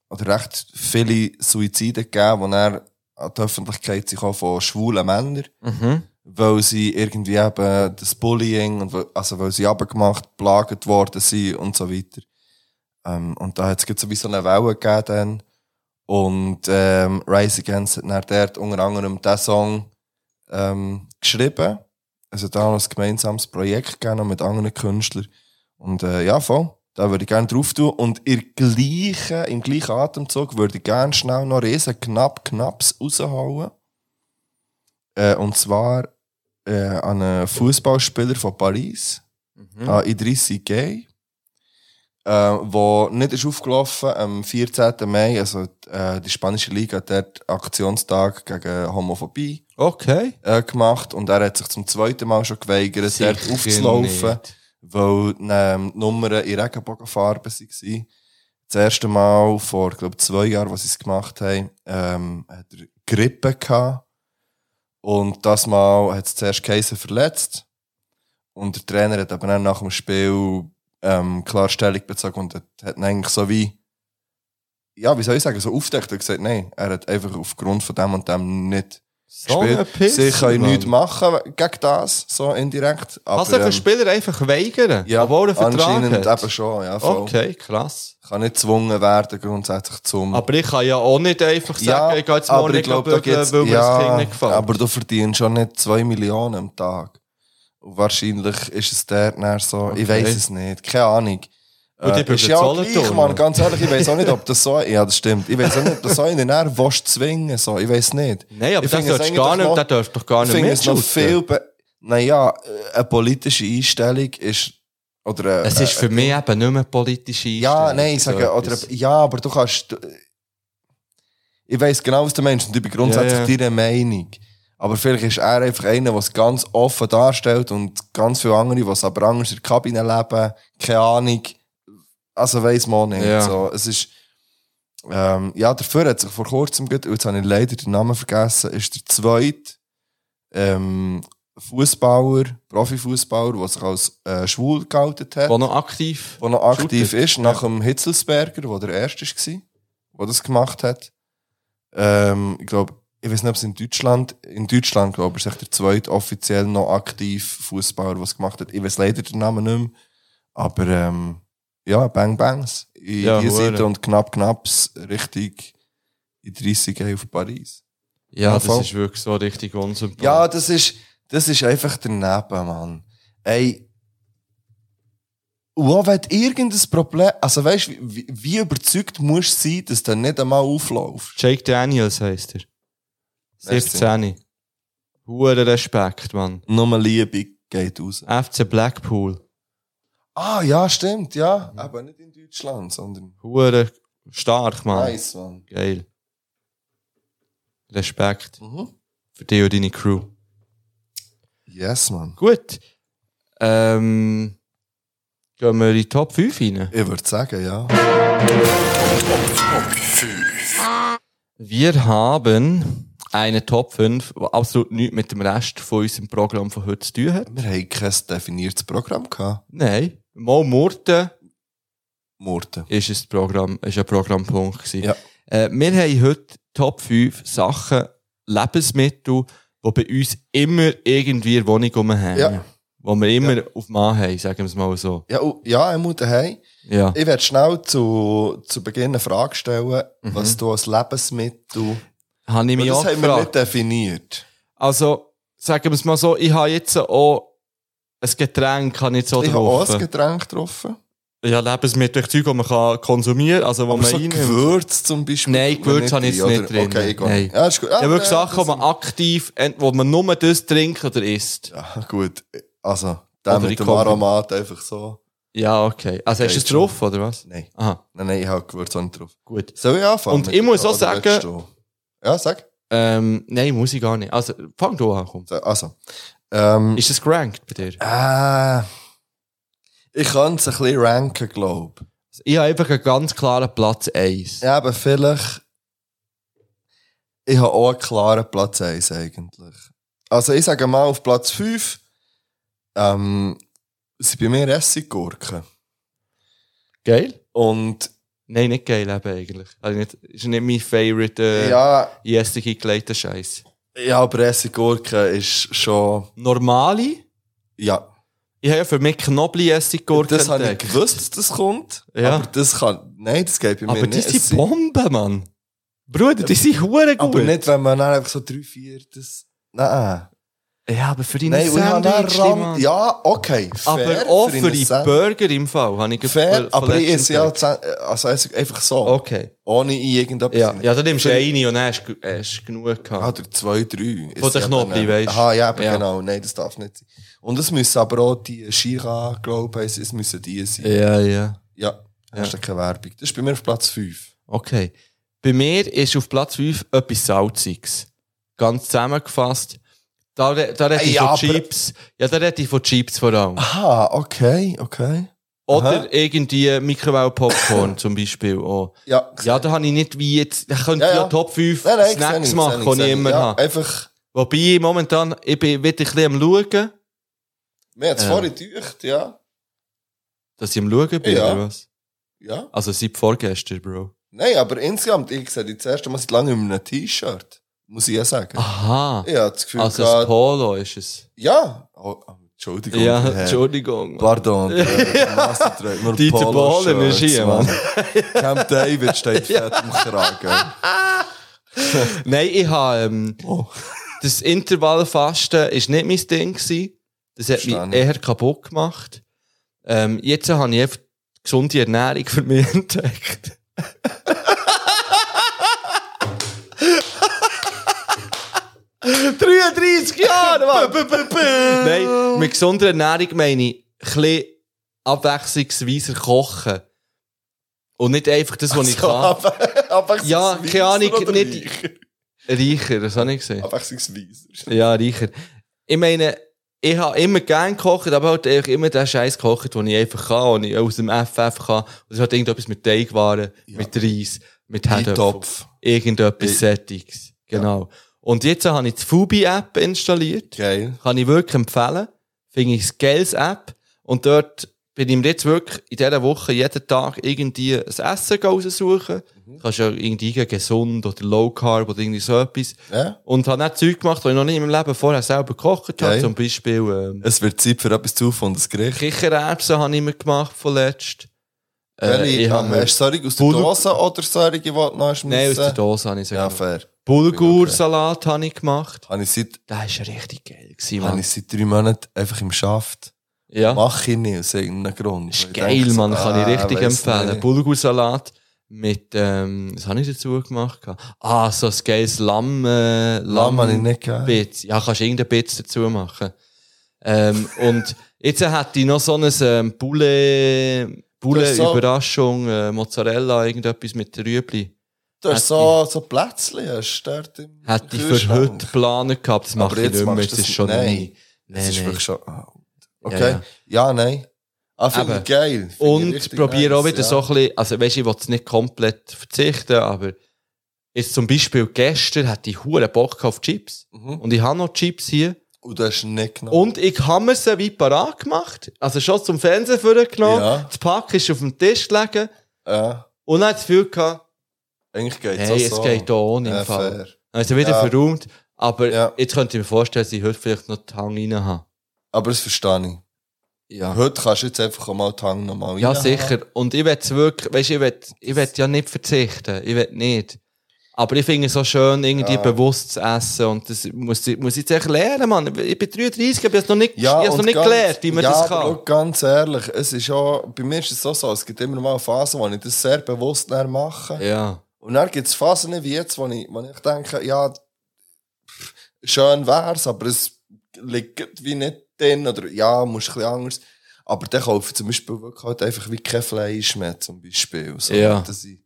oder recht viele Suizide gegeben, die er an die Öffentlichkeit sich auch von schwulen Männern, Mhm. weil sie irgendwie eben das Bullying und weil- also weil sie abgemacht, belagert worden sind und so weiter. Ähm, und da hat es sowieso eine Welle gegeben dann. Und ähm, Rise Against hat dann dort unter anderem diesen Song ähm, geschrieben. Also da haben wir ein gemeinsames Projekt gegeben noch mit anderen Künstlern. Und äh, ja, voll. Da würde ich gerne drauf tun. Und in gleichen, im gleichen Atemzug würde ich gerne schnell noch riesen knapp knapps raushauen. Äh, und zwar äh, an einen Fußballspieler von Paris, Mhm. an Idrissi Gay, äh, der nicht ist aufgelaufen am 14. Mai, also äh, die spanische Liga hat dort Aktionstag gegen Homophobie Okay. äh, gemacht und er hat sich zum zweiten Mal schon geweigert, Sicher dort aufzulaufen, weil ähm, die Nummern in Regenbogenfarben waren. Das erste Mal vor, glaube zwei Jahren, was sie es gemacht haben, ähm, hat er Grippe gehabt. Und das Mal hat es zuerst Käse verletzt. Und der Trainer hat aber dann nach dem Spiel ähm, klar Stellung bezogen und hat, hat ihn eigentlich so wie, ja, wie soll ich sagen, so aufdeckt und gesagt, nein, er hat einfach aufgrund von dem und dem nicht So ein Piss, Sie können Mann. nichts machen gegen das, so indirekt. Aber, Kannst du den ähm, Spieler einfach weigern? ja, obwohl er einen Vertrag anscheinend hat? eben schon, ja, voll. Okay, krass. Kann nicht gezwungen werden, grundsätzlich zum... Aber ich kann ja auch nicht einfach sagen, ich gehe jetzt aber morgen ich glaub, da bügeln, gibt's- weil mir ja, das Kind nicht gefällt. Aber du verdienst schon nicht 2 Millionen am Tag. Und wahrscheinlich ist es der dann so, ich Okay. weiß es nicht, keine Ahnung. Und Äh, die ist bügeln ja zu auch Solothurn. gleich, Mann, ganz ehrlich, ich weiß auch nicht, ob das so, ja, das stimmt, ich weiß auch nicht, ob das so in den Nerven willst zwingen, so, ich weiß nicht. Nein, aber ich das finde es solltest du eigentlich gar nicht- noch- das darfst du doch gar nicht Ich finde es noch mitschulden. viel, be- naja, äh, eine politische Einstellung ist, oder, äh, Es ist äh, für mich eben nicht mehr politische ja, Einstellung, nein, ich so sage, oder, etwas. ja, aber du kannst. du- Ich weiß genau, was du meinst und ich bin grundsätzlich Ja, ja. deiner Meinung. Aber vielleicht ist er einfach einer, der es ganz offen darstellt und ganz viele andere, die es aber anders in der Kabine leben, keine Ahnung. Also weiß man auch nicht. Ja. So, es ist, ähm, ja, dafür hat sich vor kurzem, gut- jetzt habe ich leider den Namen vergessen, ist der zweite ähm, Fußballer, Profifußballer, der sich als äh, schwul gehalten hat. Der noch aktiv Der noch aktiv shootet. ist, nach dem Hitzelsberger, der der Erste war, der das gemacht hat. Ähm, ich glaube, ich weiß nicht, ob es in Deutschland, in Deutschland, glaube ich, ist echt der zweite offiziell noch aktiv Fußballer, der es gemacht hat. Ich weiß leider den Namen nicht mehr. Aber ähm, ja, Bang Bangs. In Ja, die hure. Seite und knapp knapps richtig in 30 auf Paris. Ja, das voll. ist wirklich so richtig unsympathisch. Ja, das ist, das ist einfach daneben, Mann. Ey. Und auch wenn du irgendein Problem. Also weißt du, wie, wie überzeugt musst du sein, dass du nicht einmal auflaufst? Jake Daniels heisst er. Merci. 17. Huren Respekt, Mann. Nur Liebe geht raus. FC Blackpool. Ah, ja, stimmt, ja. Aber nicht in Deutschland, sondern. Huren stark, Mann. Nice, Mann. Geil. Respekt. Mhm. Für dich und deine Crew. Yes, Mann. Gut. Ähm, gehen wir in die Top 5 rein. Ich würde sagen, ja. Wir haben eine Top 5, die absolut nichts mit dem Rest von unserem Programm von heute zu tun hat. Wir haben kein definiertes Programm gehabt. Nein. Mal Murten. Murten. Ist es Programm, ist ein Programmpunkt gewesen. Ja. Äh, wir haben heute Top 5 Sachen, Lebensmittel, die bei uns immer irgendwie in der Wohnung rumhängen. Ja. Die wir immer auf dem Mann haben, sagen wir es mal so. Ja, und- ja, er muss daheim. Ja. Ich werde schnell zu, zu Beginn eine Frage stellen, Mhm. was du als Lebensmittel. Habe ich mich Weil auch das haben wir nicht gefragt. definiert. Also, sagen wir es mal so, ich habe jetzt auch ein Getränk kann ich so ich habe drauf. auch ein Getränk getroffen. Ja, Lebensmittel, Zeug, die man kann konsumieren kann, also wo Aber man so reinnimmt. Gewürz zum Beispiel. Nein, Gewürz habe ich jetzt Oder- nicht drin. Okay, ich gehe Nein. nicht. Ja, ist gut. Ah, ja, wirklich nein, Sachen, die man aktiv, ent- wo man nur das trinkt oder isst. Ja, gut. Also, ah. Oder der ich mit dem komme- Aromat einfach so. Ja, okay. Also hast du es Geht drauf, oder was? Nein. Aha. Nein, nein, ich habe Gewürz auch nicht drauf. Gut. Soll ich anfangen? Und mit- ich muss auch oder sagen- willst du? Ja, sag. Ähm, nein, muss ich gar nicht. Also, fang du an, komm. Also. Ähm, ist es gerankt bei dir? Äh, ich kann es ein bisschen ranken, glaube ich. Ich habe einfach einen ganz klaren Platz 1. Ja, aber vielleicht. Ich habe auch einen klaren Platz 1 eigentlich. Also ich sage mal auf Platz 5 Ähm, sind bei mir Essiggurken. Geil. Und. Nein, nicht geil eben eigentlich. Also nicht, ist nicht mein Favorite äh, Ja. in Essig eingelegter Scheiß. eh, Ja, aber Essiggurken ist schon. Normale? Ja. Ich habe ja für mich Knoblauch-Essiggurken Das habe ich entdeckt. gewusst, dass das kommt. Ja. Aber das kann. Nein, das geht bei mir Aber nicht. die Es sind Bomben, Mann. Bruder, die sind hure gut. Aber nicht, wenn man dann einfach so drei, vier. Das, nein. Ja, aber für deine Nein, und ich habe dann Sandwich, Ram- Mann. Ja, okay. Fair, aber auch für, einen die Sand- Burger im Fall. Habe ich Fair, von aber ich letztem esse ja gehört. Zahn- also ich esse einfach so. Okay. Ohne in irgendetwas. Ja, ja dann nimmst du Für- Ah, eine und dann hast du hast du genug gehabt. Oder zwei, drei. Von der Knoblauch, weißt du. Aha, ja, aber Ja. genau. Nein, das darf nicht sein. Und es müssen aber auch die Shira, glaube ich, es müssen die sein. Ja, ja. Ja, hast du keine Werbung. Das ist bei mir auf Platz 5. Okay. Bei mir ist auf Platz 5 etwas Salziges. Ganz zusammengefasst. Da, re- da rede Ey, ich von aber- Chips. Ja, da rede ich von Chips vor allem. Aha, okay, okay. Oder Aha. irgendwie Mikrowelle-Popcorn zum Beispiel auch. Ja, ja da habe ich nicht wie jetzt... Ich könnte ja, Ja, ja. Top 5 Nein, nein, sehe ich, Snacks sehe machen, ich, die ich, sehe ich. immer Ja, habe. einfach- Wobei ich momentan... Ich bin wieder ein bisschen am Schauen. Mir hat es Ja. vorhin gedacht, ja. Dass ich am Schauen bin, Ja. oder was? Ja. Also seit vorgestern, Bro. Nein, aber insgesamt, ich sehe dich das erste Mal seit langem in einem T-Shirt. Muss ich ja sagen. Aha. Ich habe das Gefühl Also gehabt- das Polo ist es. Ja. Oh, oh, Entschuldigung. Ja, Herr. Entschuldigung. Pardon. Ja. der Master trägt nur Dieter Polo-Shirts, Bohlen ist hier, Mann. Camp David steht fett am Kragen. Nein, ich habe. Ähm, Das Intervallfasten ist nicht mein Ding. Gewesen. Das hat mich eher kaputt gemacht. Ähm, jetzt habe ich einfach gesunde Ernährung für mich entdeckt. Jahre, Nein, mit gesunder Ernährung meine ich, ein bisschen abwechslungsweiser kochen. Und nicht einfach das, was ich kann. Ja, keine Ahnung, nicht reicher, das habe ich gesehen. Abwechslungsweise. Ja, reicher. Ich meine, ich habe immer gern gekocht, aber halt einfach immer den Scheiß gekocht, den ich einfach kann, und ich aus dem FF kann. Und es hat irgendetwas mit Teigwaren, mit Reis, mit Herdöpfen. Eintopf. Irgendetwas Ei. Sättiges. Genau. Und jetzt habe ich die Fubi-App installiert. Geil. Kann ich wirklich empfehlen. Finde ich ein geiles App. Und dort bin ich mir jetzt wirklich in dieser Woche jeden Tag irgendwie ein Essen raussuchen. Kannst ja irgendwie eingeben, gesund oder low carb oder irgendwie so etwas. Ja. Und habe auch Zeug gemacht, die ich noch nie in meinem Leben vorher selber gekocht habe. Geil. Zum Beispiel ähm, Es wird Zeit für etwas zugefundenes Gericht. Kichererbsen habe ich mir gemacht Äh, vorletzt. Welche? Äh, Hast du solche aus der Dose oder solche, die du noch hast Nein, aus müssen? der Dose habe ich sie Ja, Ah, gemacht. fair. Bulgursalat habe ich gemacht. Habe ich seit... Das ist richtig geil gewesen, Habe Mann. ich seit drei Monaten einfach im Schaft. Ja. Mache ich nicht, aus irgendeinem Grund. Weil ich Geil, denke so, Mann, kann ah, ich richtig weiss empfehlen. nicht. Bulgursalat mit, ähm, was habe ich dazu gemacht? gehabt? Ah, so ein geiles Lamm, äh, Lamm habe ich nicht gehabt. Bitz. Ja, kannst irgendein Bitz dazu machen. Ähm, und jetzt hätte ich noch so ein, ähm, Boulet, Das Boulet, ist so- Überraschung, äh, Mozzarella, irgendetwas mit Rüebli. Du hast so, so Plätzchen, hast du dort im Hätte ich für Kühlschrank. heute geplant gehabt, das mache Aber ich jetzt nicht mehr, machst jetzt du ist das- schon nein. nein. Es ist wirklich schon- ah, Okay. Ja, Ja, ja. nein. Ah, finde Eben. ich geil. Finde ich Und richtig probiere auch nice, wieder ja. so ein bisschen, also weißt du, ich will es nicht komplett verzichten, aber jetzt zum Beispiel gestern hatte ich hure Bock gehabt auf Chips. Und ich habe noch Chips hier. Mhm. Und du hast nicht genommen. Und ich habe mir sie wie parat gemacht. Also schon zum Fernsehen vorgenommen. Ja. Das Pack ist auf dem Tisch gelegen. Ja. Und dann das Gefühl gehabt, Äh, Eigentlich geht es hey, auch es so. geht auch ohne Ja, im Fall. fair. Also wieder Ja. verräumt. Aber jetzt könnte ich mir vorstellen, dass ich heute vielleicht noch die Hang rein habe. Aber das verstehe ich. Ja. Heute kannst du jetzt einfach auch mal die Hang nochmal Ja, sicher. Und ich will wirklich, weißt, ich will, ich will ja nicht verzichten. Ich will nicht. Aber ich finde es so schön, irgendwie Ja. bewusst zu essen. Und das muss, ich- muss ich jetzt echt lernen, Mann. Ich bin 33, aber ich habe es noch nicht, ich habe es noch und nicht ganz- gelernt, wie man ja, das aber kann. schau, ganz ehrlich, es ist auch, bei mir ist es auch so, es gibt immer mal Phasen, wo ich das sehr bewusst dann mache. Ja. Und dann gibt es Phasen wie jetzt, wo ich, wo ich denke, ja, pff, schön wär's, aber es liegt wie nicht drin, oder ja, muss ein bisschen anders. Aber dann kaufe ich zum Beispiel wirklich halt einfach wie kein Fleisch mehr, zum Beispiel. So, Ja. dass ich,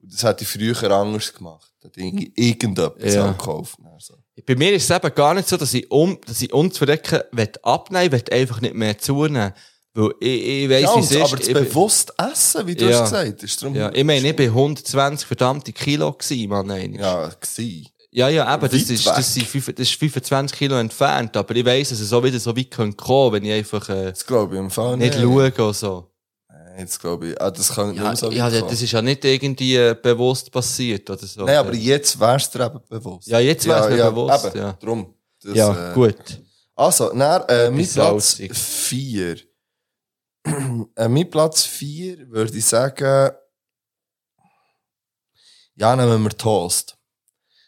und das hätte ich früher anders gemacht. Da hätte ich irgendetwas Ja. ja. gekauft. Bei mir ist es eben gar nicht so, dass ich, um, dass ich unzuverrecken will abnehmen, will einfach nicht mehr zunehmen. Weil ich, ich weiss, Ja, wie und- es ist. aber das Ich bin- bewusst essen, wie du hast gesagt hast, ist darum- ja, ich meine, ich bin 120 verdammte Kilo gewesen, Mann, eigentlich. Ja, gewesen. Ja, ja, eben, das, Weit ist, weg. das, sind fünf, das ist 25 Kilo entfernt, aber ich weiss, dass es auch wieder so weit kommen könnte, wenn ich einfach äh, das glaube ich im Fall nicht nicht. schaue oder so. Nein, das glaube ich. Ah, das kann nicht Ja, mehr so weit ja, kommen. das ist ja nicht irgendwie äh, bewusst passiert oder so. Nein, aber jetzt wär's dir eben bewusst. Ja, jetzt wär's mir ja, bewusst, Eben, ja. Drum. Das, äh, Ja, gut. eh, Also, dann, äh, mein Etwas Platz salzig. 4. äh, mein Platz 4 würde ich sagen. Ja, nehmen wir Toast.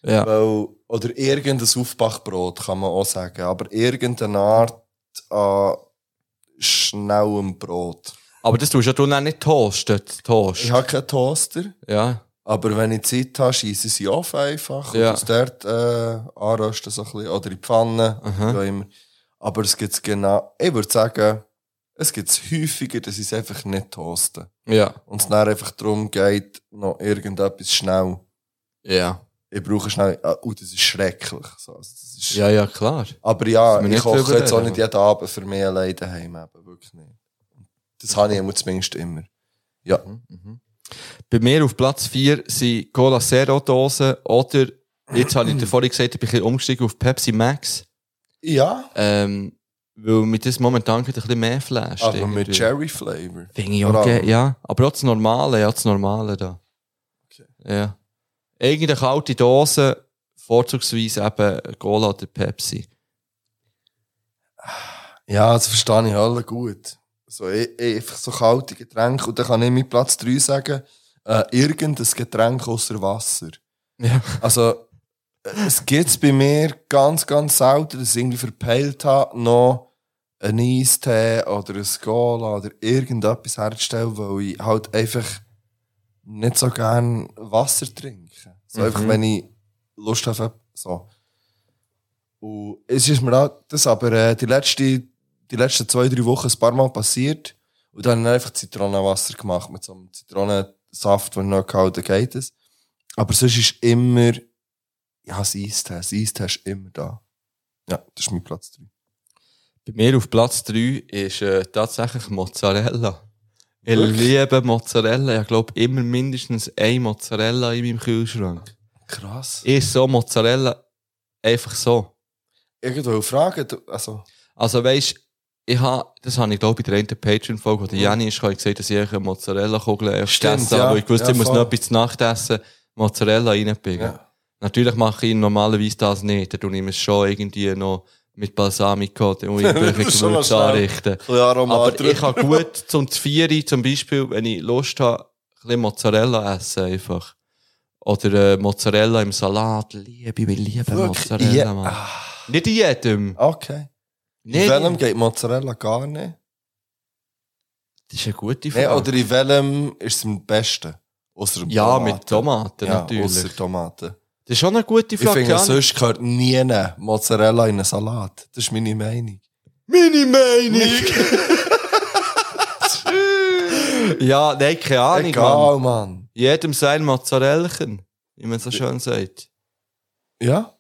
Ja. Weil, oder irgendein Aufbackbrot kann man auch sagen. Aber irgendeine Art an schnellem Brot. Aber das tust ja du dann nicht toasten, Toast. Ich habe keinen Toaster. Ja. Aber wenn ich Zeit habe, scheisse sie auf einfach. Ja. Und aus dort äh, anrösten so ein bisschen. Oder in die Pfanne. Mhm. wie auch immer. Aber es gibt es genau. Ich würde sagen, es gibt es häufiger, dass ich es einfach nicht toaste. Ja. Und es dann einfach darum geht, noch irgendetwas schnell. Ja. Ich brauche schnell. ah, Und das ist schrecklich. So, also das ist, Ja, ja, klar. Aber Dass ja, wir ich nicht koche drüber jetzt auch reden, nicht jeden Abend für mich alleine daheim. Eben, wirklich nicht. Das habe ich immer zumindest immer. Ja. Bei mir auf Platz 4 sind Cola Zero Dosen oder, jetzt habe ich dir vorhin gesagt, ich bin ein bisschen umgestiegen auf Pepsi Max. Ja. Ähm, weil mir das momentan gerade ein bisschen mehr flasht. Aber irgendwie. Also mit Cherry Flavor. Finde ich okay, ja. Aber auch das Normale, ja, das Normale da. Ja. Irgendeine kalte Dose, vorzugsweise eben Cola oder Pepsi. Ja, das verstehe ich alle gut. So, ich, ich, einfach so kalte Getränke. Und dann kann ich mit Platz 3 sagen, äh, irgendein Getränk außer Wasser. Ja. Also, äh, es gibt es bei mir ganz, ganz selten, dass ich irgendwie verpeilt habe, noch einen Eistee oder ein Cola oder irgendetwas herzustellen, weil ich halt einfach nicht so gerne Wasser trinke. So Mhm. einfach, wenn ich Lust habe, so. Und es ist mir auch das aber äh, die, letzte, die letzten zwei, drei Wochen ein paar Mal passiert. Und dann habe ich einfach Zitronenwasser gemacht mit so einem Zitronensaft, den ich noch gehalten habe, geht es. Aber sonst ist immer, ja, das Eistee, das Eistee ist immer da. Ja, das ist mein Platz 3. Bei mir auf Platz 3 ist äh, tatsächlich Mozzarella. Ich Wirklich? liebe Mozzarella. Ich glaube immer mindestens ein Mozzarella in meinem Kühlschrank. Krass. Ist so Mozzarella einfach so. Irgendwo Fragen, du- also. Also weißt, ich ha, das habe ich glaube ich in der einen Patreon-Folge, wo der Jenny ist, habe ich gesagt, dass ich eine Mozzarella-Kugel Stimmt, gegessen habe, ja. weil ich wusste, Ja, ich muss voll. noch etwas zu Nacht essen, Mozzarella reinpicken. Natürlich mache ich normalerweise das nicht, da tue ich mir schon irgendwie noch mit Balsamico und Das ist irgendwelche schon noch Gewürze schnell. anrichten. Ein bisschen Aromat Aber ich drüber. kann gut zum Zvieri zum Beispiel, wenn ich Lust habe, ein bisschen Mozzarella essen einfach. Oder äh, Mozzarella im Salat, liebe, ich Wirklich? liebe Mozzarella, Ja. Ah, Mann. Nicht in jedem. Okay. Nicht- In welchem geht Mozzarella gar nicht? Das ist eine gute Nee, Frage. oder in welchem ist es am besten? Ausser dem Ja, mit Tomaten, natürlich. Ausser Tomaten. Das ist schon eine gute Ich Frage. finde, ja. sonst gehört nie eine Mozzarella in einen Salat. Das ist meine Meinung. Meine Meinung! ja, nein, keine Ahnung. Egal, Mann. Jedem sein Mozzarellchen, wie man so schön sagt. Ja?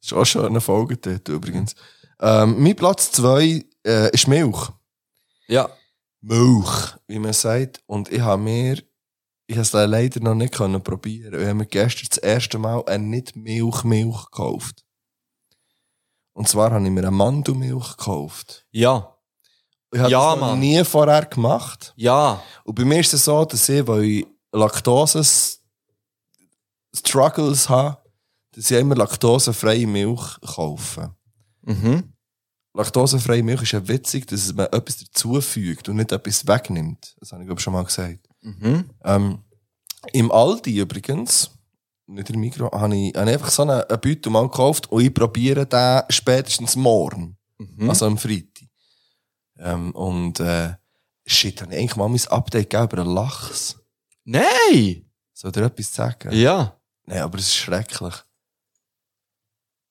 Das ist auch schon eine Folge dort übrigens. Ähm, mein Platz 2 äh, ist Milch. Ja. Milch, wie man sagt. Und ich habe mir, ich habe es dann leider noch nicht können probieren. Ich habe mir gestern das erste Mal eine nicht Milch-Milch gekauft. Und zwar habe ich mir eine Mandelmilch gekauft. Ja. Ich habe Ja, das noch Mann. nie vorher gemacht. Ja. Und bei mir ist es so, dass ich, weil ich Laktose-Struggles habe, dass ich immer laktosefreie Milch kaufe. Mhm. Laktosefreie Milch ist ja witzig, dass man etwas dazufügt und nicht etwas wegnimmt. Das habe ich, glaube ich, schon mal gesagt. Mhm. Ähm, Im Aldi übrigens, nicht im Mikro, habe ich, habe ich einfach so einen, einen Beutel mal gekauft und ich probiere den spätestens morgen. Hm? Mhm. Also am Freitag. Ähm, und äh, shit, habe ich eigentlich mal mein Update gegeben über einen Lachs. Nein! Soll dir etwas sagen? Ja. Nein, aber es ist schrecklich.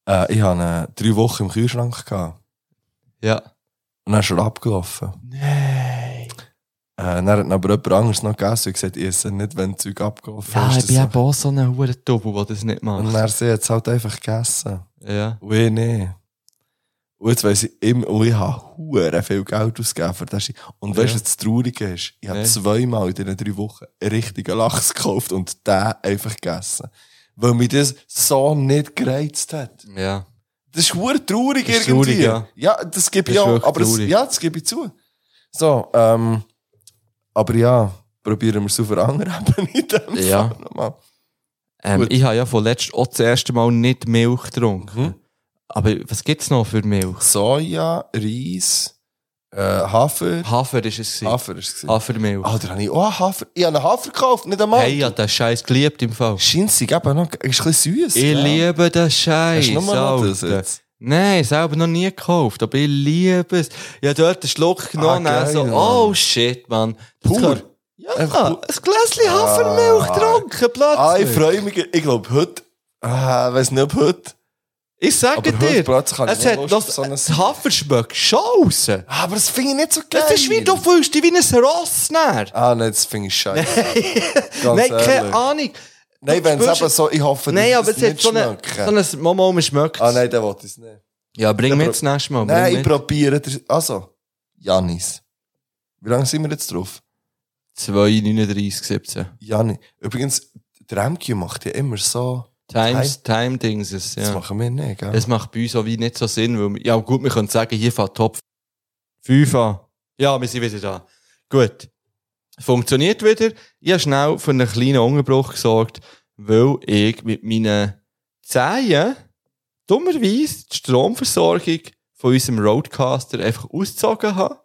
Äh, ich hatte äh, drei Wochen im Kühlschrank. Gehabt. Ja. Und dann ist er abgelaufen. Nein. Äh, dann hat ihn aber jemand anderes noch gegessen und gesagt, ich esse ihn nicht, wenn das Zeug abgelaufen Ja, ist. Ah, ich Das bin so- eben auch so ein hoher Double, der das nicht macht. Und er sie jetzt halt einfach gegessen. Ja. Und ich nicht. Und jetzt weiss ich immer, und ich habe hure viel Geld ausgegeben für das. Und weißt du, Ja. was das Traurige ist? Ich habe Nein. zweimal in diesen drei Wochen einen richtigen Lachs gekauft und den einfach gegessen. weil mich das so nicht gereizt hat. Ja. Das ist hure traurig Das ist irgendwie. traurig, ja. ja, das gebe Das ich ist auch. wirklich Aber das, traurig. ja, das gebe ich zu. So, ähm, aber ja, probieren wir es auf einer anderen Ebene in dem Ja. Fall nochmal. Ähm, Gut. Mhm. ich habe ja vorletzt auch das erste Mal nicht Milch getrunken. Aber was gibt es noch für Milch? Soja, Reis, äh, Hafer. Hafer ist es. Hafer ist es. Hafermilch. Ah, da habe ich auch einen Hafer. Ich habe einen Hafer gekauft, nicht einmal. Hey, ja, der Scheiß geliebt im Fall. Schinzig, eben noch. Ist ein bisschen süß. Ich liebe den Scheiß. Hast du nur noch das jetzt? Nein, selber noch nie gekauft, aber ich liebe es. Ich habe dort einen Schluck genommen Ah, und geil, so, Mann. oh shit, Mann. Das Pur? kann- Ja, ein Gläschen Hafermilch getrunken, plötzlich. Ah, ich freue mich. Ich glaube, heute. Ah, ich weiß nicht, ob heute. Ich sage Aber dir, heute plötzlich habe ich es noch hat Lust noch auf so eine Ah, das Haferschmöck schon raus. Aber das finde ich nicht so geil. Das ist wie, du fühlst dich wie ein Ross näher. Ah, nein, das finde ich scheiße. Nein, ehrlich. keine Ahnung. Nein, Du wenn es spürst- eben so, ich hoffe, Nein, dass aber es es hat nicht so eine- schmeckt. so ein Moment, schmeckt Ah, nein, der wollte es nicht. Ja, bring mir das nächste Mal. Nein, bring ich mit. probiere. das- Also, Janis. Wie lange sind wir jetzt drauf? 2,39, 17. Janis. Übrigens, der MQ macht ja immer so. Times, Time Dings ist, ja. Das machen wir nicht, gell? Das macht bei uns auch wie nicht so Sinn, weil, wir- ja gut, wir können sagen, hier fährt Top 5 an. Ja, wir sind wieder da. Gut. Funktioniert wieder. Ich habe schnell für einen kleinen Unterbruch gesorgt, weil ich mit meinen Zehen dummerweise die Stromversorgung von unserem Roadcaster einfach ausgezogen habe.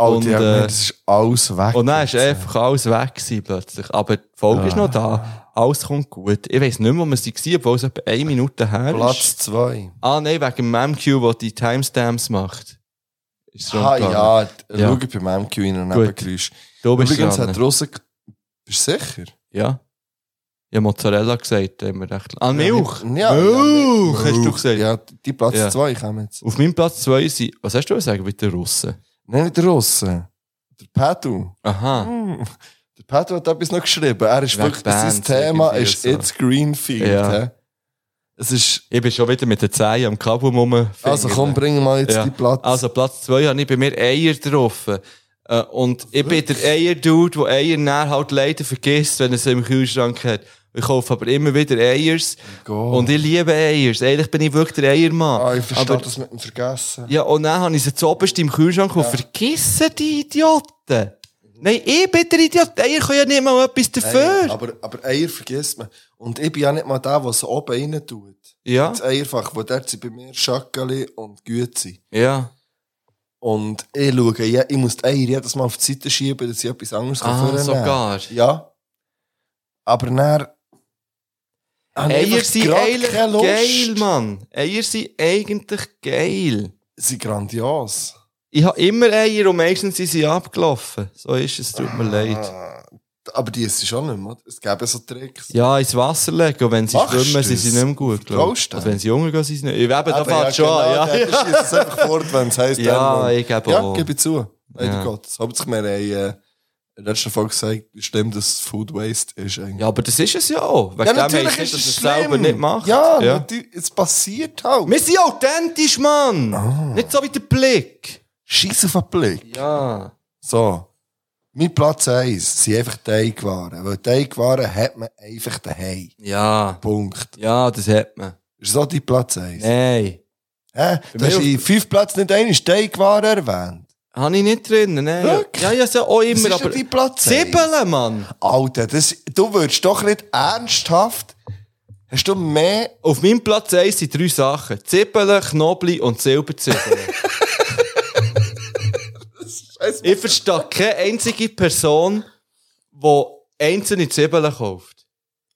Oh, die Und, haben äh, mir- das ist alles weg. Und dann ist einfach alles weg gewesen plötzlich. Aber die Folge ist noch da. Alles kommt gut. Ich weiss nicht mehr, wo wir waren, obwohl es etwa eine Minute her Platz ist. 2. Ah, nein, wegen dem MQ, der die Timestamps macht. Ist Ah, rumgegangen. ja, d- schau ich beim MQ in ein Gut. Nebengeräusch. Du bist Übrigens dran. hat Russen. Bist du sicher? Ja. Ja, Mozzarella gesagt, haben wir recht. Ah, Milch! Ja, ja, Milch, hast du Milch. gesagt. Ja, die Ja. Platz 2 kommen jetzt. Auf meinem Platz 2 sind, was hast du gesagt, mit den Russen? Nein, nicht der Russen. Der Pedro. Aha. Hm. Der Pedro hat etwas noch geschrieben. Er ist Wegen wirklich, sein Bands, Thema irgendwie ist so. It's Greenfield. Ja. hä? Es ist, ich bin schon wieder mit den Zehen am Kabel rum. Also komm, bring mal jetzt die Platz. Also Platz 2 habe ich bei mir Eier getroffen. Äh, und ich bin der Eier-Dude, der Eier näher halt leider vergisst, wenn er sie im Kühlschrank hat. Ich kaufe aber immer wieder Eiers. Und ich liebe Eiers. Eigentlich bin ich wirklich der Eiermann. Oh. Ah, ich verstehe Aber- das mit dem Vergessen. Ja, und dann habe ich sie zuoberst im Kühlschrank und vergessen, die Idioten. Nein, ich bin der Idiot. Die Eier können ja nicht mal etwas dafür. Eier, aber, aber Eier vergisst man. Und ich bin ja nicht mal der, der es oben rein tut. Ja. Das Eierfach, wo dort sind bei mir Schöckeli und Güezi. Ja. Und ich schaue, ja, ich muss die Eier jedes Mal auf die Seite schieben, dass ich etwas anderes Ah, vornehmen sogar. Ja. Aber dann... habe ich Eier einfach sind grad eigentlich keine Lust. geil, Mann. Eier sind eigentlich geil. Sie sind grandios. Ich habe immer Eier und meistens sind sie abgelaufen. So ist es, tut mir leid. Ah, Aber die ist schon nicht mehr. oder? Es gäbe so Tricks. Ja, ins Wasser legen und wenn sie Machst schwimmen, sind sie du's? nicht mehr gut, glaube Vertraust ich. du? Also wenn sie jungen gehen, sind sie nicht. Ich eben, da Eben, fährt schon an. genau, Ja, dann schiesst es einfach fort, wenn es heisst, Ja, dann- ich gebe Ja, auch. gebe ich zu. Leider Ja. Gottes. Hauptsache, wir haben äh, in der letzten Folge gesagt, stimmt, dass Food Waste ist eigentlich. Ja, aber das ist es ja auch. Wegen dem heisst nicht, dass es selber nicht macht. Ja, Ja. natürlich, es passiert halt. Wir sind authentisch, Mann! Ah. Nicht so wie der Blick. Scheiß auf den Blick. Ja. So. Mein Platz 1 sind einfach Teigwaren. Weil Teigwaren hat man einfach daheim. Ja. Punkt. Ja, das hat man. Ist so dein Platz 1? Nein. Hä? Für Du hast mich- in fünf Plätzen nicht einmal Teigwaren erwähnt. Habe ich nicht drin, nein. Wirklich? Ja, ja, so auch immer. ist aber ja dein Platz Zwiebeln, Mann. Alter, das, du würdest doch nicht ernsthaft. Hast du mehr. Auf meinem Platz 1 sind drei Sachen. Zippeln, Knobli und Silberzwiebeln. ich verstehe keine einzige Person, die einzelne Zippeln kauft.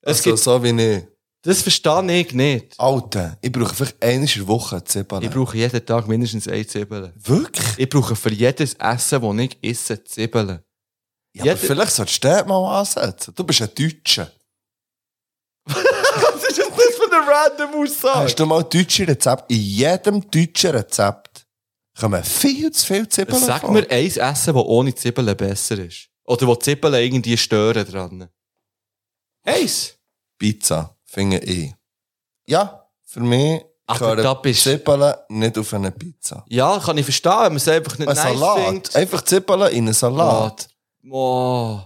Es Also, gibt, so wie ich. Das verstehe ich nicht. Alter, ich brauche vielleicht einmal in der Woche Zwiebeln. Ich brauche jeden Tag mindestens eine Zippeln. Wirklich? Ich brauche für jedes Essen, das ich esse, Zippeln. ja, aber vielleicht solltest du dort mal ansetzen. Du bist ein Deutscher. Was ist denn das für eine random Aussage? Hast du mal deutsche Rezept? In jedem deutschen Rezept kommen viel zu viel Zwiebeln. Sag vor. mir ein Essen, das ohne Zippeln besser ist. Oder wo die Zippeln irgendwie stören dran. Eins. Pizza, finde ich. Ja, für mich Aber da gehören bist- Zwiebeln nicht auf eine Pizza. Ja, kann ich verstehen, wenn man es einfach nicht Ein nice Salat. findet. Einfach Zwiebeln in einen Salat. Oh.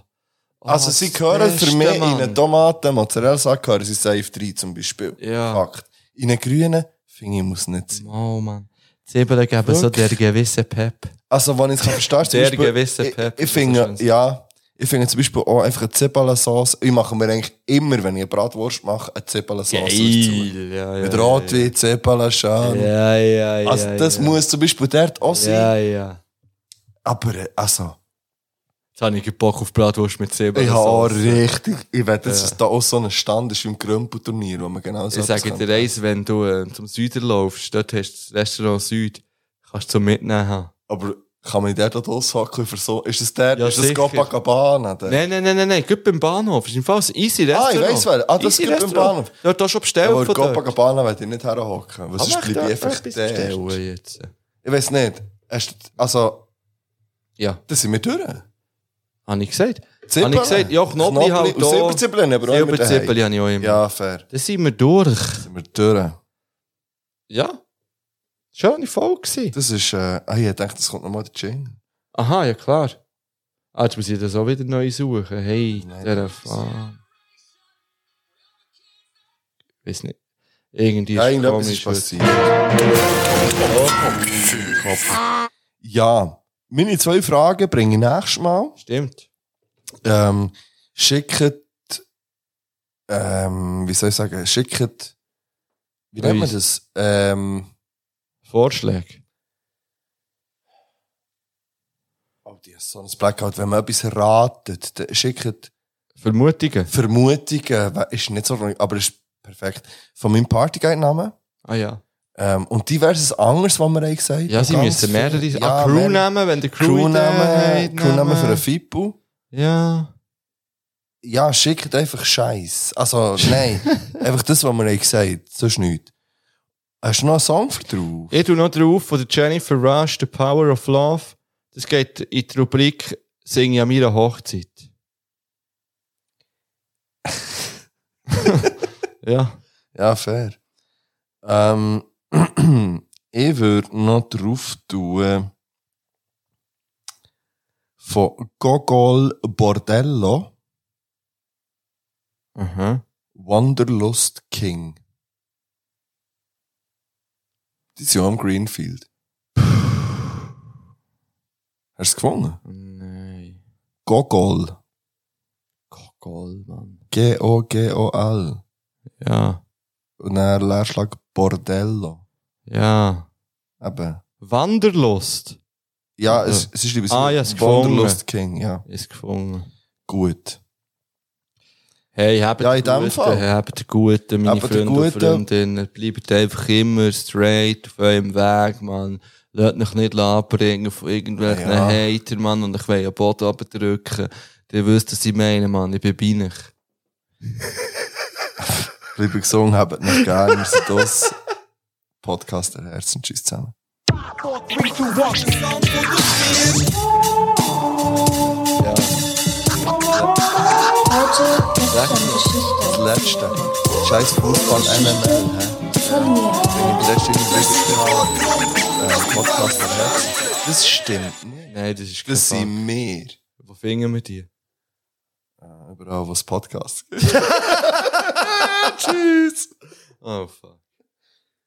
Also, sie gehören für mich in einen Tomaten, Mozzarella-Sack gehören sie safe drei zum Beispiel. Ja. Fakt. In einen grünen, finde ich, muss nicht sein. Oh Mann. Zwiebeln geben so der gewisse Pep. Also, wenn ich es kann verstehen zum Der Beispiel- gewisse ich- Pep, Ich, das finde, ja, ich finde zum Beispiel auch einfach eine Zwiebelsauce. Ich mache mir eigentlich immer, wenn ich eine Bratwurst mache, eine Zwiebelsauce Geil, ja, ja, Mit ja, Rotwein, Zwiebeln, Scham. Ja, ja, ja, Also, das ja. muss zum Beispiel dort auch sein. Ja, ja. Aber, äh, also. Jetzt habe ich Bock auf Bratwurst mit Zwiebeln. Ich habe auch richtig. Ich wette, dass Ja. es da auch so ein Stand ist wie im Grümpel-Turnier, wo man genau so ich sage etwas dir eins, wenn du äh, zum Süden laufst, dort hast du das Restaurant Süd, kannst du zum Mitnehmen haben. Aber kann man dort auch aushacken für so? Ist das der? Ja, ist das sicher. Copacabana? Der? Nein, nein, nein, nein, nein, gut beim Bahnhof. Ist im Fall ein easy Restaurant. Ah, ich weiss wer. Ah, das Easy gibt beim Restaurant. Bahnhof. Ja, da hast du bestellt Aber von dort. Copacabana will ich nicht herhocken. Was Ah, ist, mach bleibe dort ich einfach etwas dort? bestellen jetzt. Ich weiss nicht. Hast du- Also... Ja. Da sind wir durch. Habe ich gesagt. Zippeln. Habe ich gesagt, ja, Knobli Knobli halt und da. Silberzippeln aber auch immer Silberzippeln daheim. habe ich auch immer. Ja, fair. Dann sind wir durch. Sind wir durch. Ja. Schöne Folge gewesen. Das ist... Äh, ah, ich dachte, das kommt nochmal der Jingle. Aha, ja klar. Ah, jetzt muss ich das auch wieder neu suchen. Hey, der Fan. Weiß nicht. Irgendwie Ja, es irgendetwas ist heute. passiert. Kopf. Ja, meine zwei Fragen bringe ich nächstes Mal. Stimmt. Ähm, schickt, ähm, wie soll ich sagen, schickt, wie nennt man Uns. das? Ähm, Vorschläge. Oh, die ist so ein Blackout, wenn man etwas ratet, dann schickt Vermutungen. Vermutungen, we- ist nicht so, aber ist perfekt. Von meinem Partyguide-Namen. Ah ja. Ähm, und diverses anderes, was wir haben gesagt Ja, sie Ganz müssen mehrere- viel. Ah, Crew nehmen, wenn der Crew Ideen Crew-Namen hat, Crew für nehmen. einen Fippo. Ja. Ja, schickt einfach Scheiß. Also, nein. einfach das, was wir haben gesagt haben. Sonst nichts. Hast du noch einen Song für drauf? Ich tue noch drauf von der Jennifer Rush, The Power of Love. Das geht in die Rubrik Singe ich an meiner Hochzeit. ja. Ja, fair. Ähm, ich würde noch drauf tun von Gogol Bordello. Aha. Wanderlust King. Die sind ja am Greenfield. Hast du es gefunden? Nein. Gogol. Gogol, Mann. G-O-G-O-L. Ja. Und dann Leerschlag Bordello. Ja. Eben. Wanderlust. Ja, es, es ist übrigens Ah, ja, es Wanderlust gefunden. King, ja. Ist gefunden. Gut. Hey, habt Ja, in dem guten, Fall. Habt guten, meine Habt den Freunde und guten. Freundinnen. Bleibt einfach immer straight auf eurem Weg, Mann. Lasst euch nicht abbringen von irgendwelchen Ja. Hater, Mann, und ich will den Boden abdrücken. Ihr wisst, was ich meine, Mann. Ich bin bei euch. Liebe gesungen, habt nicht gern. Wir sind das Podcast der Herzen. Tschüss zusammen. Heute Das letzte. Scheiß Fußball MML, hä? Wenn ich das letzte Mal äh, Podcast der Herzen. Das stimmt nicht. Nein, das ist Das sind wir. Wo finden wir die? Überall, wo es Podcasts gibt. Tschüss! Oh, fuck.